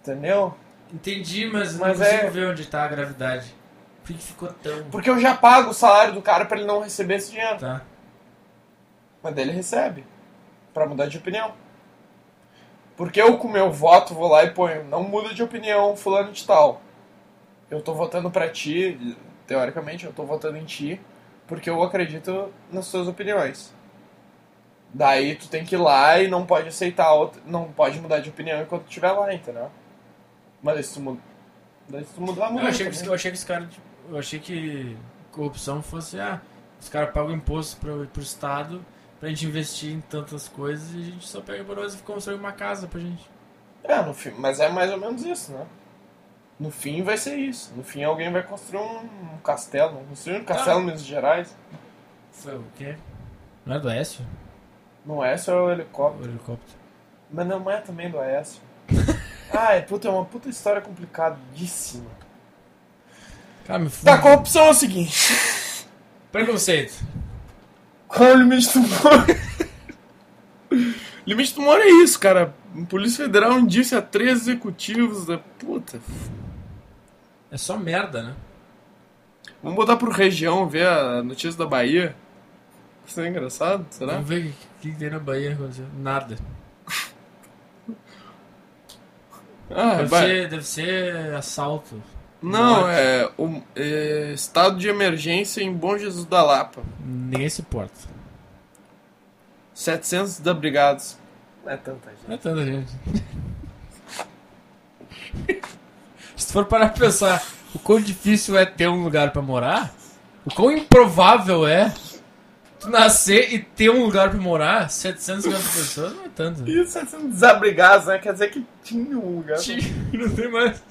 Speaker 3: Entendeu?
Speaker 1: Entendi, mas,
Speaker 3: Mas
Speaker 1: não consigo
Speaker 3: é-
Speaker 1: ver onde tá a gravidade. Por que que ficou tão.
Speaker 3: Porque eu já pago o salário do cara pra ele não receber esse dinheiro.
Speaker 1: Tá.
Speaker 3: Mas daí ele recebe. Pra mudar de opinião. Porque eu com meu voto vou lá e ponho, não muda de opinião, fulano de tal. Eu tô votando pra ti, teoricamente eu tô votando em ti, porque eu acredito nas suas opiniões. Daí tu tem que ir lá e não pode aceitar outra, não pode mudar de opinião enquanto estiver lá, entendeu? Mas daí se tu muda, daí se tu mudar, muda.
Speaker 1: Eu achei, que, os-
Speaker 3: também.
Speaker 1: eu achei que os caras. Eu achei que corrupção fosse. Ah, os caras pagam imposto pro, pro Estado pra gente investir em tantas coisas e a gente só pega por nós e constrói uma casa pra gente.
Speaker 3: É, no fim, mas é mais ou menos isso, né? No fim vai ser isso. No fim alguém vai construir um, um castelo. Vão Construir um castelo em Minas Gerais.
Speaker 1: Foi o quê? Não era do Aécio?
Speaker 3: Não é só o
Speaker 1: O
Speaker 3: helicóptero.
Speaker 1: helicóptero.
Speaker 3: Mas não é também do Aécio. ah, é, puta, é uma puta história complicadíssima.
Speaker 1: Cara, me
Speaker 3: Tá, a
Speaker 1: fundo.
Speaker 3: corrupção é o seguinte.
Speaker 1: Preconceito.
Speaker 3: Qual é o limite do humor? limite do humor é isso, cara. Polícia Federal indícia a três executivos da... Puta,
Speaker 1: É só merda, né?
Speaker 3: Vamos botar pro região ver a notícia da Bahia. Isso é engraçado, será?
Speaker 1: Vamos ver o que, que tem na Bahia. aconteceu. Nada.
Speaker 3: Ah,
Speaker 1: Deve,
Speaker 3: vai.
Speaker 1: ser, deve ser assalto.
Speaker 3: Não,
Speaker 1: morte.
Speaker 3: é, o- é estado de emergência em Bom Jesus da Lapa.
Speaker 1: Ninguém se importa.
Speaker 3: 700 desabrigados. Não é tanta gente.
Speaker 1: Não é tanta gente. Se tu for parar pra pensar o quão difícil é ter um lugar pra morar, o quão improvável é tu nascer e ter um lugar pra morar, 750 pessoas não é tanto.
Speaker 3: E 700 desabrigados, né? Quer dizer que tinha um lugar. pra-
Speaker 1: Não tem mais.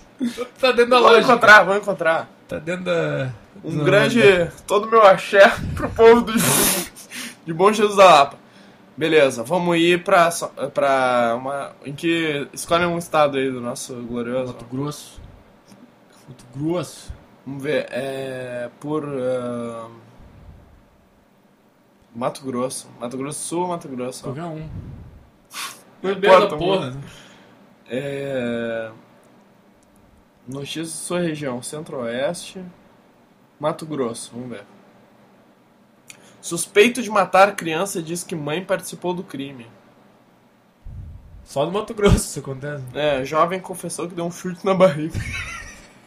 Speaker 1: Tá dentro da
Speaker 3: Vamos
Speaker 1: lógica.
Speaker 3: encontrar, vamos encontrar.
Speaker 1: Tá dentro da.
Speaker 3: Um
Speaker 1: da
Speaker 3: grande.
Speaker 1: lógica.
Speaker 3: Todo meu axé pro povo do, de Bom Jesus da Lapa. Beleza, vamos ir pra, so- pra uma. Em que. Escolhe um estado aí do nosso glorioso.
Speaker 1: Mato Grosso. Mato Grosso.
Speaker 3: Vamos ver, é por ah, Mato Grosso, Mato Grosso do Sul ou Mato Grosso?
Speaker 1: Qualquer um.
Speaker 3: Bebeu
Speaker 1: da porra. né?
Speaker 3: É... Notícias de sua região, Centro-Oeste, Mato Grosso, vamos ver. Suspeito de matar criança diz que mãe participou do crime.
Speaker 1: Só no Mato Grosso isso acontece.
Speaker 3: É, jovem confessou que deu um chute na barriga.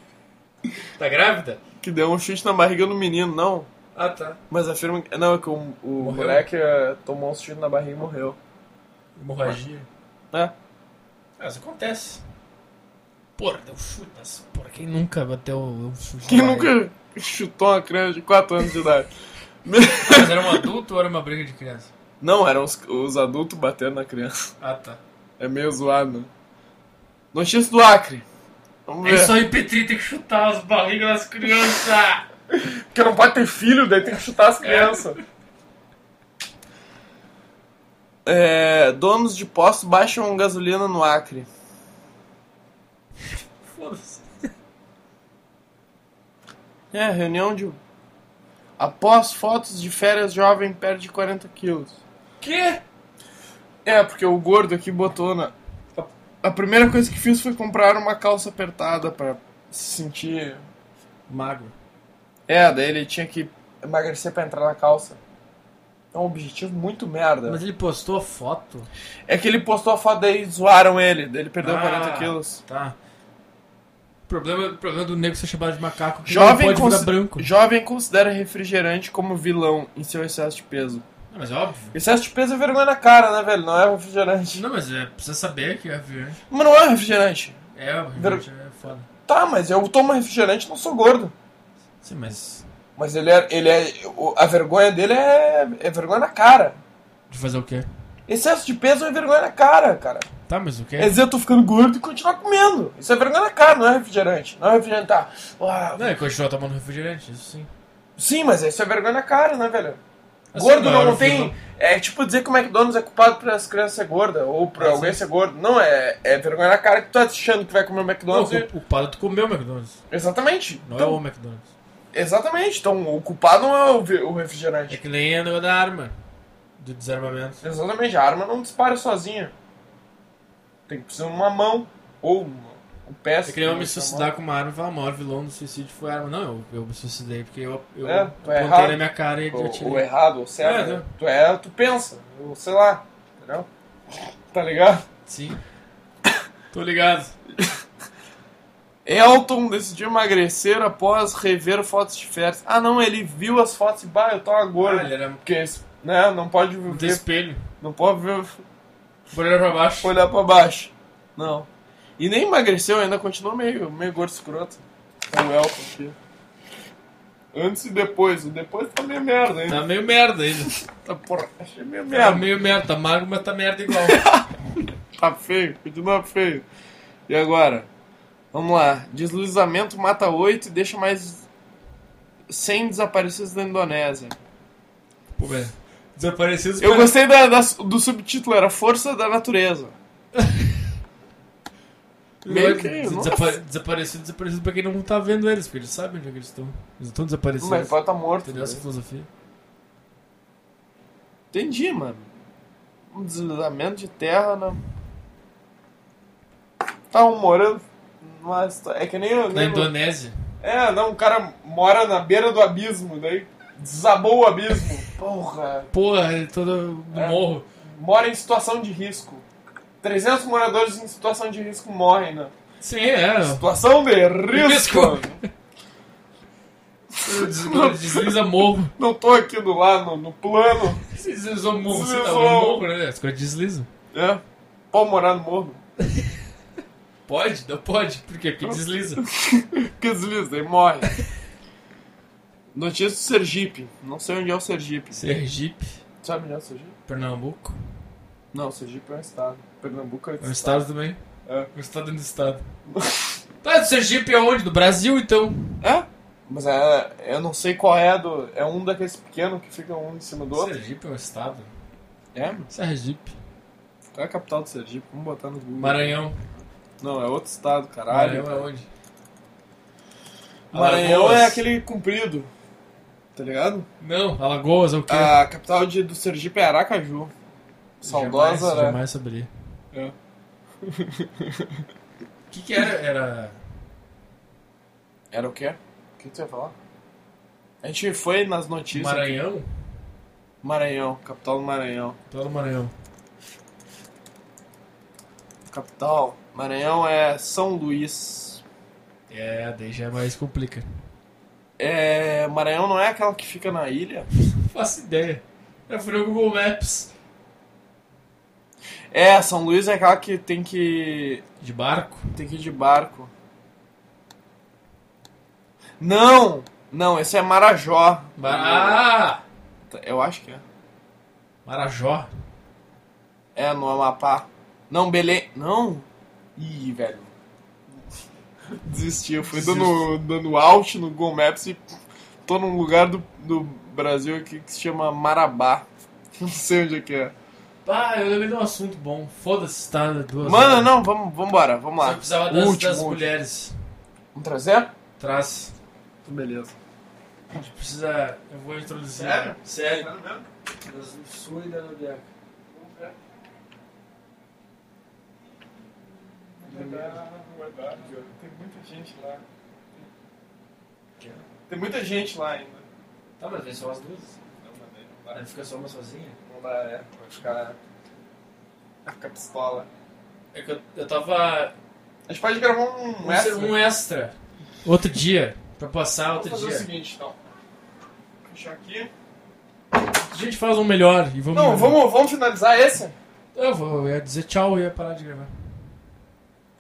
Speaker 1: Tá grávida?
Speaker 3: Que deu um chute na barriga no menino, não.
Speaker 1: Ah, tá.
Speaker 3: Mas afirma que. Não, é que o, o
Speaker 1: Morreu?
Speaker 3: moleque eh, tomou um chute na barriga e morreu.
Speaker 1: Hemorragia.
Speaker 3: É.
Speaker 1: Ah, isso acontece. Porra, deu chute nessa porra. Quem nunca bateu um chute?
Speaker 3: Quem
Speaker 1: na barriga?
Speaker 3: nunca chutou uma criança de 4 anos de idade?
Speaker 1: Mas era um adulto ou era uma briga de criança?
Speaker 3: Não, eram os, os adultos batendo na criança.
Speaker 1: Ah, tá.
Speaker 3: É meio zoado. né? Notícia do Acre. Vamos
Speaker 1: É
Speaker 3: ver.
Speaker 1: isso aí, Petri, tem que chutar as barrigas das crianças.
Speaker 3: Porque não pode ter filho, daí tem que chutar as crianças. É, donos de postos baixam gasolina no Acre.
Speaker 1: Foda-se.
Speaker 3: É, reunião de. Após fotos de férias, jovem perde 40 quilos.
Speaker 1: Quê?
Speaker 3: É, porque o gordo aqui botou na. A primeira coisa que fiz foi comprar uma calça apertada pra se sentir.
Speaker 1: Magro.
Speaker 3: É, daí ele tinha que emagrecer pra entrar na calça. É um objetivo muito merda.
Speaker 1: Mas ele postou a foto.
Speaker 3: É que ele postou a foto daí e zoaram ele, daí ele perdeu
Speaker 1: Ah.
Speaker 3: 40 quilos.
Speaker 1: Tá. O problema, o problema do negro ser chamado de macaco é que ele não
Speaker 3: Jovem,
Speaker 1: pode
Speaker 3: cons-
Speaker 1: ficar branco.
Speaker 3: Jovem considera refrigerante como vilão em seu excesso de peso.
Speaker 1: Não, mas é óbvio.
Speaker 3: Excesso de peso é vergonha na cara, né, velho? Não é refrigerante.
Speaker 1: Não, mas é, precisa saber que é verde.
Speaker 3: Mas não é refrigerante.
Speaker 1: É,
Speaker 3: Ver-
Speaker 1: verde é foda.
Speaker 3: Tá, mas eu tomo refrigerante e não sou gordo.
Speaker 1: Sim, mas.
Speaker 3: Mas ele é. Ele é o- a vergonha dele é, é vergonha na cara.
Speaker 1: De fazer o quê?
Speaker 3: Excesso de peso é vergonha na cara, cara.
Speaker 1: Tá, mas o quê?
Speaker 3: É dizer eu tô ficando gordo e continuar comendo. Isso é vergonha na cara, não é refrigerante. Não é refrigerante, tá. Uau.
Speaker 1: Não, ele continua tomando refrigerante, isso sim.
Speaker 3: Sim, mas isso é vergonha na cara, né, velho?
Speaker 1: Assim,
Speaker 3: gordo não,
Speaker 1: maior
Speaker 3: tem.
Speaker 1: vilão.
Speaker 3: É tipo dizer que o McDonald's é culpado para as crianças ser gordas ou pra
Speaker 1: Ah,
Speaker 3: alguém
Speaker 1: sim.
Speaker 3: ser gordo. Não, é, é vergonha na cara que tu tá achando que vai comer o
Speaker 1: Não,
Speaker 3: McDonald's. e-
Speaker 1: o culpado tu comeu o McDonald's.
Speaker 3: Exatamente.
Speaker 1: Não é
Speaker 3: então,
Speaker 1: o McDonald's.
Speaker 3: Exatamente. Então o culpado não é o, vi- o
Speaker 1: É
Speaker 3: refrigerante.
Speaker 1: que nem a negócio da arma. Do desarmamento.
Speaker 3: Exatamente. A arma não dispara sozinha. Tem que precisar de uma mão ou um um pé.
Speaker 1: É
Speaker 3: se
Speaker 1: que nem eu me
Speaker 3: quiser, uma
Speaker 1: suicidar com uma arma e falar, o maior vilão do suicídio foi a arma. Não, eu, eu me suicidei porque eu, eu
Speaker 3: É, tu é
Speaker 1: apontei
Speaker 3: errado.
Speaker 1: na minha cara e
Speaker 3: mão. ou, ou
Speaker 1: atirei.
Speaker 3: errado, ou certo.
Speaker 1: É,
Speaker 3: né?
Speaker 1: né?
Speaker 3: tu é, tu pensa, ou sei lá, entendeu? Tá ligado?
Speaker 1: Sim. Tô ligado.
Speaker 3: Elton decidiu emagrecer após rever fotos de férias. Ah, não, ele viu as fotos e, bah, eu tô agora.
Speaker 1: Ah, ele era
Speaker 3: Porque, né, não pode
Speaker 1: um
Speaker 3: ver,
Speaker 1: espelho.
Speaker 3: não pode ver,
Speaker 1: Vou olhar pra baixo.
Speaker 3: olhar pra baixo. Não. E nem emagreceu ainda, continua meio, meio gordo escroto. O Elton aqui. Antes e depois. O depois tá meio merda ainda.
Speaker 1: Tá meio merda ainda.
Speaker 3: Tá, porra, achei meio
Speaker 1: Tá
Speaker 3: merda.
Speaker 1: meio merda. Tá magro, mas tá merda igual.
Speaker 3: Tá feio, continua feio. E agora? Vamos lá. Deslizamento mata oito e deixa mais 100 desaparecidos da Indonésia.
Speaker 1: Pô, velho. Desaparecidos.
Speaker 3: Eu
Speaker 1: pare-
Speaker 3: gostei da- da- do subtítulo, era Força da Natureza. meio que-
Speaker 1: Desapa-
Speaker 3: nossa.
Speaker 1: Desaparecido, desaparecido pra quem não tá vendo eles, porque eles sabem onde é que eles estão. Eles estão desaparecidos.
Speaker 3: é, Mas pode estar morto.
Speaker 1: Entendeu essa
Speaker 3: né?
Speaker 1: filosofia?
Speaker 3: Entendi, mano. Um deslizamento de terra, né? Tá Estavam morando numa situa- É que nem eu
Speaker 1: Na
Speaker 3: lembro.
Speaker 1: Indonésia.
Speaker 3: É, não, o cara mora na beira do abismo, daí desabou o abismo. Porra,
Speaker 1: Porra, ele todo no
Speaker 3: É.
Speaker 1: morro.
Speaker 3: mora em situação de risco. 300 moradores em situação de risco morrem, né?
Speaker 1: Sim, é.
Speaker 3: Situação de risco!
Speaker 1: Risco.
Speaker 3: mano.
Speaker 1: Des- quando Desliza morro.
Speaker 3: Não tô aqui do lado, no, no plano.
Speaker 1: Deslizou morro. Você tá no
Speaker 3: Deslizou.
Speaker 1: morro, né? As coisas deslizam.
Speaker 3: É, pode morar no morro.
Speaker 1: Pode? Não pode. Por quê? Porque desliza.
Speaker 3: Que desliza, e morre. Notícia do Sergipe. Não sei onde é o Sergipe.
Speaker 1: Sergipe,
Speaker 3: Sabe onde é o Sergipe?
Speaker 1: Pernambuco.
Speaker 3: Não, Sergipe é um estado. Pernambuco é
Speaker 1: É um estado também.
Speaker 3: É.
Speaker 1: Um estado dentro do estado. Tá, do Sergipe é onde? Do Brasil, então.
Speaker 3: É? Mas é, eu não sei qual é a do. É um daqueles pequenos que fica um em cima do outro.
Speaker 1: Sergipe é um estado.
Speaker 3: É, mano.
Speaker 1: Sergipe.
Speaker 3: Qual é a capital do Sergipe? Vamos botar no Google.
Speaker 1: Maranhão.
Speaker 3: Não, é outro estado, caralho.
Speaker 1: Maranhão é onde?
Speaker 3: Maranhão
Speaker 1: Alagoas.
Speaker 3: é aquele comprido. Tá ligado?
Speaker 1: Não, Alagoas é o quê?
Speaker 3: A capital de, do Sergipe é Aracaju. Saudosa,
Speaker 1: jamais,
Speaker 3: né?
Speaker 1: Jamais saberia.
Speaker 3: É.
Speaker 1: O que que era? Era...
Speaker 3: Era o quê? O que você ia falar? A gente foi nas notícias.
Speaker 1: Maranhão?
Speaker 3: Maranhão, capital do Maranhão.
Speaker 1: Todo Maranhão.
Speaker 3: Capital, Maranhão é São Luís.
Speaker 1: É, daí já é mais complica.
Speaker 3: É, Maranhão não é aquela que fica na ilha?
Speaker 1: Não faço ideia. Eu fui no Google Maps.
Speaker 3: É, São Luís é aquela que tem que
Speaker 1: De barco?
Speaker 3: tem que ir de barco. Não, não, esse é Marajó.
Speaker 1: Mar... Ah!
Speaker 3: Eu acho que é.
Speaker 1: Marajó.
Speaker 3: É no Amapá. Não, Belém. Não. Ih, velho. Desisti. Eu fui dando, dando alt no Google Maps e tô num lugar do, do Brasil aqui que se chama Marabá. Não sei onde é que é.
Speaker 1: Ah, eu lembrei de um assunto bom. Foda-se, tá duas
Speaker 3: Mano,
Speaker 1: horas.
Speaker 3: não, vamos vambora, vamos
Speaker 1: Só
Speaker 3: lá.
Speaker 1: precisava das,
Speaker 3: Último,
Speaker 1: das
Speaker 3: último.
Speaker 1: mulheres.
Speaker 3: Vamos trazer?
Speaker 1: Traz.
Speaker 3: Então, Beleza.
Speaker 1: A gente precisa. Eu vou introduzir.
Speaker 3: Sério?
Speaker 1: Sério.
Speaker 6: Das do Sul e da Noruega.
Speaker 3: Tem muita gente lá. Tem muita gente lá ainda.
Speaker 6: Tá, mas vem só as duas.
Speaker 3: Não, não
Speaker 6: Aí fica só uma sozinha.
Speaker 3: Não dá, é. Vai ficar. Vai ficar pistola.
Speaker 1: É que eu, eu tava.
Speaker 3: A gente pode gravar um
Speaker 1: Um extra.
Speaker 3: extra.
Speaker 1: um extra. Outro dia. Pra passar
Speaker 3: Vamos
Speaker 1: outro
Speaker 3: fazer o
Speaker 1: dia.
Speaker 3: seguinte, então. Fechar aqui.
Speaker 1: A gente faz um melhor e vamos.
Speaker 3: Não, vamos, vamos finalizar esse?
Speaker 1: Eu, vou, eu ia dizer tchau e ia parar de gravar.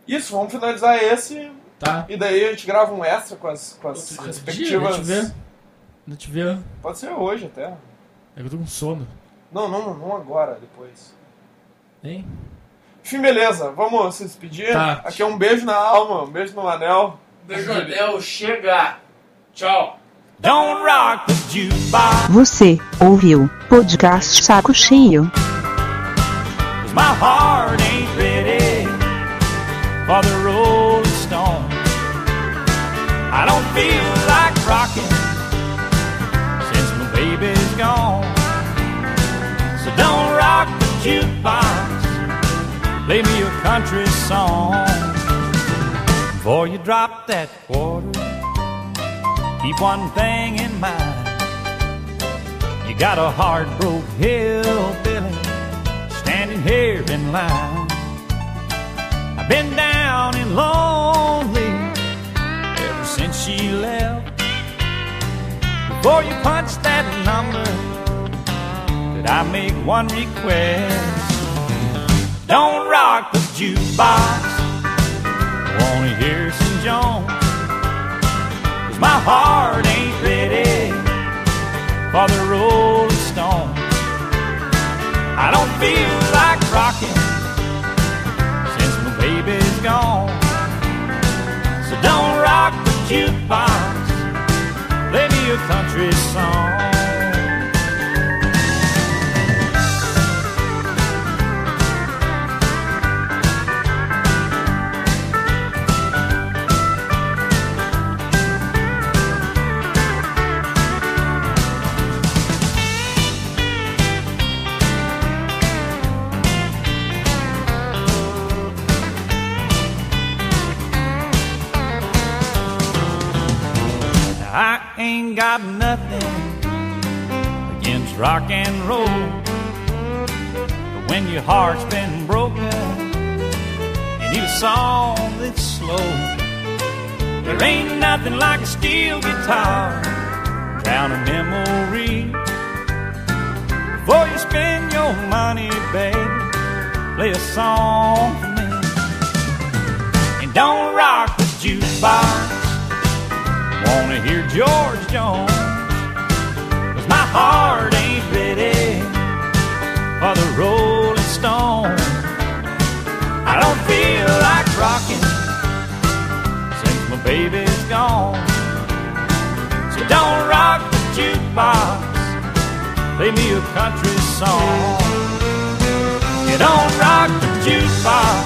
Speaker 3: Isso, vamos finalizar esse.
Speaker 1: Tá?
Speaker 3: E daí a gente grava um extra com as, com as
Speaker 1: Outro dia,
Speaker 3: respectivas.
Speaker 1: não te ver. Não te ver.
Speaker 3: Pode ser hoje até.
Speaker 1: É que eu tô com sono.
Speaker 3: Não, não, não agora, depois.
Speaker 1: Hein?
Speaker 3: Enfim, beleza. Vamos se despedir.
Speaker 1: Tá.
Speaker 3: Aqui é um beijo na alma, um beijo no anel.
Speaker 1: Jornel, chega! Tchau!
Speaker 7: Don't rock the jukebox.
Speaker 2: Você ouviu Podcast Saco Cheio.
Speaker 7: 'cause My heart ain't ready for the Rolling Stones. I don't feel like rocking since my baby's gone. So don't rock the jukebox. Play me a country song. Before you drop that quarter, keep one thing in mind. You got a hard broke hillbilly standing here in line. I've been down and lonely ever since she left. Before you punch that number, could I make one request? Don't rock the jukebox. Wanna hear some Jones? 'Cause my heart ain't ready for the Rolling Stones. I don't feel like rocking since my baby's gone. So don't rock the jukebox, play me a country song. I ain't got nothing against rock and roll. But when your heart's been broken, you need a song that's slow. There ain't nothing like a steel guitar, down a memory. Before you spend your money, baby, play a song for me. And don't rock the jukebox. Wanna hear George Jones? 'Cause my heart ain't ready for the Rolling Stone. I don't feel like rocking since my baby's gone. So don't rock the jukebox. Play me a country song. You don't rock the jukebox.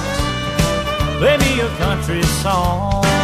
Speaker 7: Play me a country song.